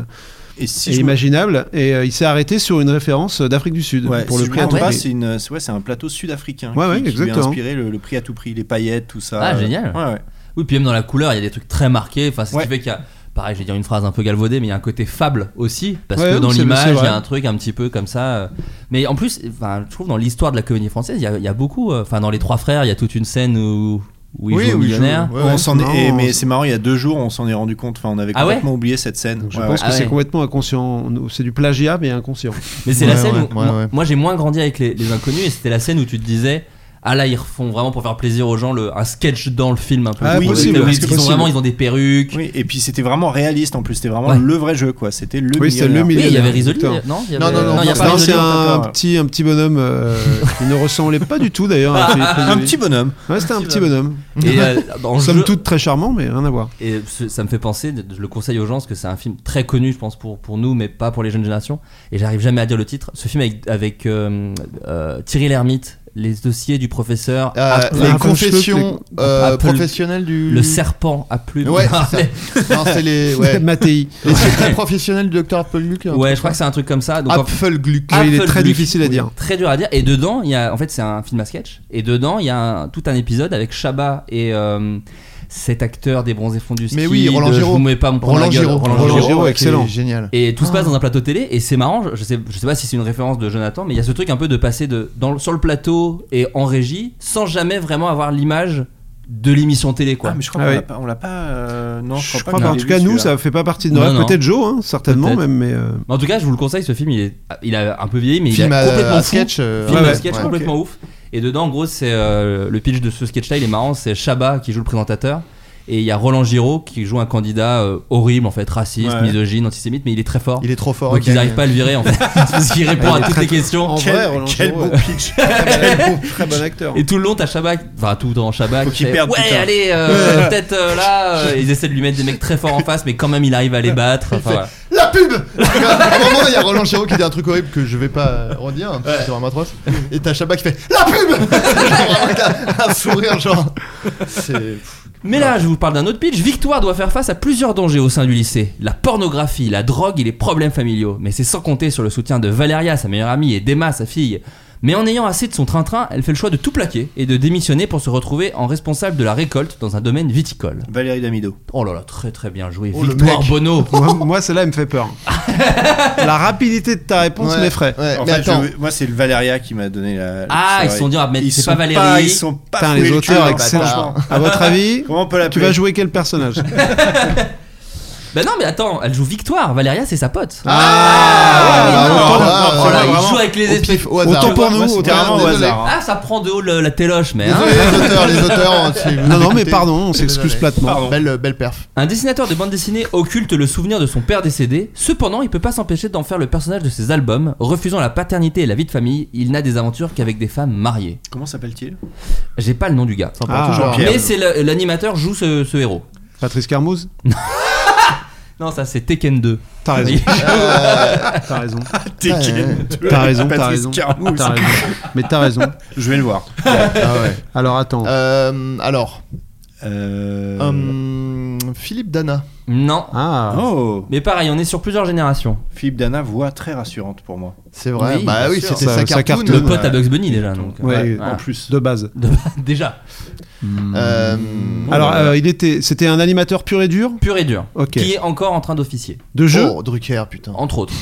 Speaker 3: Et si
Speaker 6: et
Speaker 3: je me-
Speaker 6: imaginables. Et euh, il s'est arrêté sur une référence euh, d'Afrique du Sud
Speaker 3: Ouais,
Speaker 6: pour
Speaker 3: si
Speaker 6: le
Speaker 3: je
Speaker 6: prix
Speaker 3: me
Speaker 6: à
Speaker 3: trompe
Speaker 6: tout
Speaker 3: pas,
Speaker 6: prix.
Speaker 3: c'est une, c'est- ouais, c'est un plateau sud-africain
Speaker 6: Ouais,
Speaker 3: qui-
Speaker 6: ouais,
Speaker 3: qui, lui a
Speaker 6: exactement.
Speaker 3: inspiré le, le prix à tout prix, les paillettes, tout ça.
Speaker 5: Ah,
Speaker 3: Euh,
Speaker 5: génial.
Speaker 3: Ouais, ouais.
Speaker 5: Oui, puis même dans la couleur, il y a des trucs très marqués. Enfin, c'est ce
Speaker 3: Ouais.
Speaker 5: qui fait qu'il y a, pareil, je vais dire une phrase un peu galvaudée, mais il y a un côté fable aussi. Parce
Speaker 6: Ouais,
Speaker 5: que dans
Speaker 6: c'est- c'est
Speaker 5: l'image, il y
Speaker 6: vrai.
Speaker 5: a un truc un petit peu comme ça. euh. Mais en plus, enfin, je trouve dans l'histoire de la comédie française, il y a, il y a beaucoup. euh, Enfin, dans Les Trois Frères, il y a toute une scène où, où il
Speaker 2: Oui,
Speaker 5: joue au
Speaker 2: oui, je-
Speaker 5: millionnaire.
Speaker 2: ouais, ouais.
Speaker 3: On s'en est-
Speaker 6: Non,
Speaker 3: eh,
Speaker 6: on
Speaker 3: mais
Speaker 6: s-
Speaker 3: c'est marrant, il y a deux jours, on s'en est rendu compte. Enfin, on avait
Speaker 5: Ah ouais
Speaker 3: complètement oublié cette scène.
Speaker 6: Donc, je
Speaker 3: Ouais,
Speaker 6: pense
Speaker 3: ouais.
Speaker 5: Ah
Speaker 6: que c'est
Speaker 5: ouais.
Speaker 6: complètement inconscient. C'est du plagiat, mais inconscient.
Speaker 5: Mais c'est
Speaker 2: Ouais,
Speaker 5: la scène
Speaker 2: ouais,
Speaker 5: où.
Speaker 2: ouais,
Speaker 5: moi,
Speaker 2: ouais.
Speaker 5: moi, j'ai moins grandi avec les, les inconnus et c'était la scène où tu te disais. Ah là, ils refont vraiment pour faire plaisir aux gens le, un sketch dans le film un peu.
Speaker 3: Ah,
Speaker 5: Pour
Speaker 3: possible,
Speaker 5: les
Speaker 3: oui,
Speaker 5: théories,
Speaker 3: c'est
Speaker 5: ils ont
Speaker 3: possible.
Speaker 5: vraiment, ils ont des perruques. Oui,
Speaker 3: Oui, et puis c'était vraiment réaliste en plus, c'était vraiment
Speaker 5: Ouais.
Speaker 3: le vrai jeu quoi, c'était le
Speaker 6: Oui, c'était
Speaker 3: millionnaire.
Speaker 6: le
Speaker 5: il y avait Risoli,
Speaker 6: Putain. Ah,
Speaker 5: non il y
Speaker 2: Non,
Speaker 5: avait-
Speaker 2: non, non,
Speaker 5: il y a
Speaker 3: non,
Speaker 5: pas
Speaker 6: Non, c'est
Speaker 5: Risoli.
Speaker 6: un
Speaker 3: Tintin.
Speaker 6: petit, un petit bonhomme euh, qui ne ressemblait pas du tout d'ailleurs.
Speaker 5: Ah,
Speaker 6: à Philippe
Speaker 3: Un
Speaker 6: Risoli.
Speaker 3: petit bonhomme.
Speaker 6: Ouais, c'était un petit bonhomme.
Speaker 5: Et euh, dans le
Speaker 6: Somme
Speaker 5: jeu-
Speaker 6: toute très charmant, mais rien à voir.
Speaker 5: Et ce- ça me fait penser, je le conseille aux gens parce que c'est un film très connu, je pense, pour, pour nous, mais pas pour les jeunes générations. Et j'arrive jamais à dire le titre. Ce film avec, avec euh, euh, Thierry Lhermitte, Les dossiers du professeur,
Speaker 2: Euh,
Speaker 5: Apple-
Speaker 2: les
Speaker 6: Apple-
Speaker 2: confessions euh,
Speaker 5: Apple-
Speaker 2: professionnelles du.
Speaker 5: le serpent à plumes.
Speaker 2: Ouais, c'est ça. Non, c'est les. Ouais.
Speaker 6: Mattei.
Speaker 2: Les secrets professionnels du Dr. Apfelgluck.
Speaker 5: Ouais, je crois que c'est un truc comme ça. Donc, en-
Speaker 2: Apfelgluck.
Speaker 6: Ah, il est
Speaker 5: Apple
Speaker 6: très
Speaker 5: Luc.
Speaker 6: difficile à
Speaker 5: Oui,
Speaker 6: dire.
Speaker 5: Très dur à dire. Et dedans, il y a, en fait, c'est un film à sketch. Et dedans, il y a un- tout un épisode avec Chabat et euh, cet acteur des bronzés fonds du ski.
Speaker 2: Mais oui, Roland
Speaker 5: de Je
Speaker 2: Giraud.
Speaker 5: vous mets pas à me prendre
Speaker 2: Roland
Speaker 5: la gueule.
Speaker 2: Giraud.
Speaker 6: Roland Giraud,
Speaker 2: ouais,
Speaker 6: excellent.
Speaker 2: qui est Génial.
Speaker 5: Et tout se passe dans un plateau télé et c'est marrant, je sais, je sais pas si c'est une référence de Jonathan, mais il y a ce truc un peu de passer de, dans, le- sur le plateau et en régie sans jamais vraiment avoir l'image de l'émission télé quoi.
Speaker 3: Ah, mais je crois
Speaker 6: Ah
Speaker 3: qu'on
Speaker 6: oui.
Speaker 3: l'a pas- on l'a pas. euh, non, je
Speaker 6: Je
Speaker 3: crois
Speaker 6: crois
Speaker 3: pas.
Speaker 6: pas.
Speaker 3: qu'on
Speaker 6: En
Speaker 3: l'ait
Speaker 6: tout
Speaker 3: vu,
Speaker 6: cas, nous,
Speaker 3: celui-là.
Speaker 6: ça fait pas partie de
Speaker 5: Non,
Speaker 6: nos rêves.
Speaker 5: non.
Speaker 6: Peut-être Joe, hein, certainement
Speaker 5: Peut-être.
Speaker 6: même, mais. euh,
Speaker 5: Mais en tout cas, je vous le conseille, ce film il, est, ah, il a un peu vieilli mais
Speaker 2: Film
Speaker 5: il est
Speaker 2: à-
Speaker 5: complètement
Speaker 2: à
Speaker 5: fou.
Speaker 2: sketch. euh,
Speaker 5: Film
Speaker 6: ouais,
Speaker 5: à
Speaker 6: ouais.
Speaker 5: sketch
Speaker 2: Ouais,
Speaker 5: complètement ouf. Et dedans en gros, c'est euh, le pitch de ce sketch là, il est marrant, c'est Chabat qui joue le présentateur. Et il y a Roland Giraud qui joue un candidat euh, horrible en fait, raciste,
Speaker 3: Ouais.
Speaker 5: misogyne, antisémite, mais il est très fort.
Speaker 2: Il est trop fort.
Speaker 5: Donc
Speaker 2: ok.
Speaker 5: ils n'arrivent pas à le virer en fait, parce qu'il répond à toutes les questions.
Speaker 6: En
Speaker 3: Quel-
Speaker 6: vrai, Roland
Speaker 3: quel
Speaker 6: Giraud,
Speaker 3: bon
Speaker 6: ouais.
Speaker 3: pitch.
Speaker 6: Très bon- très bon acteur.
Speaker 5: Et tout le long, t'as Shabak, enfin tout le temps Shabak.
Speaker 3: Faut
Speaker 5: qui
Speaker 3: qu'il
Speaker 5: fait,
Speaker 3: perde,
Speaker 5: ouais,
Speaker 3: putain.
Speaker 5: allez, euh, peut-être euh, là. euh, ils essaient de lui mettre des mecs très forts en face, mais quand même, il arrive à les battre. Enfin, voilà.
Speaker 2: La pub À un moment, il y a Roland Giraud qui dit un truc horrible que je vais pas redire, hein, parce que c'est vraiment atroce. Et t'as Chabat qui fait La pub Genre vraiment, avec un, un sourire, genre. C'est.
Speaker 5: Mais là, je vous parle d'un autre pitch. Victoire doit faire face à plusieurs dangers au sein du lycée la pornographie, la drogue et les problèmes familiaux. Mais c'est sans compter sur le soutien de Valeria, sa meilleure amie, et d'Emma, sa fille. Mais en ayant assez de son train-train, elle fait le choix de tout plaquer et de démissionner pour se retrouver en responsable de la récolte dans un domaine viticole.
Speaker 3: Valérie Damido.
Speaker 5: Oh là là, très très bien joué.
Speaker 2: Oh, le
Speaker 5: Victoire
Speaker 2: mec.
Speaker 5: Bono.
Speaker 6: Moi, moi, celle-là, elle me fait peur. La rapidité de ta réponse
Speaker 2: Ouais,
Speaker 6: m'effraie.
Speaker 2: ouais,
Speaker 3: En
Speaker 2: mais
Speaker 3: fait,
Speaker 2: attends.
Speaker 3: je- moi, c'est le Valeria qui m'a donné la.
Speaker 5: Ah,
Speaker 3: la
Speaker 5: ils se sont dit, ah, mais
Speaker 3: Ils
Speaker 5: c'est
Speaker 3: sont
Speaker 5: pas Valérie.
Speaker 3: Ils sont pas
Speaker 6: Putain,
Speaker 3: foulés
Speaker 6: les
Speaker 3: le cul,
Speaker 6: auteurs
Speaker 3: hein,
Speaker 6: excellents.
Speaker 3: franchement.
Speaker 6: À votre avis,
Speaker 3: Comment on peut
Speaker 6: tu
Speaker 3: l'appeler
Speaker 6: vas jouer quel personnage
Speaker 5: Bah non, mais attends, elle joue Victoire. Valéria, c'est sa pote.
Speaker 2: Ah,
Speaker 5: ouais,
Speaker 2: bah,
Speaker 5: non,
Speaker 2: autant-
Speaker 5: non,
Speaker 2: ah,
Speaker 5: non,
Speaker 2: ouais,
Speaker 5: là, il
Speaker 2: vraiment.
Speaker 5: joue avec les
Speaker 2: Au pif, au hasard.
Speaker 6: Autant pour nous,
Speaker 2: Moi, c'était
Speaker 6: autant
Speaker 2: vraiment au
Speaker 6: désolé.
Speaker 2: hasard.
Speaker 5: Ah, ça prend de haut le- la téloche,
Speaker 3: Ah,
Speaker 5: mais. hein.
Speaker 2: Désolé, les auteurs, les auteurs. si vous
Speaker 6: Non, non, mais
Speaker 2: écoutez.
Speaker 6: pardon, on s'excuse
Speaker 2: Désolé.
Speaker 6: platement.
Speaker 2: Belle, belle perf.
Speaker 5: Un dessinateur de bande dessinée occulte le souvenir de son père décédé. Cependant, il peut pas s'empêcher d'en faire le personnage de ses albums. Refusant la paternité et la vie de famille, il n'a des aventures qu'avec des femmes mariées.
Speaker 3: Comment s'appelle-t-il
Speaker 5: J'ai pas le nom du gars.
Speaker 6: Ah,
Speaker 3: Jean-Pierre.
Speaker 5: Mais c'est le- l'animateur joue ce, ce héros.
Speaker 6: Patrice Carmouze
Speaker 5: Non, ça c'est Tekken 2.
Speaker 6: T'as raison.
Speaker 5: Oui.
Speaker 6: T'as raison.
Speaker 3: Tekken.
Speaker 6: T'as raison, t'as
Speaker 3: Patrice
Speaker 6: raison.
Speaker 3: Carmouze.
Speaker 6: T'as raison. Mais t'as raison.
Speaker 3: Je vais le voir.
Speaker 2: Ah ouais.
Speaker 6: Alors attends.
Speaker 2: Euh, alors,
Speaker 3: Euh,
Speaker 2: hum, Philippe Dana.
Speaker 5: Non.
Speaker 6: Ah.
Speaker 3: Oh
Speaker 5: Mais pareil, on est sur plusieurs générations.
Speaker 3: Philippe Dana, voix très rassurante pour moi.
Speaker 2: C'est vrai.
Speaker 5: Oui,
Speaker 2: bah
Speaker 5: bien
Speaker 2: oui,
Speaker 5: sûr.
Speaker 2: c'était
Speaker 6: Ça-
Speaker 2: sa
Speaker 6: ça
Speaker 2: cartoon. Euh,
Speaker 6: cartonne.
Speaker 5: Le pote à Bugs Bunny déjà, donc.
Speaker 6: Ouais,
Speaker 3: Ouais,
Speaker 6: voilà.
Speaker 3: En plus.
Speaker 6: De base.
Speaker 5: déjà.
Speaker 2: Euh,
Speaker 6: Alors euh, il était, c'était un animateur pur et dur.
Speaker 5: Pur et dur.
Speaker 6: Ok.
Speaker 5: Qui est encore en train d'officier.
Speaker 6: De jeu.
Speaker 2: Oh, Drucker, putain.
Speaker 5: Entre autres.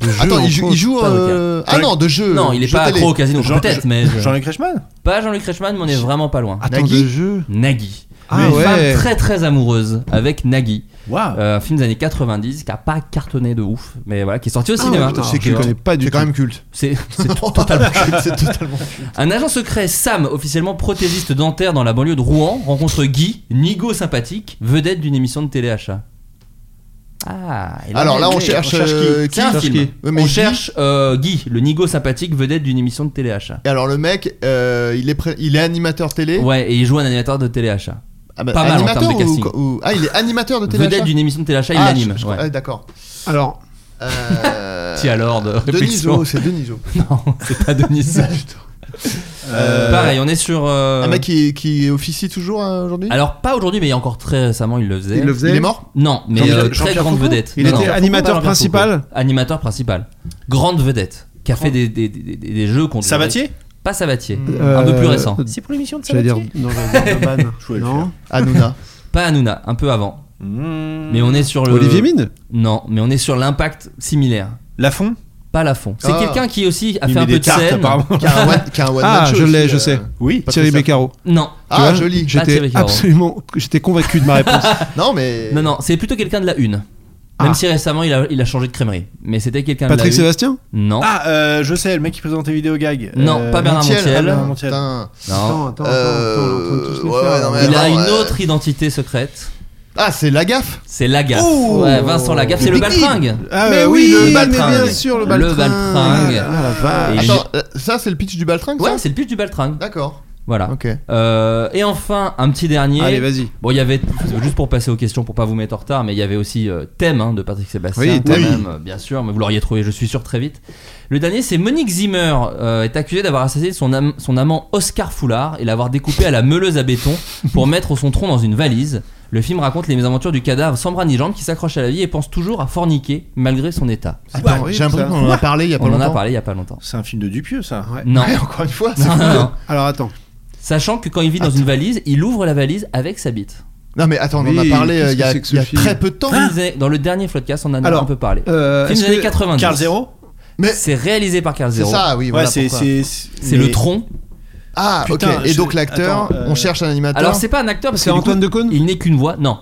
Speaker 6: De jeu,
Speaker 2: Attends,
Speaker 6: en
Speaker 2: il joue.
Speaker 6: France.
Speaker 2: il joue,
Speaker 5: Pas
Speaker 2: euh, Ah non, de jeu.
Speaker 5: Non, il est
Speaker 2: Jeu
Speaker 5: pas
Speaker 2: télé.
Speaker 5: accro au casino,
Speaker 3: Jean-
Speaker 5: peut-être, mais. je-
Speaker 3: Jean-Luc Reichmann
Speaker 5: Pas Jean-Luc Reichmann, mais on est vraiment pas loin.
Speaker 6: Attends,
Speaker 2: Nagui
Speaker 6: de jeu.
Speaker 5: Nagui.
Speaker 6: Ah
Speaker 5: une
Speaker 6: ouais. Ah.
Speaker 5: femme très très amoureuse avec Nagui.
Speaker 3: Waouh
Speaker 5: Euh, un film des années 90 qui a pas cartonné de ouf, mais voilà, qui est sorti au cinéma.
Speaker 6: putain,
Speaker 5: Donc,
Speaker 6: je
Speaker 5: euh,
Speaker 6: connais pas du
Speaker 2: C'est quand
Speaker 6: tout.
Speaker 2: même culte.
Speaker 5: C'est c'est totalement.
Speaker 2: C'est totalement.
Speaker 5: Un agent secret, Sam, officiellement prothésiste dentaire dans la banlieue de Rouen, rencontre Guy, Nigo sympathique, vedette d'une émission de téléachat. Ah, et
Speaker 2: Alors là,
Speaker 5: j'ai-
Speaker 2: on cherche,
Speaker 3: on cherche qui
Speaker 2: euh,
Speaker 5: C'est un
Speaker 2: qui
Speaker 5: film.
Speaker 2: Ouais, mais
Speaker 5: on
Speaker 2: Guy-
Speaker 5: cherche euh, Guy, le Nigo sympathique, vedette d'une émission de téléachat.
Speaker 2: Et alors le mec, euh, il, est pré- il est animateur télé.
Speaker 5: Ouais, et il joue un animateur de téléachat.
Speaker 2: Ah bah,
Speaker 5: pas mal en
Speaker 2: animateur
Speaker 5: termes de
Speaker 2: ou-
Speaker 5: casting.
Speaker 2: ou- Ah, il est animateur de télé.
Speaker 5: Vedette d'une émission de téléachat, il
Speaker 2: ah,
Speaker 5: l'anime.
Speaker 2: je- je-
Speaker 5: ouais.
Speaker 2: ah, D'accord.
Speaker 6: Alors,
Speaker 2: Euh...
Speaker 5: Petit alors de réflexion.
Speaker 2: Deniso, c'est Deniso.
Speaker 5: Non, c'est pas Denis.
Speaker 2: Euh,
Speaker 5: Pareil, on est sur. euh,
Speaker 6: Ah
Speaker 2: Un mec qui, qui officie toujours euh, aujourd'hui
Speaker 5: Alors, pas aujourd'hui, mais il y a encore très récemment, il le faisait.
Speaker 6: il le faisait.
Speaker 2: Il est mort
Speaker 5: Non, mais
Speaker 2: Jean-Pierre-
Speaker 5: euh, très
Speaker 2: Jean-Pierre
Speaker 5: grande
Speaker 2: Foucault
Speaker 5: vedette.
Speaker 6: Il
Speaker 5: Non,
Speaker 6: était
Speaker 5: non.
Speaker 6: animateur
Speaker 5: Jean-Pierre
Speaker 6: principal.
Speaker 5: Foucault. Animateur principal. Grande vedette. Qui
Speaker 2: Oh.
Speaker 5: a fait des, des, des, des- des jeux contre.
Speaker 3: Sabatier
Speaker 5: Pas Sabatier.
Speaker 6: Euh,
Speaker 5: Un peu plus récent.
Speaker 3: C'est pour l'émission de
Speaker 6: J'allais dire. Non, j'allais dire Donovan.
Speaker 3: Je voulais le
Speaker 6: Non.
Speaker 2: Hanouna.
Speaker 5: Pas Hanouna, un peu avant.
Speaker 6: Hum.
Speaker 5: Mais on est sur le.
Speaker 6: Olivier Mine.
Speaker 5: Non, mais on est sur l'impact similaire.
Speaker 3: Lafont
Speaker 5: Pas Lafont. C'est
Speaker 2: Ah.
Speaker 5: quelqu'un qui aussi a
Speaker 3: Il met
Speaker 5: fait un
Speaker 3: des
Speaker 5: peu de
Speaker 3: tartes,
Speaker 5: scène.
Speaker 3: apparemment.
Speaker 2: qui a un one, qui a un one
Speaker 6: Ah,
Speaker 2: man show
Speaker 6: je l'ai,
Speaker 2: aussi, euh,
Speaker 6: je sais.
Speaker 3: Oui.
Speaker 2: Patrice
Speaker 6: Thierry
Speaker 2: Sartre.
Speaker 6: Beccaro.
Speaker 5: Non.
Speaker 6: Tu vois,
Speaker 2: Ah, joli. Ah,
Speaker 5: Pas Thierry
Speaker 6: J'étais
Speaker 5: Beccaro.
Speaker 6: absolument, j'étais convaincu de ma réponse.
Speaker 2: Non mais.
Speaker 5: Non, non, c'est plutôt quelqu'un de la une. Même
Speaker 6: Ah.
Speaker 5: si récemment il a, il a changé de crèmerie. Mais c'était quelqu'un de
Speaker 2: bah,
Speaker 6: Patrick
Speaker 5: la rue.
Speaker 6: Sébastien
Speaker 5: Non.
Speaker 3: Ah, euh, je sais, le mec qui présentait Vidéo Gag.
Speaker 5: Non,
Speaker 3: Euh,
Speaker 5: pas Bernard
Speaker 2: Montiel,
Speaker 5: Montiel.
Speaker 2: ah,
Speaker 3: Bernard Montiel.
Speaker 2: putain.
Speaker 5: Non.
Speaker 6: attends,
Speaker 2: Euh, ouais, ouais, non, mais
Speaker 5: Il a
Speaker 2: attends,
Speaker 5: une
Speaker 2: euh,
Speaker 5: autre identité secrète.
Speaker 2: Ah, c'est la gaffe
Speaker 5: C'est Lagaffe.
Speaker 3: Ouh.
Speaker 5: ouais, Vincent Lagaffe, c'est le
Speaker 2: Big Deal.
Speaker 5: baltringue.
Speaker 3: Ah,
Speaker 6: mais
Speaker 3: euh,
Speaker 6: bah oui,
Speaker 3: le
Speaker 6: mais
Speaker 3: Baltringue.
Speaker 6: bien sûr, le
Speaker 5: Le
Speaker 6: baltringue.
Speaker 5: baltringue.
Speaker 6: Ah, la vache.
Speaker 5: Et
Speaker 2: Attends, euh, ça c'est le pitch du baltringue
Speaker 5: Ouais,
Speaker 2: ça
Speaker 5: c'est le pitch du baltringue.
Speaker 2: D'accord,
Speaker 5: Voilà.
Speaker 2: ok.
Speaker 5: Euh, et enfin, un petit dernier.
Speaker 6: Allez, vas-y.
Speaker 5: Bon, il y avait juste pour passer aux questions, pour pas vous mettre en retard, mais il y avait aussi euh, thème hein, de Patrick Sébastien,
Speaker 6: Oui,
Speaker 5: quand
Speaker 6: Thème.
Speaker 5: même, euh, bien sûr, mais vous l'auriez trouvé, je suis sûr, très vite. Le dernier, c'est Monique Zimmer euh, est accusée d'avoir assassiné son, am- son amant Oscar Foulard et l'avoir découpé à la meuleuse à béton pour mettre son tronc dans une valise. Le film raconte les mésaventures du cadavre sans bras ni jambes qui s'accroche à la vie et pense toujours à forniquer malgré son état.
Speaker 2: Attends,
Speaker 6: horrible,
Speaker 2: j'ai l'impression
Speaker 6: Ah, bah, ça.
Speaker 2: qu'on en a parlé il y a pas
Speaker 5: On en
Speaker 2: longtemps. Ah
Speaker 5: a parlé il y a pas longtemps.
Speaker 3: C'est un film de Dupieux, ça.
Speaker 6: Ouais.
Speaker 5: Non.
Speaker 2: Ouais, encore une fois, c'est
Speaker 5: Non, non,
Speaker 2: fou.
Speaker 5: Ah, non.
Speaker 6: Alors attends.
Speaker 5: Sachant que quand il vit dans une valise, il ouvre la valise avec sa bite.
Speaker 2: Non mais attends, on en
Speaker 6: Oui,
Speaker 2: a parlé euh,
Speaker 6: qu'est-ce
Speaker 2: il y
Speaker 6: que
Speaker 2: a,
Speaker 6: c'est que ce
Speaker 2: il y a
Speaker 6: film Hein
Speaker 2: très peu de temps.
Speaker 5: Vous avez- Dans le dernier Floodcast, on en a
Speaker 6: Alors,
Speaker 5: un peu parlé.
Speaker 6: Euh,
Speaker 5: Film
Speaker 6: est-ce
Speaker 5: des années
Speaker 6: que-
Speaker 5: 90.
Speaker 3: Carl Zero
Speaker 2: mais
Speaker 5: C'est réalisé par Carl
Speaker 2: c'est
Speaker 5: Zero.
Speaker 2: ça, oui,
Speaker 3: Ouais,
Speaker 2: voilà
Speaker 3: c'est.
Speaker 2: pourquoi.
Speaker 3: C'est
Speaker 5: C'est
Speaker 3: mais-
Speaker 5: le tronc.
Speaker 2: Ah,
Speaker 3: Putain,
Speaker 2: ok. Et
Speaker 3: je-
Speaker 2: donc l'acteur,
Speaker 3: attends, euh,
Speaker 2: on cherche un animateur.
Speaker 5: Alors c'est pas un acteur parce
Speaker 6: C'est
Speaker 5: que du
Speaker 6: Antoine
Speaker 5: coup,
Speaker 6: Decaune
Speaker 5: il n'est qu'une voix. Non.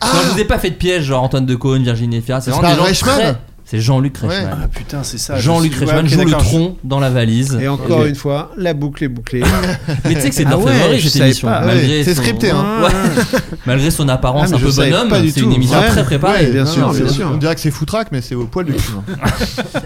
Speaker 2: Ah
Speaker 5: Non, je vous ai pas fait de piège genre Antoine Decaune, Virginie Efira, c'est
Speaker 2: C'est
Speaker 5: vraiment des
Speaker 2: pas
Speaker 5: gens
Speaker 2: Reichmann
Speaker 5: très- C'est Jean-Luc Reichmann.
Speaker 3: Ah putain, c'est ça. je
Speaker 5: Jean-Luc
Speaker 3: suis- ouais,
Speaker 5: Reichmann
Speaker 3: ok,
Speaker 5: joue le
Speaker 3: d'accord, je-
Speaker 5: tronc dans la valise.
Speaker 6: Et encore une fois, la boucle est bouclée.
Speaker 5: Mais tu sais que c'est de
Speaker 6: Ah
Speaker 5: leur
Speaker 6: ouais,
Speaker 5: favori,
Speaker 6: je
Speaker 5: cette
Speaker 6: savais
Speaker 5: émission.
Speaker 6: pas.
Speaker 2: Ouais,
Speaker 5: Malgré
Speaker 2: c'est
Speaker 5: son-
Speaker 2: scripté, hein.
Speaker 5: Ouais. Malgré son apparence
Speaker 6: Ah,
Speaker 5: un
Speaker 6: mais je
Speaker 5: peu
Speaker 6: savais
Speaker 5: bonhomme,
Speaker 6: pas du
Speaker 5: c'est
Speaker 6: tout.
Speaker 5: une émission
Speaker 6: Ouais.
Speaker 5: très préparée.
Speaker 6: Ouais, bien
Speaker 2: Non,
Speaker 6: sûr,
Speaker 2: non,
Speaker 6: bien
Speaker 2: c'est-
Speaker 6: sûr. Ah,
Speaker 2: On dirait que c'est foutraque, mais c'est au poil du cul. hein.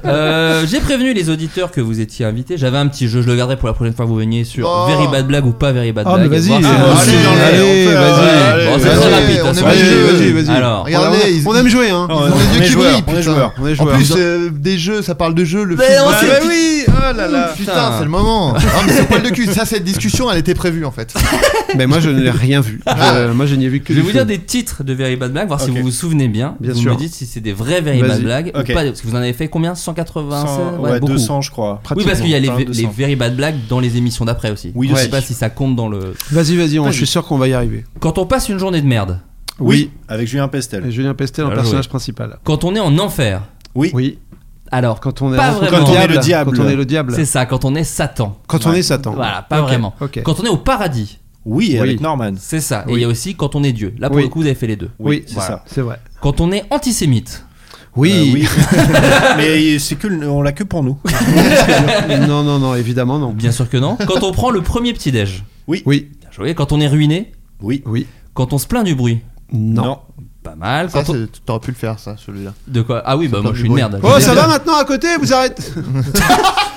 Speaker 5: Euh, J'ai prévenu les auditeurs que vous étiez invités. J'avais un petit jeu, je le garderai pour la prochaine fois que vous veniez sur
Speaker 2: Oh.
Speaker 5: Very Bad Blague ou pas Very Bad
Speaker 6: Ah, mais
Speaker 5: Blague.
Speaker 6: vas-y,
Speaker 5: Voir si-
Speaker 6: euh,
Speaker 5: Ah,
Speaker 6: allez,
Speaker 5: si, non,
Speaker 6: allez,
Speaker 5: mais-
Speaker 6: vas-y,
Speaker 2: euh, allez,
Speaker 5: Bon, c'est
Speaker 2: vas-y,
Speaker 5: très rapide. de
Speaker 2: on
Speaker 5: toute
Speaker 2: aime
Speaker 5: façon.
Speaker 2: les jeux,
Speaker 6: vas-y, vas-y.
Speaker 5: Alors,
Speaker 2: Regardez, ils-
Speaker 6: on aime jouer, hein.
Speaker 3: Ah, ouais.
Speaker 2: Ils ont les
Speaker 3: On
Speaker 2: yeux
Speaker 3: est
Speaker 2: qui
Speaker 3: joueurs,
Speaker 2: brillent,
Speaker 3: on est
Speaker 2: putain.
Speaker 3: joueurs,
Speaker 6: on est
Speaker 2: En
Speaker 6: joueurs.
Speaker 2: plus, euh, des jeux, ça parle de jeux, le
Speaker 5: Mais
Speaker 2: film.
Speaker 5: on
Speaker 2: Ah,
Speaker 5: s'est
Speaker 2: bah
Speaker 5: fait-
Speaker 2: oui, oh là là. Putain, c'est le moment. Ah, mais c'est au poil de cul. Ça, cette discussion, elle était prévue en fait.
Speaker 6: Mais moi, je n'ai rien vu. Je- moi, je n'y ai vu
Speaker 5: Ah.
Speaker 6: que.
Speaker 5: Je vais
Speaker 6: du
Speaker 5: vous dire des
Speaker 6: film.
Speaker 5: titres de Very Bad Blague, voir si
Speaker 3: Ok.
Speaker 5: vous vous souvenez bien.
Speaker 6: Bien
Speaker 5: vous
Speaker 6: sûr.
Speaker 5: me dites si c'est des vrais Very
Speaker 6: Vas-y.
Speaker 5: Bad Blagues
Speaker 3: Ok.
Speaker 5: ou pas. Parce que vous en avez fait combien 196
Speaker 3: 100,
Speaker 5: Ouais,
Speaker 3: ouais,
Speaker 5: beaucoup.
Speaker 3: 200, je crois.
Speaker 5: Oui, parce qu'il y a les,
Speaker 3: Enfin, 200.
Speaker 5: les Very Bad Blagues dans les émissions d'après aussi.
Speaker 3: Oui,
Speaker 5: je
Speaker 3: aussi.
Speaker 5: sais pas si ça compte dans le.
Speaker 6: Vas-y, vas-y, on-
Speaker 3: Vas-y.
Speaker 6: je suis sûr qu'on va y arriver.
Speaker 5: Quand on passe une journée de merde,
Speaker 3: Oui, avec Julien Pestel.
Speaker 6: Et Julien Pestel en
Speaker 5: Bien
Speaker 6: personnage
Speaker 5: joué.
Speaker 6: principal.
Speaker 5: quand on est en enfer,
Speaker 3: Oui.
Speaker 6: Oui.
Speaker 5: alors
Speaker 6: Quand on est
Speaker 5: Pas
Speaker 6: rencontre-
Speaker 5: vraiment.
Speaker 6: quand on est
Speaker 3: le diable.
Speaker 6: Quand on est le diable.
Speaker 5: c'est ça, quand on est Satan.
Speaker 6: Quand on est Satan.
Speaker 5: Voilà, pas
Speaker 6: Ok,
Speaker 5: vraiment.
Speaker 6: Ok.
Speaker 5: Quand on est au paradis,
Speaker 3: Oui,
Speaker 6: Oui.
Speaker 3: avec Norman.
Speaker 5: c'est ça. Et
Speaker 6: Oui.
Speaker 5: il y a aussi quand on est Dieu. Là, pour
Speaker 6: Oui.
Speaker 5: le coup, vous avez fait les deux.
Speaker 6: Oui,
Speaker 3: c'est
Speaker 6: voilà.
Speaker 3: ça.
Speaker 6: C'est vrai.
Speaker 5: Quand on est antisémite,
Speaker 3: Euh,
Speaker 6: Oui.
Speaker 3: Mais c'est que le- on l'a que pour nous.
Speaker 6: non, non, non, évidemment non.
Speaker 5: bien sûr que non. Quand on prend le premier petit-déj,
Speaker 6: Oui.
Speaker 5: bien joué. Quand on est ruiné,
Speaker 3: Oui.
Speaker 6: Oui.
Speaker 5: quand on se plaint du bruit,
Speaker 6: Non.
Speaker 5: pas mal.
Speaker 2: Ça,
Speaker 5: Quand on-
Speaker 2: c'est- t'aurais pu le faire, ça, celui-là.
Speaker 5: De quoi Ah oui, bah moi
Speaker 2: pas du
Speaker 5: je suis une
Speaker 2: bruit.
Speaker 5: merde.
Speaker 6: Oh, ça va maintenant à côté Vous arrêtez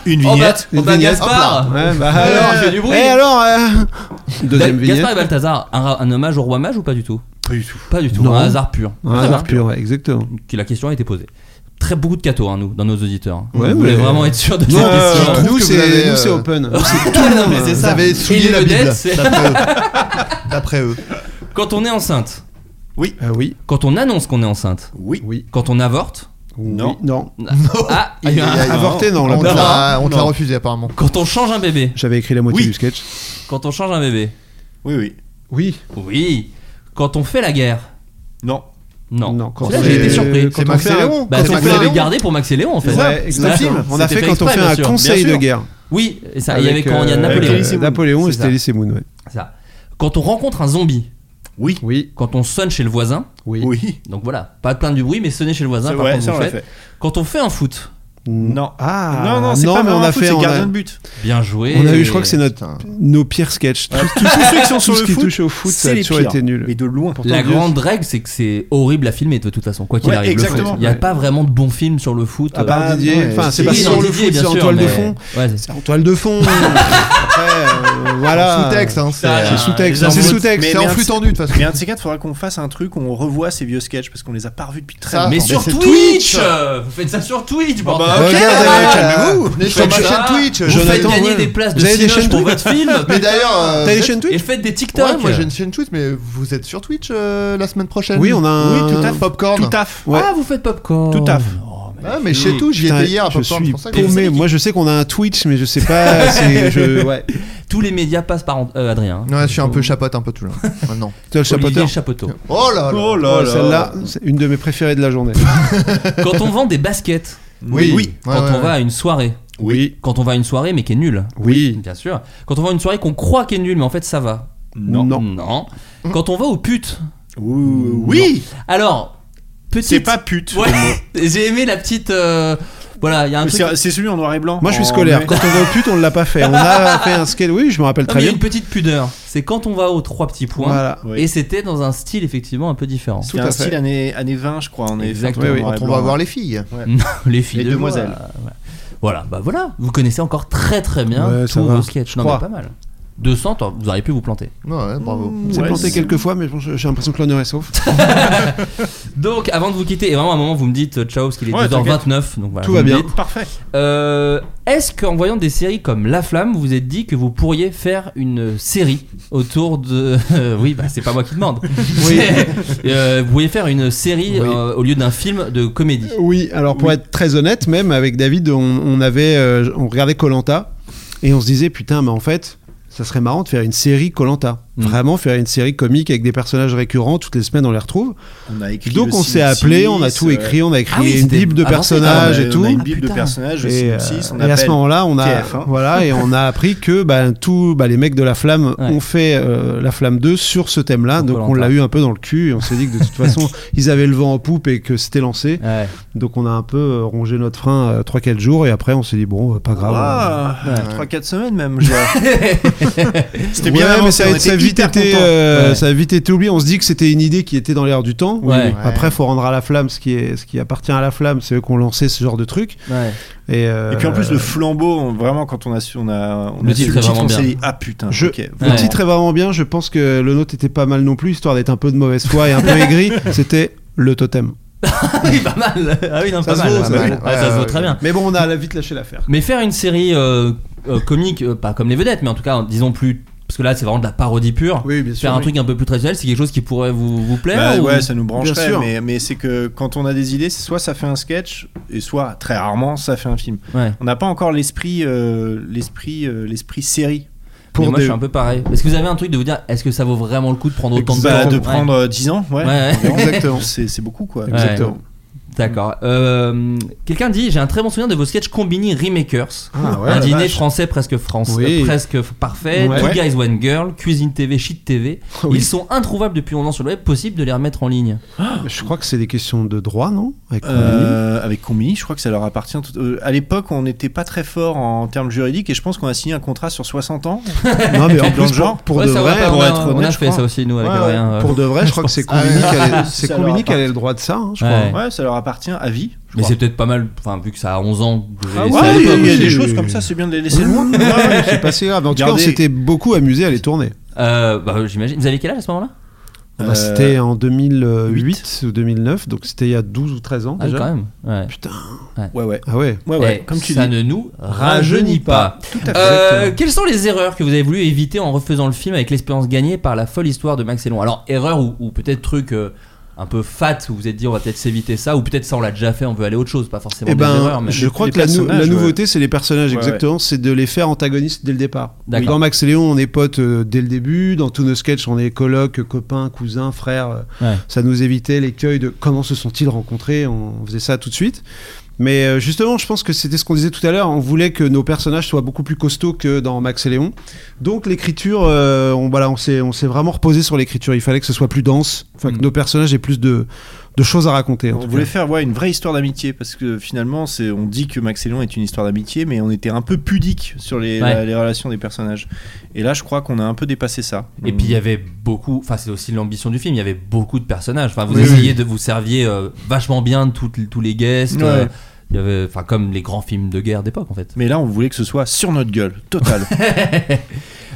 Speaker 3: Une
Speaker 5: Oh bah,
Speaker 3: vignette.
Speaker 5: oh, bah,
Speaker 6: Une vignette.
Speaker 5: Gaspard
Speaker 6: Ouais, bah
Speaker 5: Alors, il fait du bruit.
Speaker 6: Et alors euh, Deuxième
Speaker 5: Ga- Gaspard et
Speaker 6: vignette.
Speaker 5: Balthazar, un, ra- un hommage au roi mage ou pas du tout
Speaker 3: Pas du tout.
Speaker 5: Pas du tout,
Speaker 6: Non.
Speaker 5: un hasard pur.
Speaker 6: Un hasard pur, ouais, exactement.
Speaker 5: Que La question a été posée. Très beaucoup de cathos, hein, nous, dans nos auditeurs. hein.
Speaker 6: Ouais,
Speaker 5: On voulait
Speaker 6: mais-
Speaker 5: vraiment être sûr de
Speaker 6: Non, euh,
Speaker 5: cette question.
Speaker 2: trouve
Speaker 6: nous
Speaker 2: que vous
Speaker 6: c'est
Speaker 2: avez,
Speaker 6: nous, c'est
Speaker 2: euh,
Speaker 6: open. Nous, c'est-
Speaker 5: Non, mais c'est
Speaker 2: Vous
Speaker 5: ça.
Speaker 2: avez souillé
Speaker 5: Et
Speaker 2: la
Speaker 5: les vedettes,
Speaker 2: Bible.
Speaker 5: c'est-
Speaker 2: D'après eux. D'après eux.
Speaker 5: Quand on est enceinte,
Speaker 6: Euh, oui,
Speaker 5: quand on annonce qu'on est enceinte,
Speaker 3: Oui.
Speaker 6: oui.
Speaker 5: quand on avorte,
Speaker 3: Non.
Speaker 6: Oui, non.
Speaker 5: ah, il y a
Speaker 2: Aïe,
Speaker 5: un-
Speaker 2: aïe, aïe.
Speaker 6: Avorté, non.
Speaker 2: On
Speaker 6: là,
Speaker 2: te
Speaker 6: non.
Speaker 2: l'a on te l'a refusé, apparemment.
Speaker 5: quand on change un bébé,
Speaker 6: J'avais écrit la moitié
Speaker 3: Oui.
Speaker 6: du sketch.
Speaker 5: quand on change un bébé,
Speaker 3: Oui, oui.
Speaker 6: Oui.
Speaker 5: oui, quand on fait la guerre,
Speaker 3: Non.
Speaker 5: non.
Speaker 6: quand
Speaker 5: Là,
Speaker 6: on
Speaker 5: j'ai
Speaker 6: fait-
Speaker 5: été surpris.
Speaker 6: quand
Speaker 2: C'est
Speaker 6: on
Speaker 2: Max
Speaker 6: fait un-
Speaker 2: et Léon.
Speaker 5: Bah,
Speaker 2: Quand
Speaker 5: si on
Speaker 2: Max
Speaker 5: peut
Speaker 2: et
Speaker 5: l'avait
Speaker 2: Léon.
Speaker 5: gardé pour Max et Léon en fait.
Speaker 6: C'est
Speaker 3: Ouais,
Speaker 6: ça, exactement.
Speaker 5: Là,
Speaker 6: On a
Speaker 5: c'était
Speaker 6: fait quand on
Speaker 5: exprès,
Speaker 6: fait
Speaker 5: bien
Speaker 6: un
Speaker 5: sûr.
Speaker 6: conseil
Speaker 3: Bien
Speaker 6: de
Speaker 3: sûr.
Speaker 6: guerre.
Speaker 5: Oui, et ça, il y avait
Speaker 6: Avec,
Speaker 5: quand il y a
Speaker 6: euh,
Speaker 5: Napoléon.
Speaker 6: avec, euh, Napoléon et
Speaker 5: C'est ça.
Speaker 6: Stélie Semoun, ouais.
Speaker 5: C'est ça. Quand on rencontre un zombie,
Speaker 3: Oui.
Speaker 6: Oui,
Speaker 5: quand on sonne chez le voisin,
Speaker 6: oui.
Speaker 3: Oui.
Speaker 5: donc voilà, pas de plaindre du bruit, mais sonner chez le voisin,
Speaker 3: C'est-
Speaker 5: par
Speaker 3: ouais,
Speaker 5: contre,
Speaker 3: ça
Speaker 5: vous
Speaker 3: on l'a
Speaker 5: faites.
Speaker 3: fait.
Speaker 5: Quand on fait un foot,
Speaker 3: Non.
Speaker 6: Ah,
Speaker 3: non, non, c'est pas
Speaker 6: mais on a fait.
Speaker 3: C'est
Speaker 6: on,
Speaker 3: gardien
Speaker 6: a,
Speaker 3: de but.
Speaker 5: bien joué.
Speaker 6: on a eu, je crois que c'est notre,
Speaker 2: Putain.
Speaker 6: nos pires sketchs. Tout,
Speaker 3: Tous ceux qui sont
Speaker 6: tout
Speaker 3: sur
Speaker 6: ce
Speaker 3: le
Speaker 6: qui
Speaker 3: foot,
Speaker 6: touche au foot, ça
Speaker 3: c'est
Speaker 6: a
Speaker 3: les
Speaker 6: toujours
Speaker 3: pires.
Speaker 6: été nul.
Speaker 3: Mais de loin. Pourtant,
Speaker 5: La
Speaker 3: Dieu-
Speaker 5: grande règle, c'est que c'est horrible à filmer de toute façon, quoi qu'il
Speaker 3: Ouais,
Speaker 5: arrive. le foot.
Speaker 3: exactement.
Speaker 5: Il n'y a
Speaker 6: Ouais.
Speaker 5: pas vraiment de bons films sur le foot. Euh,
Speaker 6: À part
Speaker 3: bah,
Speaker 6: Didier,
Speaker 3: non,
Speaker 6: enfin,
Speaker 3: ouais,
Speaker 6: c'est
Speaker 3: si,
Speaker 6: pas
Speaker 5: Oui,
Speaker 6: sur
Speaker 5: non,
Speaker 6: le
Speaker 5: Didier,
Speaker 6: foot,
Speaker 5: bien
Speaker 6: c'est en
Speaker 5: sûr,
Speaker 6: toile de
Speaker 5: mais-
Speaker 6: fond.
Speaker 5: Ouais, c'est-
Speaker 6: C'est en toile de fond. Après, euh, voilà.
Speaker 2: Sous-texte, hein.
Speaker 6: C'est
Speaker 2: C'est
Speaker 6: sous-texte.
Speaker 3: Ah,
Speaker 6: C'est
Speaker 3: mais-
Speaker 6: sous-texte.
Speaker 2: c'est
Speaker 3: mais
Speaker 2: en
Speaker 3: un-
Speaker 2: flux tendu, de toute façon.
Speaker 3: Mais un de ces quatre, faudra qu'on fasse un truc où on revoit ces vieux sketchs parce qu'on les a pas revus depuis très
Speaker 2: Ça,
Speaker 5: Mais
Speaker 2: Attends,
Speaker 5: sur
Speaker 2: mais c'est
Speaker 5: Twitch
Speaker 2: Twitch.
Speaker 5: euh, Vous faites ça sur Twitch, bordel.
Speaker 3: bah, ok,
Speaker 2: Regarde,
Speaker 3: bah,
Speaker 2: euh,
Speaker 3: calmez-vous.
Speaker 2: Venez sur ma
Speaker 5: Faites ça.
Speaker 2: chaîne Twitch.
Speaker 5: Vous
Speaker 2: je-
Speaker 5: faites
Speaker 6: Jonathan,
Speaker 5: gagner
Speaker 6: ouais.
Speaker 5: des places de
Speaker 6: Vous avez des
Speaker 5: cinoche
Speaker 6: chaînes
Speaker 5: pour
Speaker 6: Twitch
Speaker 5: votre film.
Speaker 2: Mais d'ailleurs, euh,
Speaker 6: T'as les
Speaker 2: vous
Speaker 6: chaînes
Speaker 5: Et
Speaker 6: Twitch
Speaker 5: faites des
Speaker 2: êtes-
Speaker 5: TikTok.
Speaker 2: Ouais, moi j'ai une chaîne Twitch, mais vous êtes sur Twitch euh, la semaine prochaine
Speaker 6: Oui, on a un-
Speaker 2: Oui, tout à fait.
Speaker 3: Tout
Speaker 2: Popcorn.
Speaker 3: taf.
Speaker 6: Ouais.
Speaker 5: Ah, vous faites popcorn.
Speaker 3: Tout à fait.
Speaker 5: Oh, mais-
Speaker 2: Ah, mais chez tout, j'y
Speaker 6: Putain,
Speaker 2: étais hier à
Speaker 6: je
Speaker 2: Popcorn.
Speaker 6: suis
Speaker 2: c'est pour ça que-
Speaker 6: paumé. Moi, je sais qu'on a un Twitch, mais je sais pas. c'est- je- Ouais.
Speaker 5: Tous les médias passent par Ant- euh, Adrien. hein.
Speaker 2: Ouais, je suis un peu chapote un peu tout là. Maintenant.
Speaker 6: Tu as le
Speaker 5: Olivier
Speaker 6: chapeauteur.
Speaker 5: Chapoteau.
Speaker 2: Oh là là.
Speaker 3: Oh
Speaker 6: Oh,
Speaker 3: là là.
Speaker 6: Celle-là, c'est une de mes préférées de la journée.
Speaker 5: Quand on vend des baskets.
Speaker 2: Oui.
Speaker 3: Oui.
Speaker 2: Ouais,
Speaker 5: quand
Speaker 2: ouais,
Speaker 5: on
Speaker 2: ouais.
Speaker 5: va à une soirée.
Speaker 6: Oui.
Speaker 5: Quand on va à une soirée mais qui est nulle.
Speaker 6: Oui.
Speaker 5: Bien sûr. Quand on va à une soirée qu'on croit qui est nulle mais en fait ça va.
Speaker 6: Non.
Speaker 5: Non. Quand on va aux putes.
Speaker 3: Ouh, Oui.
Speaker 5: Alors, petite.
Speaker 3: C'est pas pute.
Speaker 5: Ouais. J'ai aimé la petite. euh, Voilà, il y a un
Speaker 3: Mais
Speaker 5: truc.
Speaker 3: C'est c'est celui en noir et blanc. Oh,
Speaker 6: Moi, je suis
Speaker 3: En-
Speaker 6: scolaire.
Speaker 3: ouais.
Speaker 6: Quand on va au pute, on l'a pas fait. On a fait un skate. Oui, je me rappelle
Speaker 5: Non,
Speaker 6: très
Speaker 5: mais il y a
Speaker 6: bien.
Speaker 5: une petite pudeur. C'est quand on va aux trois petits points.
Speaker 6: Voilà.
Speaker 3: Oui.
Speaker 5: Et c'était dans un style effectivement un peu différent.
Speaker 3: C'est
Speaker 6: Tout
Speaker 3: un
Speaker 6: à fait.
Speaker 3: style années, années 20, je crois. On est
Speaker 5: Exactement.
Speaker 2: Oui,
Speaker 3: en
Speaker 2: oui,
Speaker 3: noir et
Speaker 2: quand on
Speaker 3: blanc,
Speaker 2: va voir
Speaker 3: ouais.
Speaker 2: les filles.
Speaker 5: Les filles
Speaker 3: Les
Speaker 5: de
Speaker 3: demoiselles.
Speaker 5: moi, euh, ouais. Voilà, bah voilà. Vous connaissez encore très très bien
Speaker 6: Ouais,
Speaker 5: tous
Speaker 6: ça va.
Speaker 5: vos sketchs. Non, mais
Speaker 6: crois.
Speaker 5: pas mal. 200, t'en- vous auriez pu vous planter.
Speaker 2: Ouais, bravo.
Speaker 6: On s'est
Speaker 3: Ouais,
Speaker 6: planté
Speaker 3: c'est-
Speaker 6: quelques fois, mais bon, je- j'ai l'impression que l'honneur est sauf.
Speaker 5: Donc, avant de vous quitter, et vraiment à un moment, vous me dites euh, ciao parce qu'il est
Speaker 3: Ouais,
Speaker 5: 2h29. Donc voilà,
Speaker 6: Tout
Speaker 5: vous
Speaker 6: va
Speaker 5: me
Speaker 6: bien.
Speaker 5: dites.
Speaker 3: Parfait.
Speaker 5: Euh, Est-ce qu'en voyant des séries comme La Flamme, vous vous êtes dit que vous pourriez faire une série autour de. Euh, oui, bah c'est pas moi qui demande. C'est- euh, vous pourriez faire une série
Speaker 6: Oui.
Speaker 5: euh, au lieu d'un film de comédie.
Speaker 6: Oui, alors pour être très honnête, même avec David, on, on avait, euh, on regardait Colanta et on se disait putain, mais en fait, ça serait marrant de faire une série Colanta.
Speaker 5: Mm.
Speaker 6: Vraiment faire une série comique avec des personnages récurrents toutes les semaines, on les retrouve.
Speaker 3: On a écrit
Speaker 6: Donc
Speaker 3: le
Speaker 6: on s'est
Speaker 3: synopsis,
Speaker 6: appelé, on a tout
Speaker 3: euh,
Speaker 6: écrit, on a écrit
Speaker 5: Ah oui,
Speaker 6: une
Speaker 5: c'était
Speaker 6: bible de
Speaker 5: avancé,
Speaker 6: personnages
Speaker 3: Ah, on a-
Speaker 6: et ah, tout.
Speaker 3: On a une bible de
Speaker 5: Putain.
Speaker 3: personnages, le
Speaker 6: Et, euh,
Speaker 3: synopsis, on
Speaker 6: et à ce
Speaker 3: appelle- hein.
Speaker 6: moment-là, on a
Speaker 3: TF1.
Speaker 6: voilà et on a appris que bah, tout, bah, les mecs de la flamme
Speaker 5: Ouais.
Speaker 6: ont fait euh, la flamme 2 sur ce thème-là,
Speaker 5: Sur
Speaker 6: donc on
Speaker 5: Koh-Lanta.
Speaker 6: l'a eu un peu dans le cul. Et on s'est dit que de toute façon, ils avaient le vent en poupe et que c'était lancé.
Speaker 5: Ouais.
Speaker 6: Donc on a un peu euh, rongé notre frein 3-4 jours et après on s'est dit bon, euh, pas grave.
Speaker 3: Ah,
Speaker 5: Ouais.
Speaker 3: 3-4 semaines même. j'ai- C'était bien
Speaker 6: Ouais,
Speaker 3: avancé,
Speaker 6: mais ça,
Speaker 3: on
Speaker 6: a- ça a
Speaker 3: était
Speaker 6: vite
Speaker 3: hyper
Speaker 6: été,
Speaker 3: contents.
Speaker 6: euh,
Speaker 5: Ouais.
Speaker 6: ça a vite été oublié. On se dit que c'était une idée qui était dans l'air du temps.
Speaker 5: Ouais. Ouais.
Speaker 6: Après, faut rendre à la flamme ce qui est, ce qui appartient à la flamme. C'est eux qui ont lancé ce genre de truc.
Speaker 5: Ouais.
Speaker 6: Et, euh,
Speaker 3: Et puis en plus, le flambeau, on- vraiment, quand on a su, on a, on
Speaker 5: Le
Speaker 3: a su
Speaker 5: titre est vraiment
Speaker 3: on
Speaker 5: bien.
Speaker 3: s'est dit Ah putain,
Speaker 6: Je-
Speaker 3: ok.
Speaker 6: le
Speaker 5: Ouais.
Speaker 6: titre est vraiment bien. Je pense que le nôtre était pas mal non plus, histoire d'être un peu de mauvaise foi et un peu aigri. C'était le totem.
Speaker 5: Ah oui, pas mal. Ah oui, non,
Speaker 6: Ça
Speaker 5: pas
Speaker 6: se
Speaker 5: mal.
Speaker 6: vaut,
Speaker 5: pas
Speaker 6: ça se
Speaker 5: mal.
Speaker 6: vaut.
Speaker 5: Ah, ça se vaut très bien.
Speaker 6: Mais bon, on a vite lâché l'affaire.
Speaker 5: Mais faire une série euh, euh, comique, euh, pas comme les vedettes, mais en tout cas, disons plus. Parce que là, c'est vraiment de la parodie pure.
Speaker 6: Oui, bien sûr.
Speaker 5: faire un
Speaker 6: oui.
Speaker 5: truc un peu plus traditionnel, c'est quelque chose qui pourrait vous, vous plaire
Speaker 3: Bah,
Speaker 5: ou-
Speaker 3: Ouais, ça nous
Speaker 6: Bien
Speaker 3: brancherait,
Speaker 6: sûr.
Speaker 3: mais, mais c'est que quand on a des idées, soit ça fait un sketch, et soit très rarement ça fait un film.
Speaker 5: Ouais.
Speaker 3: On n'a pas encore l'esprit, euh, l'esprit, euh, l'esprit série.
Speaker 5: Mais moi,
Speaker 3: des-
Speaker 5: je suis un peu pareil. Est-ce que vous avez un truc de vous dire, est-ce que ça vaut vraiment le coup de prendre autant de
Speaker 3: bah,
Speaker 5: temps
Speaker 3: de
Speaker 5: Ouais.
Speaker 3: prendre euh, 10 ans, ouais.
Speaker 5: Ouais, ouais.
Speaker 3: environ.
Speaker 6: Exactement.
Speaker 3: C'est c'est beaucoup, quoi.
Speaker 5: Ouais. D'accord. Euh, Quelqu'un dit, j'ai un très bon souvenir de vos sketchs combini remakers.
Speaker 6: Ah, ouais,
Speaker 5: un
Speaker 6: la
Speaker 5: dîner
Speaker 6: vache.
Speaker 5: français presque français,
Speaker 6: Oui.
Speaker 5: presque f- parfait.
Speaker 6: Ouais.
Speaker 5: Two
Speaker 6: Ouais.
Speaker 5: Guys One Girl, Cuisine TV, Shit TV.
Speaker 6: Oui.
Speaker 5: Ils sont introuvables depuis longtemps sur le web. Possible de les remettre en ligne.
Speaker 6: Je crois que c'est des questions de droit, non Avec Combini.
Speaker 3: Euh, avec Combini, je crois que ça leur appartient. tout- euh, à l'époque, on n'était pas très fort en termes juridiques et je pense qu'on a signé un contrat sur 60 ans.
Speaker 6: Non, mais
Speaker 3: Dans
Speaker 6: en
Speaker 3: le
Speaker 6: plus,
Speaker 3: genre.
Speaker 6: pour, pour
Speaker 5: Ouais,
Speaker 6: de
Speaker 5: ça, on
Speaker 6: vrai,
Speaker 5: a pas-
Speaker 3: pour
Speaker 5: on a-
Speaker 3: être
Speaker 5: on a
Speaker 3: honnête, je
Speaker 5: fait
Speaker 3: crois.
Speaker 5: ça aussi nous avec
Speaker 3: Ouais, ouais,
Speaker 5: Adrien. euh,
Speaker 6: pour de vrai, je crois que c'est Combini qui a- c'est
Speaker 3: Ça
Speaker 6: Combini
Speaker 3: leur
Speaker 6: qui a le droit de ça, hein, je crois.
Speaker 5: Ouais.
Speaker 3: Ouais, ça leur appartient à vie. je
Speaker 5: Mais
Speaker 3: crois.
Speaker 5: c'est peut-être pas mal, enfin vu que ça a 11 ans. vous
Speaker 3: Ah
Speaker 5: avez
Speaker 3: ouais,
Speaker 5: laissé à
Speaker 3: il y a-
Speaker 5: l'époque.
Speaker 3: il y a
Speaker 6: aussi.
Speaker 3: des choses comme ça, c'est bien de les laisser loin. Ouais, ouais.
Speaker 6: C'est pas si grave. En tout cas, on
Speaker 3: Regardez.
Speaker 6: s'était beaucoup amusé à les tourner.
Speaker 5: Euh, bah, J'imagine. Vous avez quel âge à ce moment-là
Speaker 6: Ah
Speaker 3: Euh,
Speaker 6: bah, c'était en 2008 ou 2009, donc c'était il y a 12 ou 13 ans
Speaker 5: Ah,
Speaker 6: déjà.
Speaker 5: quand même. Ouais.
Speaker 6: Putain.
Speaker 3: Ouais, ouais.
Speaker 6: Ah ouais.
Speaker 3: Ouais, ouais,
Speaker 5: Eh,
Speaker 3: comme tu
Speaker 5: ça
Speaker 3: dis.
Speaker 5: ne nous rajeunit pas.
Speaker 3: Tout à fait.
Speaker 5: Euh,
Speaker 3: Exactement.
Speaker 5: quelles sont les erreurs que vous avez voulu éviter en refaisant le film avec l'expérience gagnée par la folle histoire de Max Elon Alors, erreur ou, ou peut-être truc euh, un peu fat où vous vous êtes dit on va peut-être s'éviter ça, ou peut-être ça on l'a déjà fait, on veut aller à autre chose, pas forcément
Speaker 6: Eh
Speaker 5: des
Speaker 6: ben,
Speaker 5: erreurs. Mais...
Speaker 6: je crois
Speaker 3: les
Speaker 6: que la, nou- la
Speaker 3: personnages, ouais.
Speaker 6: nouveauté, c'est les personnages,
Speaker 3: Ouais,
Speaker 6: exactement. C'est de les faire antagonistes dès le départ.
Speaker 5: D'accord.
Speaker 6: Dans Max et Léon, on est potes euh, dès le début. Dans tous nos sketchs, on est colocs, copains, cousins, frères. Euh,
Speaker 5: Ouais.
Speaker 6: Ça nous évitait l'écueil de comment se sont-ils rencontrés. On faisait ça tout de suite. Mais euh, justement, je pense que c'était ce qu'on disait tout à l'heure. On voulait que nos personnages soient beaucoup plus costauds que dans Max et Léon. Donc l'écriture, euh, on, voilà, on s'est on s'est vraiment reposé sur l'écriture. Il fallait que ce soit plus dense, enfin
Speaker 5: Mm.
Speaker 6: que nos personnages aient plus de, de choses à raconter. en
Speaker 3: On
Speaker 6: tout
Speaker 3: voulait
Speaker 6: cas.
Speaker 3: faire ouais, une vraie histoire d'amitié parce que finalement, c'est, on dit que Max et Léon est une histoire d'amitié, mais on était un peu pudique sur les,
Speaker 5: Ouais.
Speaker 3: la- les relations des personnages. Et là, je crois qu'on a un peu dépassé ça.
Speaker 5: Et
Speaker 3: On-
Speaker 5: puis il y avait beaucoup, enfin c'est aussi l'ambition du film, il y avait beaucoup de personnages. Enfin vous
Speaker 6: Oui,
Speaker 5: essayez de vous serviez euh, vachement bien de toutes- tous les guests.
Speaker 3: Ouais.
Speaker 5: euh, il y avait, enfin comme les grands films de guerre d'époque en fait.
Speaker 3: Mais là, on voulait que ce soit sur notre gueule, total.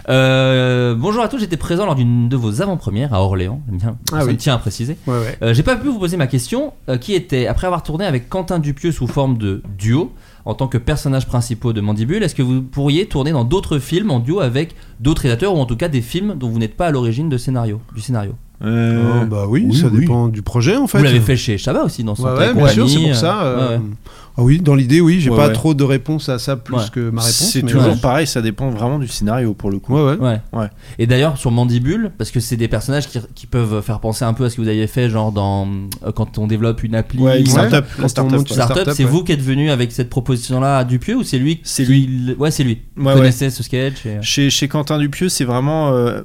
Speaker 5: Euh, bonjour à tous, j'étais présent lors d'une de vos avant-premières à Orléans. J'aime bien-
Speaker 6: Ah
Speaker 5: ça me
Speaker 6: oui.
Speaker 5: tient à préciser.
Speaker 6: Ouais, ouais.
Speaker 5: Euh, J'ai pas pu vous poser ma question, euh, qui était après avoir tourné avec Quentin Dupieux sous forme de duo en tant que personnages principaux de Mandibule, est-ce que vous pourriez tourner dans d'autres films en duo avec d'autres réalisateurs ou en tout cas des films dont vous n'êtes pas à l'origine de scénario, du scénario
Speaker 3: Euh,
Speaker 6: Oh, bah oui,
Speaker 3: oui,
Speaker 6: ça
Speaker 3: oui.
Speaker 6: dépend du projet en fait.
Speaker 5: Vous l'avez fait chez Chabat aussi dans son
Speaker 6: Ouais, ouais, bien sûr, c'est pour ça. euh, Ah oui, dans l'idée, oui, j'ai
Speaker 3: Ouais,
Speaker 6: pas
Speaker 3: ouais.
Speaker 6: trop de réponse à ça plus
Speaker 5: Ouais.
Speaker 6: que ma réponse.
Speaker 3: c'est
Speaker 6: mais
Speaker 3: toujours
Speaker 6: ouais.
Speaker 3: pareil, ça dépend vraiment du scénario pour le coup.
Speaker 6: Ouais, ouais.
Speaker 5: Ouais.
Speaker 3: Ouais.
Speaker 5: Et d'ailleurs, sur Mandibule, parce que c'est des personnages qui, qui peuvent faire penser un peu à ce que vous aviez fait, genre dans euh, quand on développe une appli,
Speaker 3: Ouais,
Speaker 5: une
Speaker 3: exact.
Speaker 5: start-up.
Speaker 3: Startup, la
Speaker 6: Quand
Speaker 3: startup,
Speaker 6: on monte
Speaker 3: ouais.
Speaker 6: une
Speaker 5: Startup, c'est
Speaker 6: ouais.
Speaker 5: vous qui êtes venu avec cette proposition-là à Dupieux ou c'est lui
Speaker 3: C'est
Speaker 5: qui- Ouais, c'est lui.
Speaker 3: Ouais,
Speaker 5: Vous connaissez ce sketch et-
Speaker 3: Chez, chez Quentin Dupieux, c'est vraiment. euh,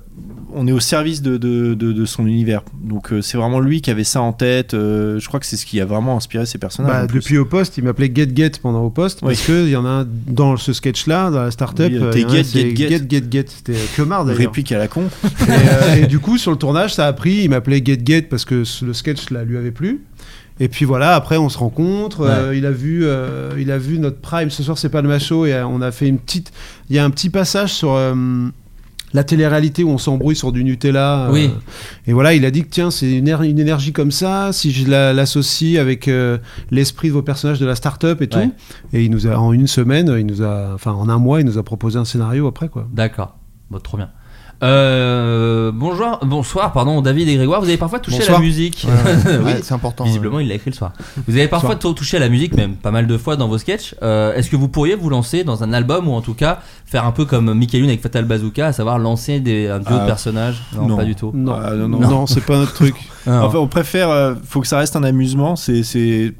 Speaker 3: on est au service de, de, de- de son univers. Donc euh, c'est vraiment lui qui avait ça en tête. euh, je crois que c'est ce qui a vraiment inspiré ses personnages.
Speaker 6: Bah,
Speaker 3: en plus.
Speaker 6: depuis au poste, il m'appelait Get Get pendant au poste parce que il y en a un dans ce sketch là, dans la startup.
Speaker 3: Oui,
Speaker 6: up
Speaker 3: euh, t'es Get, Get, Get.
Speaker 6: Get Get Get. C'était euh, que marre d'ailleurs.
Speaker 3: réplique à la con.
Speaker 6: et, euh, et du coup, sur le tournage, ça a pris. Il m'appelait Get Get parce que ce- le sketch là lui avait plu. Et puis voilà, après on se rencontre. euh, il a vu, euh, il a vu notre prime. Ce soir, c'est pas le macho et euh, on a fait une petite. Il y a un petit passage sur. euh, la télé-réalité où on s'embrouille sur du Nutella. euh,
Speaker 5: Oui.
Speaker 6: et voilà, il a dit que tiens, c'est une, éner- une énergie comme ça, si je la- l'associe avec euh, l'esprit de vos personnages de la start-up et tout.
Speaker 3: Ouais.
Speaker 6: Et il nous a, en une semaine, il nous a, enfin en un mois, il nous a proposé un scénario après quoi.
Speaker 5: D'accord. Bon, trop bien. Euh, bonjour, bonsoir, pardon, David et Grégoire. Vous avez parfois touché à
Speaker 2: Bonsoir.
Speaker 5: la musique.
Speaker 2: Ouais, euh.
Speaker 5: oui.
Speaker 2: ouais, c'est important.
Speaker 5: Visiblement, il l'a écrit le soir. Vous avez parfois tôt touché à la musique, même pas mal de fois dans vos sketchs. Euh, Est-ce que vous pourriez vous lancer dans un album ou en tout cas faire un peu comme Mickey Youn avec Fatal Bazooka, à savoir lancer des, un duo
Speaker 3: Ah,
Speaker 5: de personnages non,
Speaker 3: non.
Speaker 5: pas du tout.
Speaker 6: Non,
Speaker 3: Ah, non,
Speaker 6: non,
Speaker 3: non.
Speaker 6: c'est pas notre truc.
Speaker 5: Ah, non.
Speaker 3: Enfin, on préfère. euh, faut que ça reste un amusement. C'est, c'est,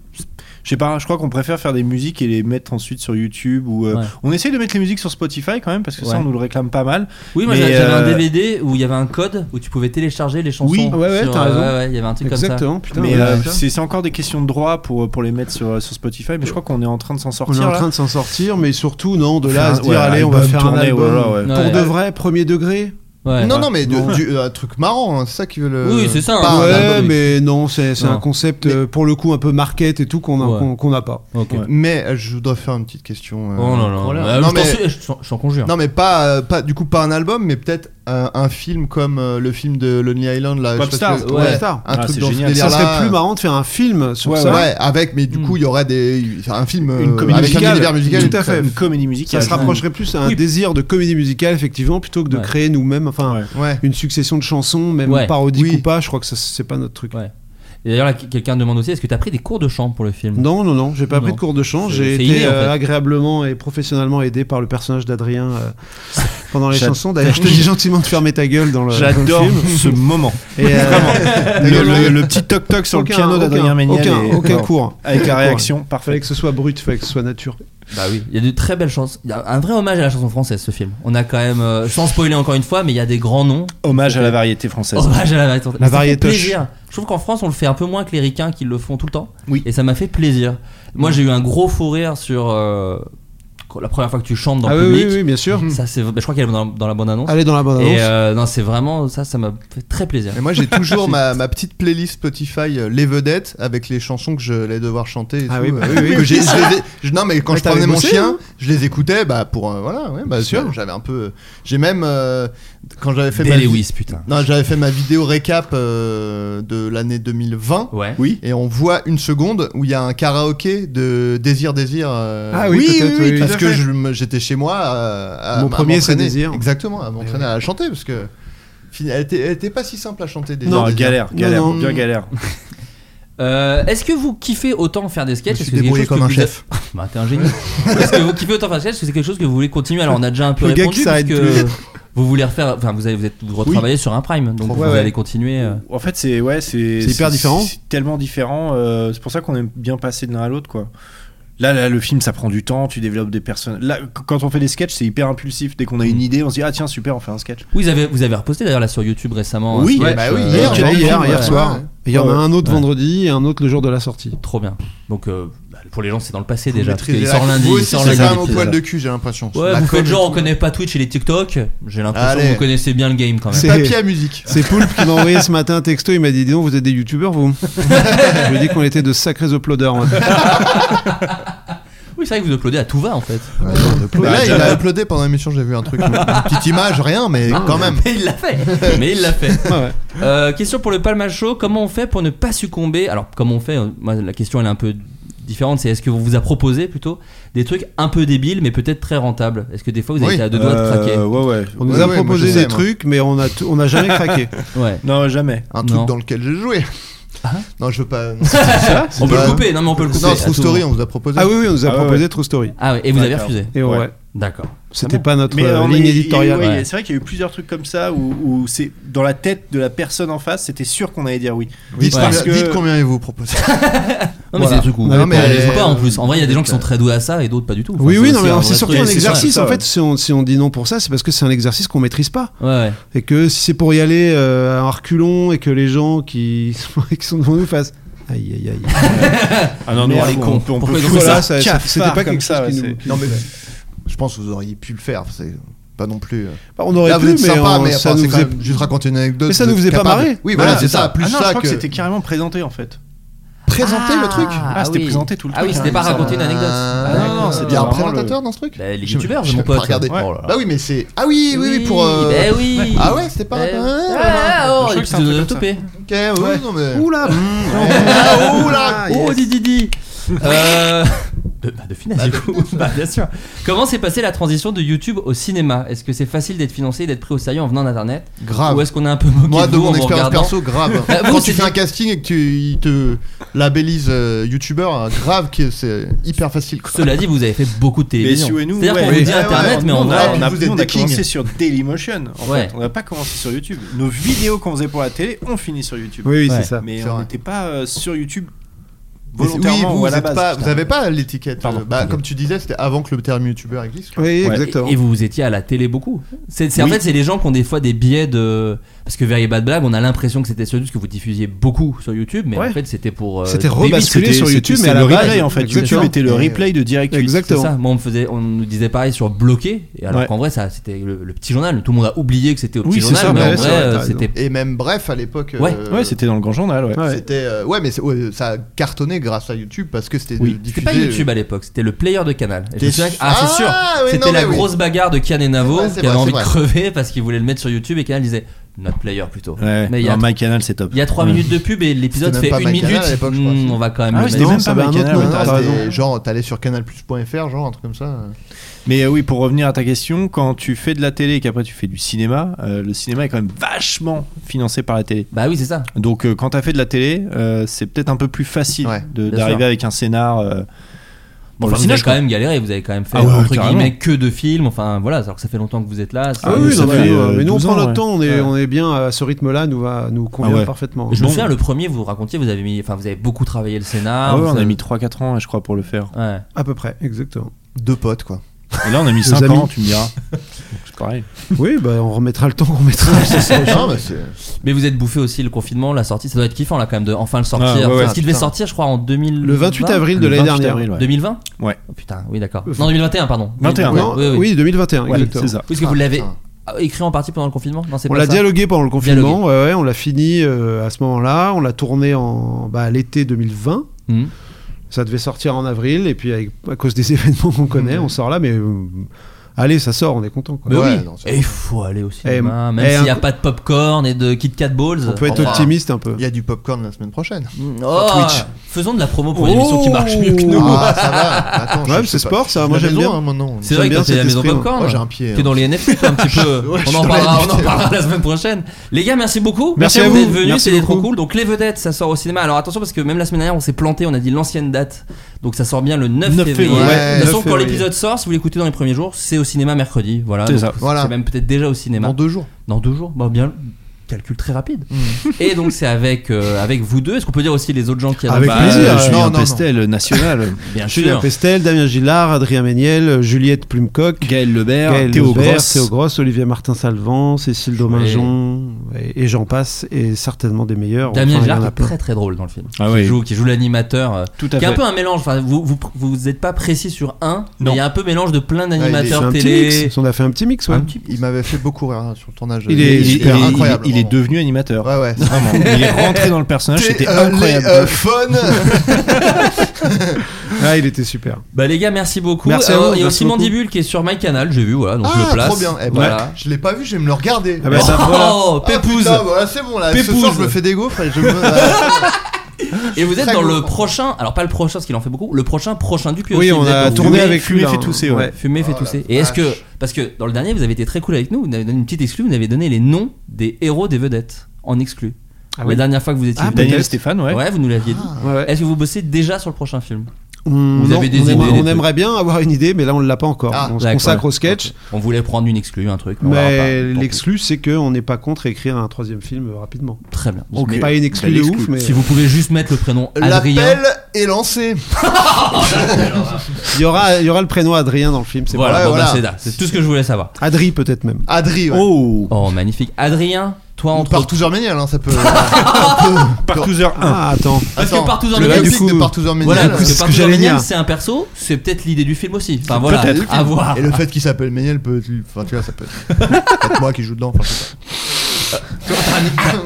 Speaker 3: je sais pas. Je crois qu'on préfère faire des musiques et les mettre ensuite sur YouTube ou. euh,
Speaker 5: Ouais.
Speaker 3: On essaye de mettre les musiques sur Spotify quand même parce que ça
Speaker 5: Ouais.
Speaker 3: on nous le réclame pas mal.
Speaker 5: oui, moi
Speaker 3: mais,
Speaker 5: j'avais j'avais un
Speaker 3: euh,
Speaker 5: DVD où il y avait un code où tu pouvais télécharger les chansons.
Speaker 6: Oui, ouais, ouais,
Speaker 5: sur,
Speaker 6: t'as
Speaker 5: euh,
Speaker 6: raison.
Speaker 5: ouais, ouais, il y avait un truc comme ça.
Speaker 6: Exactement, putain.
Speaker 3: mais
Speaker 6: ouais,
Speaker 3: euh,
Speaker 6: putain.
Speaker 3: c'est, c'est encore des questions de droit pour pour les mettre sur sur Spotify. Mais je crois qu'on est en train de s'en
Speaker 6: on est
Speaker 3: sortir.
Speaker 6: en
Speaker 3: là.
Speaker 6: train de s'en sortir, mais surtout non, de là
Speaker 3: Faire
Speaker 6: à
Speaker 3: un-
Speaker 6: se dire
Speaker 3: ouais,
Speaker 6: allez, on
Speaker 3: album,
Speaker 6: va faire un
Speaker 3: tournée,
Speaker 6: album.
Speaker 3: ouais, ouais, ouais.
Speaker 6: Pour
Speaker 5: Ouais.
Speaker 6: de vrai, premier degré.
Speaker 5: Ouais.
Speaker 2: non, non, mais de-
Speaker 6: Non.
Speaker 2: du- un truc marrant, hein, c'est ça qu'ils veulent. euh,
Speaker 5: Oui, c'est ça, hein.
Speaker 2: pas
Speaker 5: un
Speaker 2: un
Speaker 6: ouais,
Speaker 2: album.
Speaker 6: mais non, c'est c'est
Speaker 5: Non.
Speaker 6: un concept euh, pour le coup un peu market et tout qu'on a-
Speaker 5: Ouais.
Speaker 6: qu'on- qu'on n'a pas.
Speaker 5: Ok.
Speaker 3: Ouais.
Speaker 2: Mais euh, je voudrais faire une petite question. euh,
Speaker 5: Oh là là.
Speaker 2: voilà.
Speaker 5: Euh,
Speaker 2: Non,
Speaker 5: je t'en
Speaker 2: mais-
Speaker 5: suis- je t'en- je t'en conjure.
Speaker 2: Non mais pas, euh, pas du coup pas un album mais peut-être un, un film comme euh, le film de Lonely Island là. je sais pas
Speaker 3: Popstar,
Speaker 2: si-
Speaker 3: ouais.
Speaker 6: Popstar.
Speaker 2: Un
Speaker 3: Ah,
Speaker 2: truc
Speaker 3: c'est
Speaker 2: dans ce
Speaker 3: génial.
Speaker 2: délire
Speaker 6: Ça
Speaker 2: là.
Speaker 6: serait plus marrant de faire un film sur
Speaker 2: Ouais,
Speaker 6: ça.
Speaker 2: avec mais
Speaker 5: Mmh.
Speaker 2: du coup il y aurait des enfin, un film euh,
Speaker 3: Une comédie
Speaker 2: avec un
Speaker 3: musicale.
Speaker 2: univers musical.
Speaker 6: Tout à fait.
Speaker 3: Une comédie musicale.
Speaker 6: Ça se rapprocherait plus à un
Speaker 5: Oui.
Speaker 6: désir de comédie musicale, effectivement, plutôt que de
Speaker 5: Ouais.
Speaker 6: créer nous-mêmes, enfin,
Speaker 3: Ouais.
Speaker 2: Ouais.
Speaker 6: une succession de chansons, même
Speaker 5: Ouais.
Speaker 6: parodique
Speaker 2: Oui.
Speaker 6: ou pas. Je crois que ça, c'est pas notre truc.
Speaker 5: Ouais. Et D'ailleurs, là, quelqu'un demande aussi est-ce que t'as pris des cours de chant pour le film
Speaker 6: Non, non, non, j'ai pas
Speaker 5: Non.
Speaker 6: pris de cours de chant.
Speaker 5: C'est-
Speaker 6: J'ai
Speaker 5: c'est
Speaker 6: été
Speaker 5: inné, en
Speaker 6: euh,
Speaker 5: fait.
Speaker 6: agréablement et professionnellement aidé par le personnage d'Adrien euh, pendant les
Speaker 3: J'ad-
Speaker 6: chansons. D'ailleurs, je te dis gentiment de fermer ta gueule dans le, dans le
Speaker 3: J'adore
Speaker 6: Euh, film.
Speaker 3: ce moment.
Speaker 6: Et, euh,
Speaker 3: Le, le- le petit toc toc sur
Speaker 6: aucun-
Speaker 3: le piano d'Adrien
Speaker 6: aucun-
Speaker 3: Méniel.
Speaker 6: Aucun,
Speaker 3: est-
Speaker 6: aucun
Speaker 3: non.
Speaker 6: cours.
Speaker 3: Avec la
Speaker 6: Aucun cours.
Speaker 3: réaction,
Speaker 6: Fallait
Speaker 3: parfait.
Speaker 6: que ce soit brut, fallait que ce soit nature.
Speaker 5: Bah oui, il y a de très belles chansons. Il y a un vrai hommage à la chanson française ce film. On a quand même, euh, sans spoiler encore une fois, mais il y a des grands noms.
Speaker 3: Hommage à la variété française.
Speaker 5: Hommage à la variété.
Speaker 6: La
Speaker 5: Ça fait
Speaker 6: variétoche.
Speaker 5: plaisir. Je trouve qu'en France, on le fait un peu moins que les ricains qui le font tout le temps.
Speaker 3: Oui.
Speaker 5: Et ça m'a fait plaisir.
Speaker 6: Mm.
Speaker 5: Moi, j'ai eu un gros fou rire sur euh, la première fois que tu chantes dans
Speaker 6: ah
Speaker 5: le
Speaker 6: oui, oui,
Speaker 5: public.
Speaker 6: oui, bien sûr. Mm.
Speaker 5: Ça, c'est, bah, je crois qu'elle est dans, dans la bonne annonce.
Speaker 6: Allez dans la bonne annonce.
Speaker 5: Et euh, non, c'est vraiment ça, ça m'a fait très plaisir.
Speaker 2: Et moi j'ai toujours ma, ma petite playlist Spotify euh, les vedettes avec les chansons que je vais devoir chanter. Et
Speaker 6: Ah
Speaker 2: tout,
Speaker 6: oui,
Speaker 2: euh,
Speaker 6: bah oui, oui.
Speaker 2: que j'ai- je les ai- je- non mais quand
Speaker 6: Ouais,
Speaker 2: je promenais
Speaker 6: t'avais
Speaker 2: mon
Speaker 6: bossé,
Speaker 2: chien,
Speaker 6: hein
Speaker 2: je les écoutais bah pour euh, voilà ouais bah
Speaker 6: sûr.
Speaker 2: sûr j'avais un peu j'ai même euh, quand j'avais fait
Speaker 5: Des
Speaker 2: ma vi-
Speaker 5: Lewis, putain.
Speaker 2: non j'avais fait ma vidéo récap euh, de l'année 2020
Speaker 5: Ouais.
Speaker 3: Oui.
Speaker 2: et on voit une seconde où il y a un karaoké de Désir Désir. euh,
Speaker 6: Ah oui, peut-être, oui,
Speaker 2: parce
Speaker 6: tout à
Speaker 2: que
Speaker 6: fait.
Speaker 2: je me- j'étais chez moi. euh, à,
Speaker 6: Mon
Speaker 2: à
Speaker 6: premier, c'est
Speaker 2: m'entraîner.
Speaker 6: Désir. Eh
Speaker 2: Exactement, à m'entraîner à chanter parce que fin- elle était, elle était pas si simple à chanter. Désir,
Speaker 3: Non,
Speaker 2: Désir.
Speaker 3: galère,
Speaker 6: Non,
Speaker 3: galère,
Speaker 6: non.
Speaker 3: bien galère.
Speaker 5: Euh, est-ce que vous kiffez autant faire des sketchs
Speaker 2: Je me
Speaker 5: Est-ce
Speaker 2: suis
Speaker 5: que c'est
Speaker 2: débrouillé
Speaker 5: quelque chose que
Speaker 2: comme un
Speaker 5: vous a-
Speaker 2: chef.
Speaker 5: Bah t'es un génie. Est-ce que vous kiffez autant faire des sketchs Est-ce que c'est quelque chose que vous voulez continuer Alors on a déjà un peu
Speaker 6: Le gars
Speaker 5: répondu
Speaker 6: qui s'arrête
Speaker 5: puisque
Speaker 6: plus.
Speaker 5: vous voulez refaire, enfin vous allez vous êtes vous retravaillez sur un prime, donc
Speaker 2: Ouais,
Speaker 5: vous
Speaker 2: ouais.
Speaker 5: allez continuer. euh.
Speaker 3: En fait, c'est ouais, c'est
Speaker 6: C'est hyper différent.
Speaker 3: c'est tellement différent. euh, c'est pour ça qu'on aime bien passer de l'un à l'autre, quoi. Là, là, le film, ça prend du temps. Tu développes des personnes. Là, qu- quand on fait des sketchs, c'est hyper impulsif. Dès qu'on a
Speaker 6: Mm.
Speaker 3: une idée, on se dit ah tiens super, on fait un sketch.
Speaker 5: Oui, vous avez vous avez reposté d'ailleurs là sur YouTube récemment. un
Speaker 3: Oui,
Speaker 5: sketch,
Speaker 2: bah oui,
Speaker 5: euh,
Speaker 2: hier,
Speaker 6: hier,
Speaker 2: dans le
Speaker 6: hier,
Speaker 2: film,
Speaker 6: hier
Speaker 2: ouais.
Speaker 6: soir.
Speaker 2: Ouais.
Speaker 6: Et il y en a
Speaker 3: Ouais.
Speaker 6: un autre
Speaker 3: Ouais.
Speaker 6: vendredi et un autre le jour de la sortie.
Speaker 5: Trop bien. Donc euh, bah, pour les gens c'est dans le passé déjà. Parce
Speaker 2: Maîtriser
Speaker 5: qu'il
Speaker 2: la-
Speaker 5: sort lundi,
Speaker 2: Vous
Speaker 5: il
Speaker 2: aussi,
Speaker 5: sort
Speaker 2: c'est
Speaker 5: lundi.
Speaker 2: quand même au
Speaker 5: l'épisode.
Speaker 2: poil de cul, j'ai l'impression.
Speaker 5: Ouais,
Speaker 2: La
Speaker 5: vous faites
Speaker 2: com-
Speaker 5: genre on connaît pas Twitch et les TikTok. J'ai l'impression que
Speaker 2: Allez.
Speaker 5: vous connaissez bien le game quand même.
Speaker 6: C'est-
Speaker 2: Papier à musique.
Speaker 6: C'est Poulpe qui m'a envoyé ce matin un texto, il m'a dit Dis donc, vous êtes des youtubeurs, vous Je lui ai dit qu'on était de sacrés uploaders. moi.
Speaker 5: Oui, c'est vrai que vous uploadez à tout va en fait.
Speaker 2: Bah, là,
Speaker 6: Uploaders.
Speaker 2: il a uploadé pendant l'émission, j'ai vu un truc, une petite image, rien, mais
Speaker 6: Ah,
Speaker 2: quand même.
Speaker 5: Mais il l'a fait. Mais il l'a fait.
Speaker 6: Ouais, ouais.
Speaker 5: Euh, question pour le Palma Show, comment on fait pour ne pas succomber Alors, comment on fait euh, Moi, la question elle est un peu différente. C'est est-ce que vous vous a proposé plutôt des trucs un peu débiles, mais peut-être très rentables Est-ce que des fois vous avez
Speaker 2: Oui.
Speaker 5: été à deux doigts de craquer
Speaker 3: Euh, ouais, ouais.
Speaker 6: On nous
Speaker 2: Ouais,
Speaker 6: a
Speaker 2: ouais,
Speaker 6: proposé
Speaker 2: moi, je
Speaker 6: des
Speaker 2: sais, moi.
Speaker 6: trucs, mais on a, tout- on a jamais craqué.
Speaker 5: Ouais.
Speaker 3: Non, jamais.
Speaker 2: Un truc
Speaker 5: Non.
Speaker 2: dans lequel j'ai joué.
Speaker 5: Ah.
Speaker 2: Non, je veux pas. non,
Speaker 5: On peut
Speaker 2: pas-
Speaker 5: le couper. Non, mais on peut le couper.
Speaker 2: Non,
Speaker 5: à
Speaker 2: True
Speaker 5: tout
Speaker 2: Story,
Speaker 5: moment.
Speaker 2: on vous a proposé.
Speaker 6: ah oui, oui, on nous a
Speaker 3: Ah ouais,
Speaker 6: proposé
Speaker 3: ouais.
Speaker 6: True Story.
Speaker 5: Ah ouais, et vous avez
Speaker 3: D'accord.
Speaker 5: refusé.
Speaker 6: Et on-
Speaker 3: Ouais.
Speaker 6: ouais.
Speaker 5: D'accord.
Speaker 6: C'était
Speaker 5: bon
Speaker 6: pas notre
Speaker 3: Mais
Speaker 6: euh,
Speaker 3: on
Speaker 6: ligne
Speaker 3: est-
Speaker 6: éditoriale.
Speaker 3: ouais,
Speaker 5: Ouais.
Speaker 3: C'est vrai qu'il y a eu plusieurs trucs comme ça où, où c'est dans la tête de la personne en face, c'était sûr qu'on allait dire oui.
Speaker 2: Dites, combien,
Speaker 5: Ouais.
Speaker 3: Parce que-
Speaker 2: dites combien vous proposez.
Speaker 5: Non, mais
Speaker 6: Voilà.
Speaker 5: c'est des trucs où
Speaker 6: Non,
Speaker 5: on
Speaker 2: mais-
Speaker 5: réalise
Speaker 2: euh,
Speaker 5: pas en plus. En vrai, il y a des gens qui sont très doués à ça et d'autres pas du tout. Enfin,
Speaker 6: Oui, oui, non,
Speaker 5: aussi
Speaker 6: mais
Speaker 5: un
Speaker 6: c'est
Speaker 5: vrai
Speaker 6: surtout
Speaker 5: truc.
Speaker 6: un
Speaker 3: c'est ça,
Speaker 6: exercice.
Speaker 3: ça,
Speaker 6: en
Speaker 3: ouais.
Speaker 6: fait, si on, si on dit non pour ça, c'est parce que c'est un exercice qu'on maîtrise pas.
Speaker 5: Ouais, ouais.
Speaker 6: Et que si c'est pour y aller euh, à reculons et que les gens qui, qui sont devant nous fassent. Aïe, aïe, aïe.
Speaker 3: Ah non,
Speaker 6: Mais
Speaker 3: non,
Speaker 6: alors,
Speaker 3: on,
Speaker 6: on-
Speaker 3: peut, on
Speaker 5: pourquoi
Speaker 3: peut
Speaker 5: ils ont
Speaker 3: foutre
Speaker 5: fait
Speaker 6: ça
Speaker 3: un
Speaker 6: C'était
Speaker 3: cafard
Speaker 6: pas
Speaker 3: comme
Speaker 6: quelque
Speaker 3: ça,
Speaker 6: chose qui
Speaker 3: ouais,
Speaker 6: nous-
Speaker 3: c'est-
Speaker 2: non, mais je pense que vous auriez pu le faire. C'est pas non plus. euh,
Speaker 6: Bah, on aurait
Speaker 2: Là,
Speaker 6: pu,
Speaker 2: vous êtes
Speaker 6: mais,
Speaker 2: sympa,
Speaker 6: on-
Speaker 2: mais
Speaker 6: ça
Speaker 2: enfin,
Speaker 6: nous
Speaker 2: c'est quand
Speaker 6: faisait.
Speaker 2: même- je vais te raconter une anecdote.
Speaker 6: Mais ça
Speaker 2: vous
Speaker 6: nous
Speaker 2: êtes
Speaker 6: faisait pas
Speaker 2: capable.
Speaker 6: marrer.
Speaker 2: Oui, voilà,
Speaker 6: Voilà,
Speaker 2: c'est ça. Plus
Speaker 3: Ah non, je
Speaker 2: ça
Speaker 3: crois que, c'était
Speaker 2: que
Speaker 3: carrément présenté en fait.
Speaker 2: présenter le truc.
Speaker 3: Ah, c'était
Speaker 5: oui.
Speaker 3: présenté tout le
Speaker 5: Ah
Speaker 3: temps,
Speaker 5: oui, c'était
Speaker 3: hein,
Speaker 5: pas
Speaker 3: ça.
Speaker 5: raconter une anecdote.
Speaker 2: Ah,
Speaker 5: Bah,
Speaker 3: non, non, c'était
Speaker 2: Il y a un
Speaker 3: vraiment
Speaker 2: présentateur dans ce truc
Speaker 5: Bah, les
Speaker 2: Je-
Speaker 5: youtubeurs,
Speaker 2: je-
Speaker 5: mon
Speaker 2: je-
Speaker 5: pote.
Speaker 2: regardez.
Speaker 3: Ouais.
Speaker 2: Oh là là. Bah oui, mais c'est. Ah oui, oui, oui, pour. euh,
Speaker 5: Bah oui.
Speaker 2: Ah ouais, c'était pas.
Speaker 5: Bah,
Speaker 2: Ah,
Speaker 5: ah, oh,
Speaker 3: Je crois que c'est un
Speaker 5: l'épisode
Speaker 3: truc
Speaker 5: de
Speaker 3: comme ça.
Speaker 5: Topé.
Speaker 2: Ok, ouais, non mais.
Speaker 6: Oula
Speaker 2: Ah, oula.
Speaker 5: Oh, dis, dis, dis. Euh, De, bah, de finesse, du coup. Bah, bien sûr. Comment s'est passée la transition de YouTube au cinéma Est-ce que c'est facile d'être financé et d'être pris au sérieux en venant d'Internet Ou
Speaker 2: Grave.
Speaker 5: est-ce qu'on a un peu moqué
Speaker 2: Ah, Moi,
Speaker 5: de
Speaker 2: de
Speaker 5: vous en
Speaker 2: mon
Speaker 5: vous
Speaker 2: expérience
Speaker 5: regardant
Speaker 2: perso, grave.
Speaker 5: Bah, vous,
Speaker 2: Quand tu
Speaker 5: c'était-
Speaker 2: fais un casting et que tu ils te labellises euh, youtubeur, euh, grave, que c'est hyper facile. quoi.
Speaker 5: Cela dit, vous avez fait beaucoup de télévision.
Speaker 3: Messieurs et nous,
Speaker 5: C'est-à-dire
Speaker 3: ouais.
Speaker 5: qu'on vous dit
Speaker 3: Ouais, ouais,
Speaker 5: Internet,
Speaker 2: ouais.
Speaker 5: mais en
Speaker 2: Non,
Speaker 3: on
Speaker 5: vrai,
Speaker 3: a, Ah, on a,
Speaker 2: vous êtes
Speaker 3: on a
Speaker 2: des cons.
Speaker 3: commencé sur Dailymotion. En
Speaker 5: Ouais.
Speaker 3: fait, on n'a pas commencé sur YouTube. Nos vidéos qu'on faisait pour la télé, on finit sur YouTube.
Speaker 6: Oui, oui,
Speaker 5: Ouais.
Speaker 6: c'est ça.
Speaker 3: mais
Speaker 2: c'est
Speaker 3: on
Speaker 2: vrai.
Speaker 3: n'était pas euh, sur YouTube
Speaker 2: Mais c'est- Oui,
Speaker 3: volontairement
Speaker 2: vous,
Speaker 3: ou
Speaker 2: vous,
Speaker 3: à la
Speaker 2: êtes
Speaker 3: base.
Speaker 2: pas,
Speaker 3: putain.
Speaker 2: vous avez pas l'étiquette.
Speaker 3: Pardon.
Speaker 2: euh, Bah, comme tu disais, c'était avant que le terme youtubeur existe. quoi.
Speaker 6: Oui,
Speaker 3: Ouais.
Speaker 6: exactement.
Speaker 5: Et, et vous étiez à la télé beaucoup. C'est, c'est- En
Speaker 2: Oui.
Speaker 5: fait, c'est les gens qui ont des fois des biais de. Parce que Very Bad Blague, on a l'impression que c'était sur YouTube, que vous diffusiez beaucoup sur YouTube, mais en
Speaker 3: Ouais.
Speaker 5: fait, c'était pour. euh,
Speaker 6: C'était
Speaker 5: des-
Speaker 3: Oui, oui,
Speaker 6: rebasculé
Speaker 3: c'était-
Speaker 6: sur
Speaker 3: c'était-
Speaker 6: YouTube,
Speaker 3: c'était
Speaker 6: mais à la
Speaker 3: le
Speaker 6: base.
Speaker 3: replay en fait.
Speaker 6: Exactement.
Speaker 3: YouTube était le replay de Direct 8.
Speaker 5: C'est
Speaker 6: Exactement.
Speaker 5: ça. Moi, on me faisait, on nous disait pareil sur bloqué. Et alors
Speaker 3: Ouais.
Speaker 5: qu'en vrai, ça, c'était le, le petit journal. Tout le monde a oublié que c'était au petit
Speaker 6: Oui, c'est
Speaker 5: journal,
Speaker 6: ça,
Speaker 5: mais
Speaker 6: ouais,
Speaker 5: en vrai,
Speaker 6: c'est vrai, t'as
Speaker 5: euh,
Speaker 6: raison.
Speaker 5: c'était.
Speaker 2: Et même bref, à l'époque.
Speaker 5: Ouais.
Speaker 2: euh,
Speaker 3: Ouais, c'était dans le grand journal. Ouais.
Speaker 6: Ouais.
Speaker 2: C'était euh, ouais mais c'est- ouais, ça a cartonné grâce à YouTube parce que c'était
Speaker 3: Oui.
Speaker 2: de-
Speaker 5: C'était
Speaker 2: diffusé.
Speaker 5: pas YouTube à l'époque, c'était le player de Canal. Et je me
Speaker 2: T'es
Speaker 5: souviens que-
Speaker 2: sûr
Speaker 5: ah, c'est sûr.
Speaker 2: Ah, oui,
Speaker 5: c'était
Speaker 2: non,
Speaker 5: la
Speaker 2: mais oui.
Speaker 5: grosse bagarre de Kian et Navo
Speaker 2: C'est vrai,
Speaker 5: qui
Speaker 2: c'est
Speaker 5: avait
Speaker 2: vrai,
Speaker 5: envie
Speaker 2: c'est
Speaker 5: de crever parce qu'ils voulaient le mettre sur YouTube et Canal disait notre player plutôt.
Speaker 3: Ouais.
Speaker 5: Mais il y a
Speaker 3: Non, My Canal, c'est top.
Speaker 5: Il y a 3
Speaker 3: Ouais.
Speaker 5: minutes de pub et l'épisode
Speaker 2: C'était
Speaker 5: fait
Speaker 2: même
Speaker 5: 1
Speaker 2: pas
Speaker 5: minute.
Speaker 2: MyCanal à l'époque, je
Speaker 5: Hmm,
Speaker 2: crois.
Speaker 5: on va quand même
Speaker 3: Ah
Speaker 5: le
Speaker 3: oui, c'était
Speaker 5: mettre.
Speaker 6: Non,
Speaker 3: même
Speaker 6: ça
Speaker 3: pas
Speaker 6: avait un
Speaker 3: My
Speaker 6: autre
Speaker 3: Canal.
Speaker 6: nom,
Speaker 3: ouais,
Speaker 2: Non,
Speaker 3: t'as
Speaker 6: t'as
Speaker 2: c'était
Speaker 3: raison.
Speaker 6: raison.
Speaker 2: genre t'allais sur canalplus.fr genre un truc comme ça.
Speaker 3: Mais euh, oui, pour revenir à ta question, quand tu fais de la télé et qu'après tu fais du cinéma, euh, le cinéma est quand même vachement financé par la télé.
Speaker 5: Bah oui, c'est ça.
Speaker 3: Donc euh, quand t'as fait de la télé, euh, c'est peut-être un peu plus facile
Speaker 2: Ouais,
Speaker 3: de-
Speaker 5: bien
Speaker 3: d'arriver
Speaker 5: sûr.
Speaker 3: avec un scénar. euh, Bon,
Speaker 5: Enfin,
Speaker 3: le
Speaker 5: vous
Speaker 3: cinéma,
Speaker 5: avez
Speaker 3: je
Speaker 5: quand même galéré, vous avez quand même fait
Speaker 3: Ah ouais,
Speaker 5: entre
Speaker 3: carrément.
Speaker 5: guillemets que de films. Enfin voilà, alors que ça fait longtemps que vous êtes là. c'est-
Speaker 6: Ah
Speaker 3: Ah,
Speaker 6: oui,
Speaker 3: ça
Speaker 6: non, mais,
Speaker 3: fait,
Speaker 6: nous,
Speaker 3: euh,
Speaker 6: euh, mais nous on
Speaker 3: 12
Speaker 6: prend
Speaker 3: ans,
Speaker 6: notre
Speaker 3: ouais.
Speaker 6: temps, on est,
Speaker 3: Ouais.
Speaker 6: on est bien à ce rythme-là, nous, va, nous convient
Speaker 3: Ah ouais.
Speaker 6: parfaitement.
Speaker 5: Je me
Speaker 3: Bon.
Speaker 5: souviens, le premier, vous racontiez, vous avez mis, enfin, vous avez beaucoup travaillé le scénar.
Speaker 3: Ah ouais,
Speaker 5: vous
Speaker 3: on a
Speaker 5: avez-
Speaker 3: mis 3-4 ans, je crois, pour le faire.
Speaker 5: Ouais.
Speaker 6: À peu près, exactement.
Speaker 2: Deux potes quoi.
Speaker 3: Et là, on a mis
Speaker 6: Nos
Speaker 3: 5
Speaker 6: amis.
Speaker 3: ans, tu me diras. Donc, C'est pareil.
Speaker 6: oui, bah, on remettra le temps qu'on mettra.
Speaker 2: non mais c'est
Speaker 5: Mais vous êtes bouffé aussi le confinement, la sortie. Ça doit être kiffant là quand même de enfin le sortir.
Speaker 3: Ah, ouais, ouais,
Speaker 5: Parce qu'il devait
Speaker 2: putain.
Speaker 5: sortir, je crois, en 2000.
Speaker 6: le 28 avril de
Speaker 3: Le
Speaker 6: l'année
Speaker 3: 28
Speaker 6: dernière.
Speaker 3: avril, ouais.
Speaker 5: 2020.
Speaker 3: Ouais.
Speaker 5: Oh, putain, oui d'accord.
Speaker 6: Le-
Speaker 5: Non 2021, pardon.
Speaker 3: 21,
Speaker 5: Oui,
Speaker 6: Non,
Speaker 5: oui, oui.
Speaker 6: oui, 2021,
Speaker 3: Ouais,
Speaker 6: exactement.
Speaker 3: c'est ça.
Speaker 5: Parce que
Speaker 2: Ah,
Speaker 5: vous l'avez
Speaker 2: putain.
Speaker 5: écrit en partie pendant le confinement. Non, c'est
Speaker 6: On
Speaker 5: pas
Speaker 6: l'a
Speaker 5: ça.
Speaker 6: dialogué pendant le confinement, ouais, ouais, on l'a fini euh, à ce moment-là, on l'a tourné en bah, à l'été 2020.
Speaker 5: Mhm.
Speaker 6: Ça devait sortir en avril, et puis avec- à cause des événements qu'on connaît, on sort là, mais euh, allez, ça sort, on est content. Quoi.
Speaker 5: Hmm. Mais
Speaker 2: Ouais,
Speaker 5: oui.
Speaker 2: non, c'est
Speaker 5: et il faut aller au cinéma,
Speaker 6: Et-
Speaker 5: même
Speaker 6: et
Speaker 5: s'il n'y a
Speaker 6: un-
Speaker 5: pas de popcorn et de Kit Kat balls.
Speaker 6: On peut être
Speaker 2: Enfin,
Speaker 6: optimiste un peu.
Speaker 2: Il y a du popcorn la semaine prochaine.
Speaker 5: Oh,
Speaker 6: Twitch. Oh.
Speaker 5: Faisons de la promo pour une émission qui marche mieux que
Speaker 2: Oh.
Speaker 5: nous.
Speaker 2: Ah ça va. Attends, je
Speaker 6: Ouais,
Speaker 2: sais
Speaker 6: c'est
Speaker 2: pas.
Speaker 6: sport, ça,
Speaker 2: Je
Speaker 6: moi,
Speaker 2: suis à la
Speaker 6: j'aime
Speaker 2: maison,
Speaker 6: bien.
Speaker 2: hein, maintenant.
Speaker 5: C'est
Speaker 6: J'aime
Speaker 5: vrai que
Speaker 6: bien
Speaker 5: toi, t'es à la
Speaker 6: cet
Speaker 5: maison
Speaker 6: esprit, Oh, moi.
Speaker 5: popcorn.
Speaker 2: Moi j'ai un pied.
Speaker 5: T'es
Speaker 2: hein.
Speaker 5: dans les NFT toi, un petit peu.
Speaker 2: Ouais,
Speaker 5: on,
Speaker 2: je
Speaker 5: en
Speaker 2: te
Speaker 5: parlera,
Speaker 2: l'avais
Speaker 5: on en
Speaker 2: dit.
Speaker 5: parlera la semaine prochaine. Les gars, merci beaucoup.
Speaker 6: Merci à
Speaker 5: d'être
Speaker 6: vous.
Speaker 5: venus,
Speaker 6: Merci
Speaker 5: c'était trop
Speaker 6: beaucoup.
Speaker 5: cool. Donc les vedettes, ça sort au cinéma. Alors attention parce que même la semaine dernière, on s'est planté, on a dit l'ancienne date. Donc ça sort bien le 9,
Speaker 3: 9
Speaker 5: février.
Speaker 3: février.
Speaker 2: Ouais,
Speaker 5: de toute façon,
Speaker 6: 9
Speaker 5: quand
Speaker 6: février.
Speaker 5: l'épisode sort, si vous l'écoutez dans les premiers jours, c'est au cinéma mercredi. Voilà.
Speaker 3: C'est
Speaker 5: Donc,
Speaker 3: ça.
Speaker 2: Voilà.
Speaker 5: C'est même peut-être déjà au cinéma.
Speaker 2: Dans deux jours. Mm.
Speaker 5: Dans deux jours Bah bien, calcul très rapide. Et donc c'est avec, euh, avec vous deux. Est-ce qu'on peut dire aussi les autres gens qui
Speaker 2: Ah,
Speaker 6: Avec
Speaker 5: Bah,
Speaker 6: plaisir.
Speaker 3: euh,
Speaker 6: Non,
Speaker 3: Julien
Speaker 2: non, non.
Speaker 3: Pestel, national.
Speaker 5: Bien
Speaker 6: Julien
Speaker 5: sûr.
Speaker 6: Pestel, Damien Gillard, Adrien Méniel, euh, Juliette Plumcock,
Speaker 3: Gaël Lebert,
Speaker 6: Gaël
Speaker 3: Théo
Speaker 6: Lebert,
Speaker 3: Gross.
Speaker 6: Théo Gross, Olivier Martin Salvant, Cécile Domingon, et, et j'en passe, et certainement des meilleurs.
Speaker 5: Damien
Speaker 6: Enfin, il y en
Speaker 5: Gillard qui
Speaker 6: a
Speaker 5: est
Speaker 6: plein.
Speaker 5: très très drôle dans le film.
Speaker 3: Ah
Speaker 5: qui,
Speaker 3: oui.
Speaker 5: joue, qui joue l'animateur. euh,
Speaker 3: Tout à
Speaker 5: qui est un
Speaker 3: fait.
Speaker 5: peu un mélange. Enfin, vous vous vous êtes pas précis sur un, mais
Speaker 3: Non.
Speaker 5: il y a un peu mélange de plein
Speaker 6: C'est
Speaker 5: d'animateurs
Speaker 6: un petit
Speaker 5: télé.
Speaker 6: mix. On a fait un petit mix, ouais.
Speaker 5: Un petit-
Speaker 2: Il m'avait fait beaucoup rire hein, sur le tournage.
Speaker 6: Il
Speaker 3: Il est,
Speaker 6: est
Speaker 3: il-
Speaker 6: super
Speaker 3: il est-
Speaker 2: incroyable,
Speaker 3: il est
Speaker 2: vraiment.
Speaker 3: devenu animateur.
Speaker 2: Ouais ouais.
Speaker 3: Vraiment. Il est rentré dans le personnage, c'était
Speaker 2: euh,
Speaker 3: incroyable.
Speaker 2: les, euh, fun.
Speaker 6: Ah, il était super.
Speaker 5: Bah les gars, merci beaucoup. Euh,
Speaker 6: Merci à vous,
Speaker 5: il y a
Speaker 6: merci
Speaker 5: aussi
Speaker 6: beaucoup.
Speaker 5: Mandibule qui est sur My Canal, j'ai vu, voilà, donc je le
Speaker 2: Ah
Speaker 5: place.
Speaker 2: trop bien. Eh ben,
Speaker 5: Voilà.
Speaker 2: Je l'ai pas vu, je vais me le regarder.
Speaker 6: Ah bah, ça,
Speaker 5: oh,
Speaker 6: voilà.
Speaker 5: Pépouze.
Speaker 2: Ah, putain, voilà, c'est bon là. Ce
Speaker 5: Pépouze.
Speaker 2: soir, je me fais des gaufres et je me. euh,
Speaker 6: Eh,
Speaker 5: Et vous êtes
Speaker 2: Très
Speaker 5: dans
Speaker 2: gros.
Speaker 5: le prochain, alors pas le prochain parce qu'il en fait beaucoup, le prochain prochain du Puy
Speaker 6: Oui,
Speaker 5: aussi,
Speaker 6: on
Speaker 5: vous êtes
Speaker 6: a
Speaker 5: dans-
Speaker 6: tourné
Speaker 3: Fumé-
Speaker 6: avec lui.
Speaker 3: Fumé
Speaker 6: là,
Speaker 3: fait
Speaker 6: hein.
Speaker 3: tousser, ouais.
Speaker 5: Fumé fait
Speaker 2: Oh
Speaker 5: tousser.
Speaker 2: la
Speaker 5: Et est-ce que
Speaker 2: vache.
Speaker 5: parce que dans le dernier vous avez été très cool avec nous, vous avez donné une petite exclue, vous avez donné les noms des héros des vedettes en exclu.
Speaker 6: Ah
Speaker 5: la
Speaker 6: oui.
Speaker 5: dernière fois que vous étiez
Speaker 6: Ah,
Speaker 5: venu.
Speaker 3: Daniel
Speaker 6: peut-être.
Speaker 3: Stéphane, ouais.
Speaker 5: ouais, vous nous l'aviez dit.
Speaker 6: Ouais, ouais.
Speaker 5: Est-ce que vous bossez déjà sur le prochain film
Speaker 6: On,
Speaker 5: Vous avez des
Speaker 6: on
Speaker 5: idées,
Speaker 6: aimerait-
Speaker 5: des
Speaker 6: on
Speaker 5: trucs.
Speaker 6: aimerait bien avoir une idée, mais là on l'a pas encore.
Speaker 2: Ah,
Speaker 6: on se
Speaker 5: d'accord.
Speaker 6: consacre au sketch.
Speaker 5: Ok. On voulait prendre une exclue, un truc. Mais, on l'aura pas,
Speaker 6: Mais
Speaker 5: tant pis.
Speaker 6: l'exclu, c'est qu'on n'est pas contre écrire un troisième film euh, rapidement.
Speaker 5: Très bien.
Speaker 6: C'est Pas une exclue de
Speaker 7: Belle
Speaker 6: ouf,
Speaker 7: exclu.
Speaker 6: mais.
Speaker 5: Bah, Si vous pouvez juste mettre le prénom Adrien.
Speaker 2: L'appel est lancé.
Speaker 6: Il y aura, il y aura le prénom Adrien dans le film, c'est
Speaker 5: Voilà,
Speaker 2: Ouais,
Speaker 5: bon, bah,
Speaker 2: voilà.
Speaker 5: c'est là. c'est tout ce que je voulais savoir.
Speaker 6: pas- Adri peut-être même.
Speaker 2: Adri, ouais.
Speaker 3: Oh
Speaker 5: Oh, magnifique. Adrien, toi,
Speaker 2: Ou
Speaker 5: Oh, entre
Speaker 2: Partouzeur Méniel, hein, ça peut. on peut-
Speaker 3: Partouzeur 1.
Speaker 6: Ah, attends.
Speaker 5: Parce
Speaker 2: Attends,
Speaker 5: que Partouzeur
Speaker 2: le
Speaker 5: Méniel,
Speaker 2: biopic
Speaker 6: du coup-
Speaker 2: de Partouzeur Méniel.
Speaker 5: Voilà, parce
Speaker 6: c'est
Speaker 5: que
Speaker 6: ce
Speaker 5: par
Speaker 6: que j'allais
Speaker 5: Méniel,
Speaker 6: dire.
Speaker 5: c'est un perso, c'est peut-être l'idée du film aussi. Enfin voilà, à voir.
Speaker 2: Et le fait qu'il s'appelle Méniel peut. Enfin, tu vois, ça peut être, peut-être moi qui joue dedans. Enfin, je sais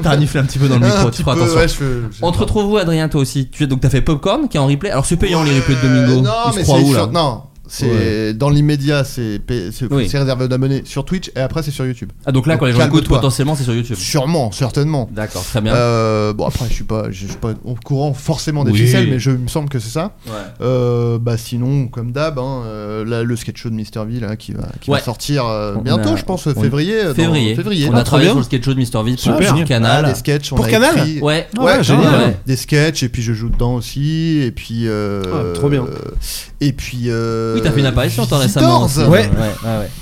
Speaker 5: T'as reniflé un petit peu dans
Speaker 2: pas.
Speaker 5: le
Speaker 2: Un
Speaker 5: micro, tu
Speaker 2: petit
Speaker 5: feras
Speaker 2: peu,
Speaker 5: attention.
Speaker 2: ouais, je fais- je sais
Speaker 5: On
Speaker 2: pas.
Speaker 5: te retrouve où, Adrien, toi aussi Tu es donc t'as fait Popcorn qui est en replay. Alors c'est payant les replays de
Speaker 2: Euh,
Speaker 5: Domingo.
Speaker 2: Non,
Speaker 5: Ils se
Speaker 2: mais
Speaker 5: croient
Speaker 2: c'est
Speaker 5: où là
Speaker 2: sur- Non. C'est dans l'immédiat, c'est pay- c'est
Speaker 5: Oui.
Speaker 2: c'est réservé aux abonnés sur Twitch et après c'est sur YouTube.
Speaker 5: Ah donc là quand les gens
Speaker 2: Calme-toi.
Speaker 5: écoutent potentiellement c'est sur YouTube.
Speaker 2: Sûrement, certainement.
Speaker 5: D'accord, très bien.
Speaker 2: Euh, bon après je suis pas, je suis pas au courant forcément des
Speaker 5: Oui.
Speaker 2: ficelles, mais je il me semble que c'est ça.
Speaker 5: Ouais.
Speaker 2: Euh, bah sinon, comme d'hab, hein, euh, là, le sketch show de Mr V là, qui va, qui
Speaker 5: Ouais.
Speaker 2: va sortir euh,
Speaker 5: On
Speaker 2: bientôt,
Speaker 5: a-
Speaker 2: je pense,
Speaker 5: on-
Speaker 2: février. euh, dans-
Speaker 5: février.
Speaker 2: février.
Speaker 5: On a
Speaker 2: Ah,
Speaker 5: travaillé
Speaker 6: bien.
Speaker 5: sur le sketch show de Mr. V
Speaker 3: Super.
Speaker 5: sur Canal.
Speaker 2: des sketchs, on
Speaker 6: Pour
Speaker 2: a
Speaker 6: Canal
Speaker 2: écrit-
Speaker 5: Ouais.
Speaker 2: Ah, Ouais,
Speaker 6: Ah,
Speaker 2: génial.
Speaker 6: génial.
Speaker 5: Ouais.
Speaker 2: Des sketchs et puis je joue dedans aussi et puis euh,
Speaker 6: Ah, trop bien.
Speaker 2: euh, et puis euh,
Speaker 5: Oui, t'as fait une apparition toi
Speaker 2: Visitors.
Speaker 5: récemment. aussi.
Speaker 6: Ouais.
Speaker 5: ouais, ouais.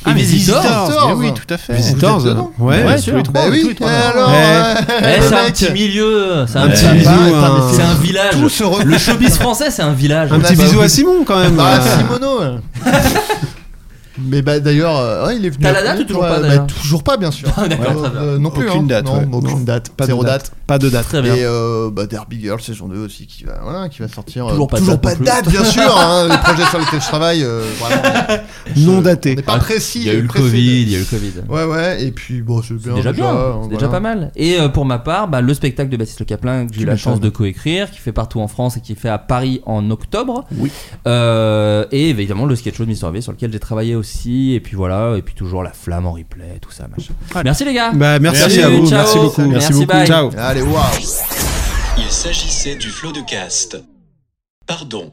Speaker 2: Ah, mais
Speaker 5: Visitors.
Speaker 2: Visitors,
Speaker 3: Mais oui,
Speaker 2: hein.
Speaker 3: tout à fait.
Speaker 2: Visitors.
Speaker 6: Visitors,
Speaker 2: dedans
Speaker 6: ouais,
Speaker 3: Ouais,
Speaker 6: tous
Speaker 3: sûr.
Speaker 6: les trois.
Speaker 2: Bah oui,
Speaker 3: tous les trois,
Speaker 2: mais alors
Speaker 6: Ouais.
Speaker 2: ouais,
Speaker 5: Eh,
Speaker 2: le
Speaker 5: c'est un
Speaker 2: mec,
Speaker 5: petit milieu, c'est un
Speaker 6: Un
Speaker 5: petit
Speaker 6: petit
Speaker 2: Ouais.
Speaker 6: bisou,
Speaker 2: Bah,
Speaker 6: un-
Speaker 5: C'est un village.
Speaker 2: tout se re-
Speaker 5: Le showbiz français, c'est un village.
Speaker 6: un petit
Speaker 2: bah,
Speaker 6: bisou
Speaker 2: oui.
Speaker 6: à Simon quand même.
Speaker 5: Ah,
Speaker 2: Bah,
Speaker 6: Euh,
Speaker 2: Simono hein. Mais bah d'ailleurs, euh, ouais, il est venu.
Speaker 5: T'as la date
Speaker 2: après,
Speaker 5: ou toujours
Speaker 2: ouais,
Speaker 5: pas,
Speaker 2: bah,
Speaker 5: d'ailleurs
Speaker 2: Toujours pas, bien sûr.
Speaker 5: Ah, d'accord,
Speaker 2: Euh,
Speaker 5: très bien.
Speaker 2: euh, non plus.
Speaker 3: Aucune
Speaker 2: hein.
Speaker 3: date,
Speaker 2: Non,
Speaker 3: ouais.
Speaker 2: aucune date.
Speaker 6: Pas de
Speaker 2: zéro
Speaker 6: date. Pas de date.
Speaker 5: Très bien.
Speaker 2: Et euh, bah, Derby Girl saison 2 aussi qui va, voilà, qui va sortir. euh,
Speaker 5: Toujours pas de date non plus.
Speaker 2: date, bien sûr. hein, les projets sur lesquels je travaille, euh, vraiment,
Speaker 6: Non
Speaker 2: je-
Speaker 6: daté.
Speaker 2: On n'est pas
Speaker 5: Ah,
Speaker 2: précis.
Speaker 5: Il y a eu le
Speaker 2: précis.
Speaker 5: Covid, il y a eu le Covid.
Speaker 2: Ouais, ouais. Et puis bon, c'est
Speaker 5: C'est
Speaker 2: bien.
Speaker 5: déjà bien,
Speaker 2: hein,
Speaker 5: c'est
Speaker 2: voilà.
Speaker 5: déjà pas mal. Et euh, pour ma part, bah, le spectacle de Baptiste Le Caplin que j'ai eu la chance de coécrire, qui fait partout en France et qui est fait à Paris en octobre.
Speaker 3: Oui.
Speaker 5: Euh, et évidemment le sketch show de Mister V sur lequel j'ai travaillé aussi. Et puis voilà, et puis toujours la flamme en replay, tout ça, machin. Merci les gars.
Speaker 6: Bah, merci,
Speaker 5: Salut,
Speaker 6: à vous,
Speaker 5: ciao.
Speaker 6: merci beaucoup,
Speaker 5: Merci,
Speaker 6: merci beaucoup,
Speaker 5: bye.
Speaker 6: ciao.
Speaker 2: Allez, waouh.
Speaker 1: Il s'agissait du flot de cast. Pardon.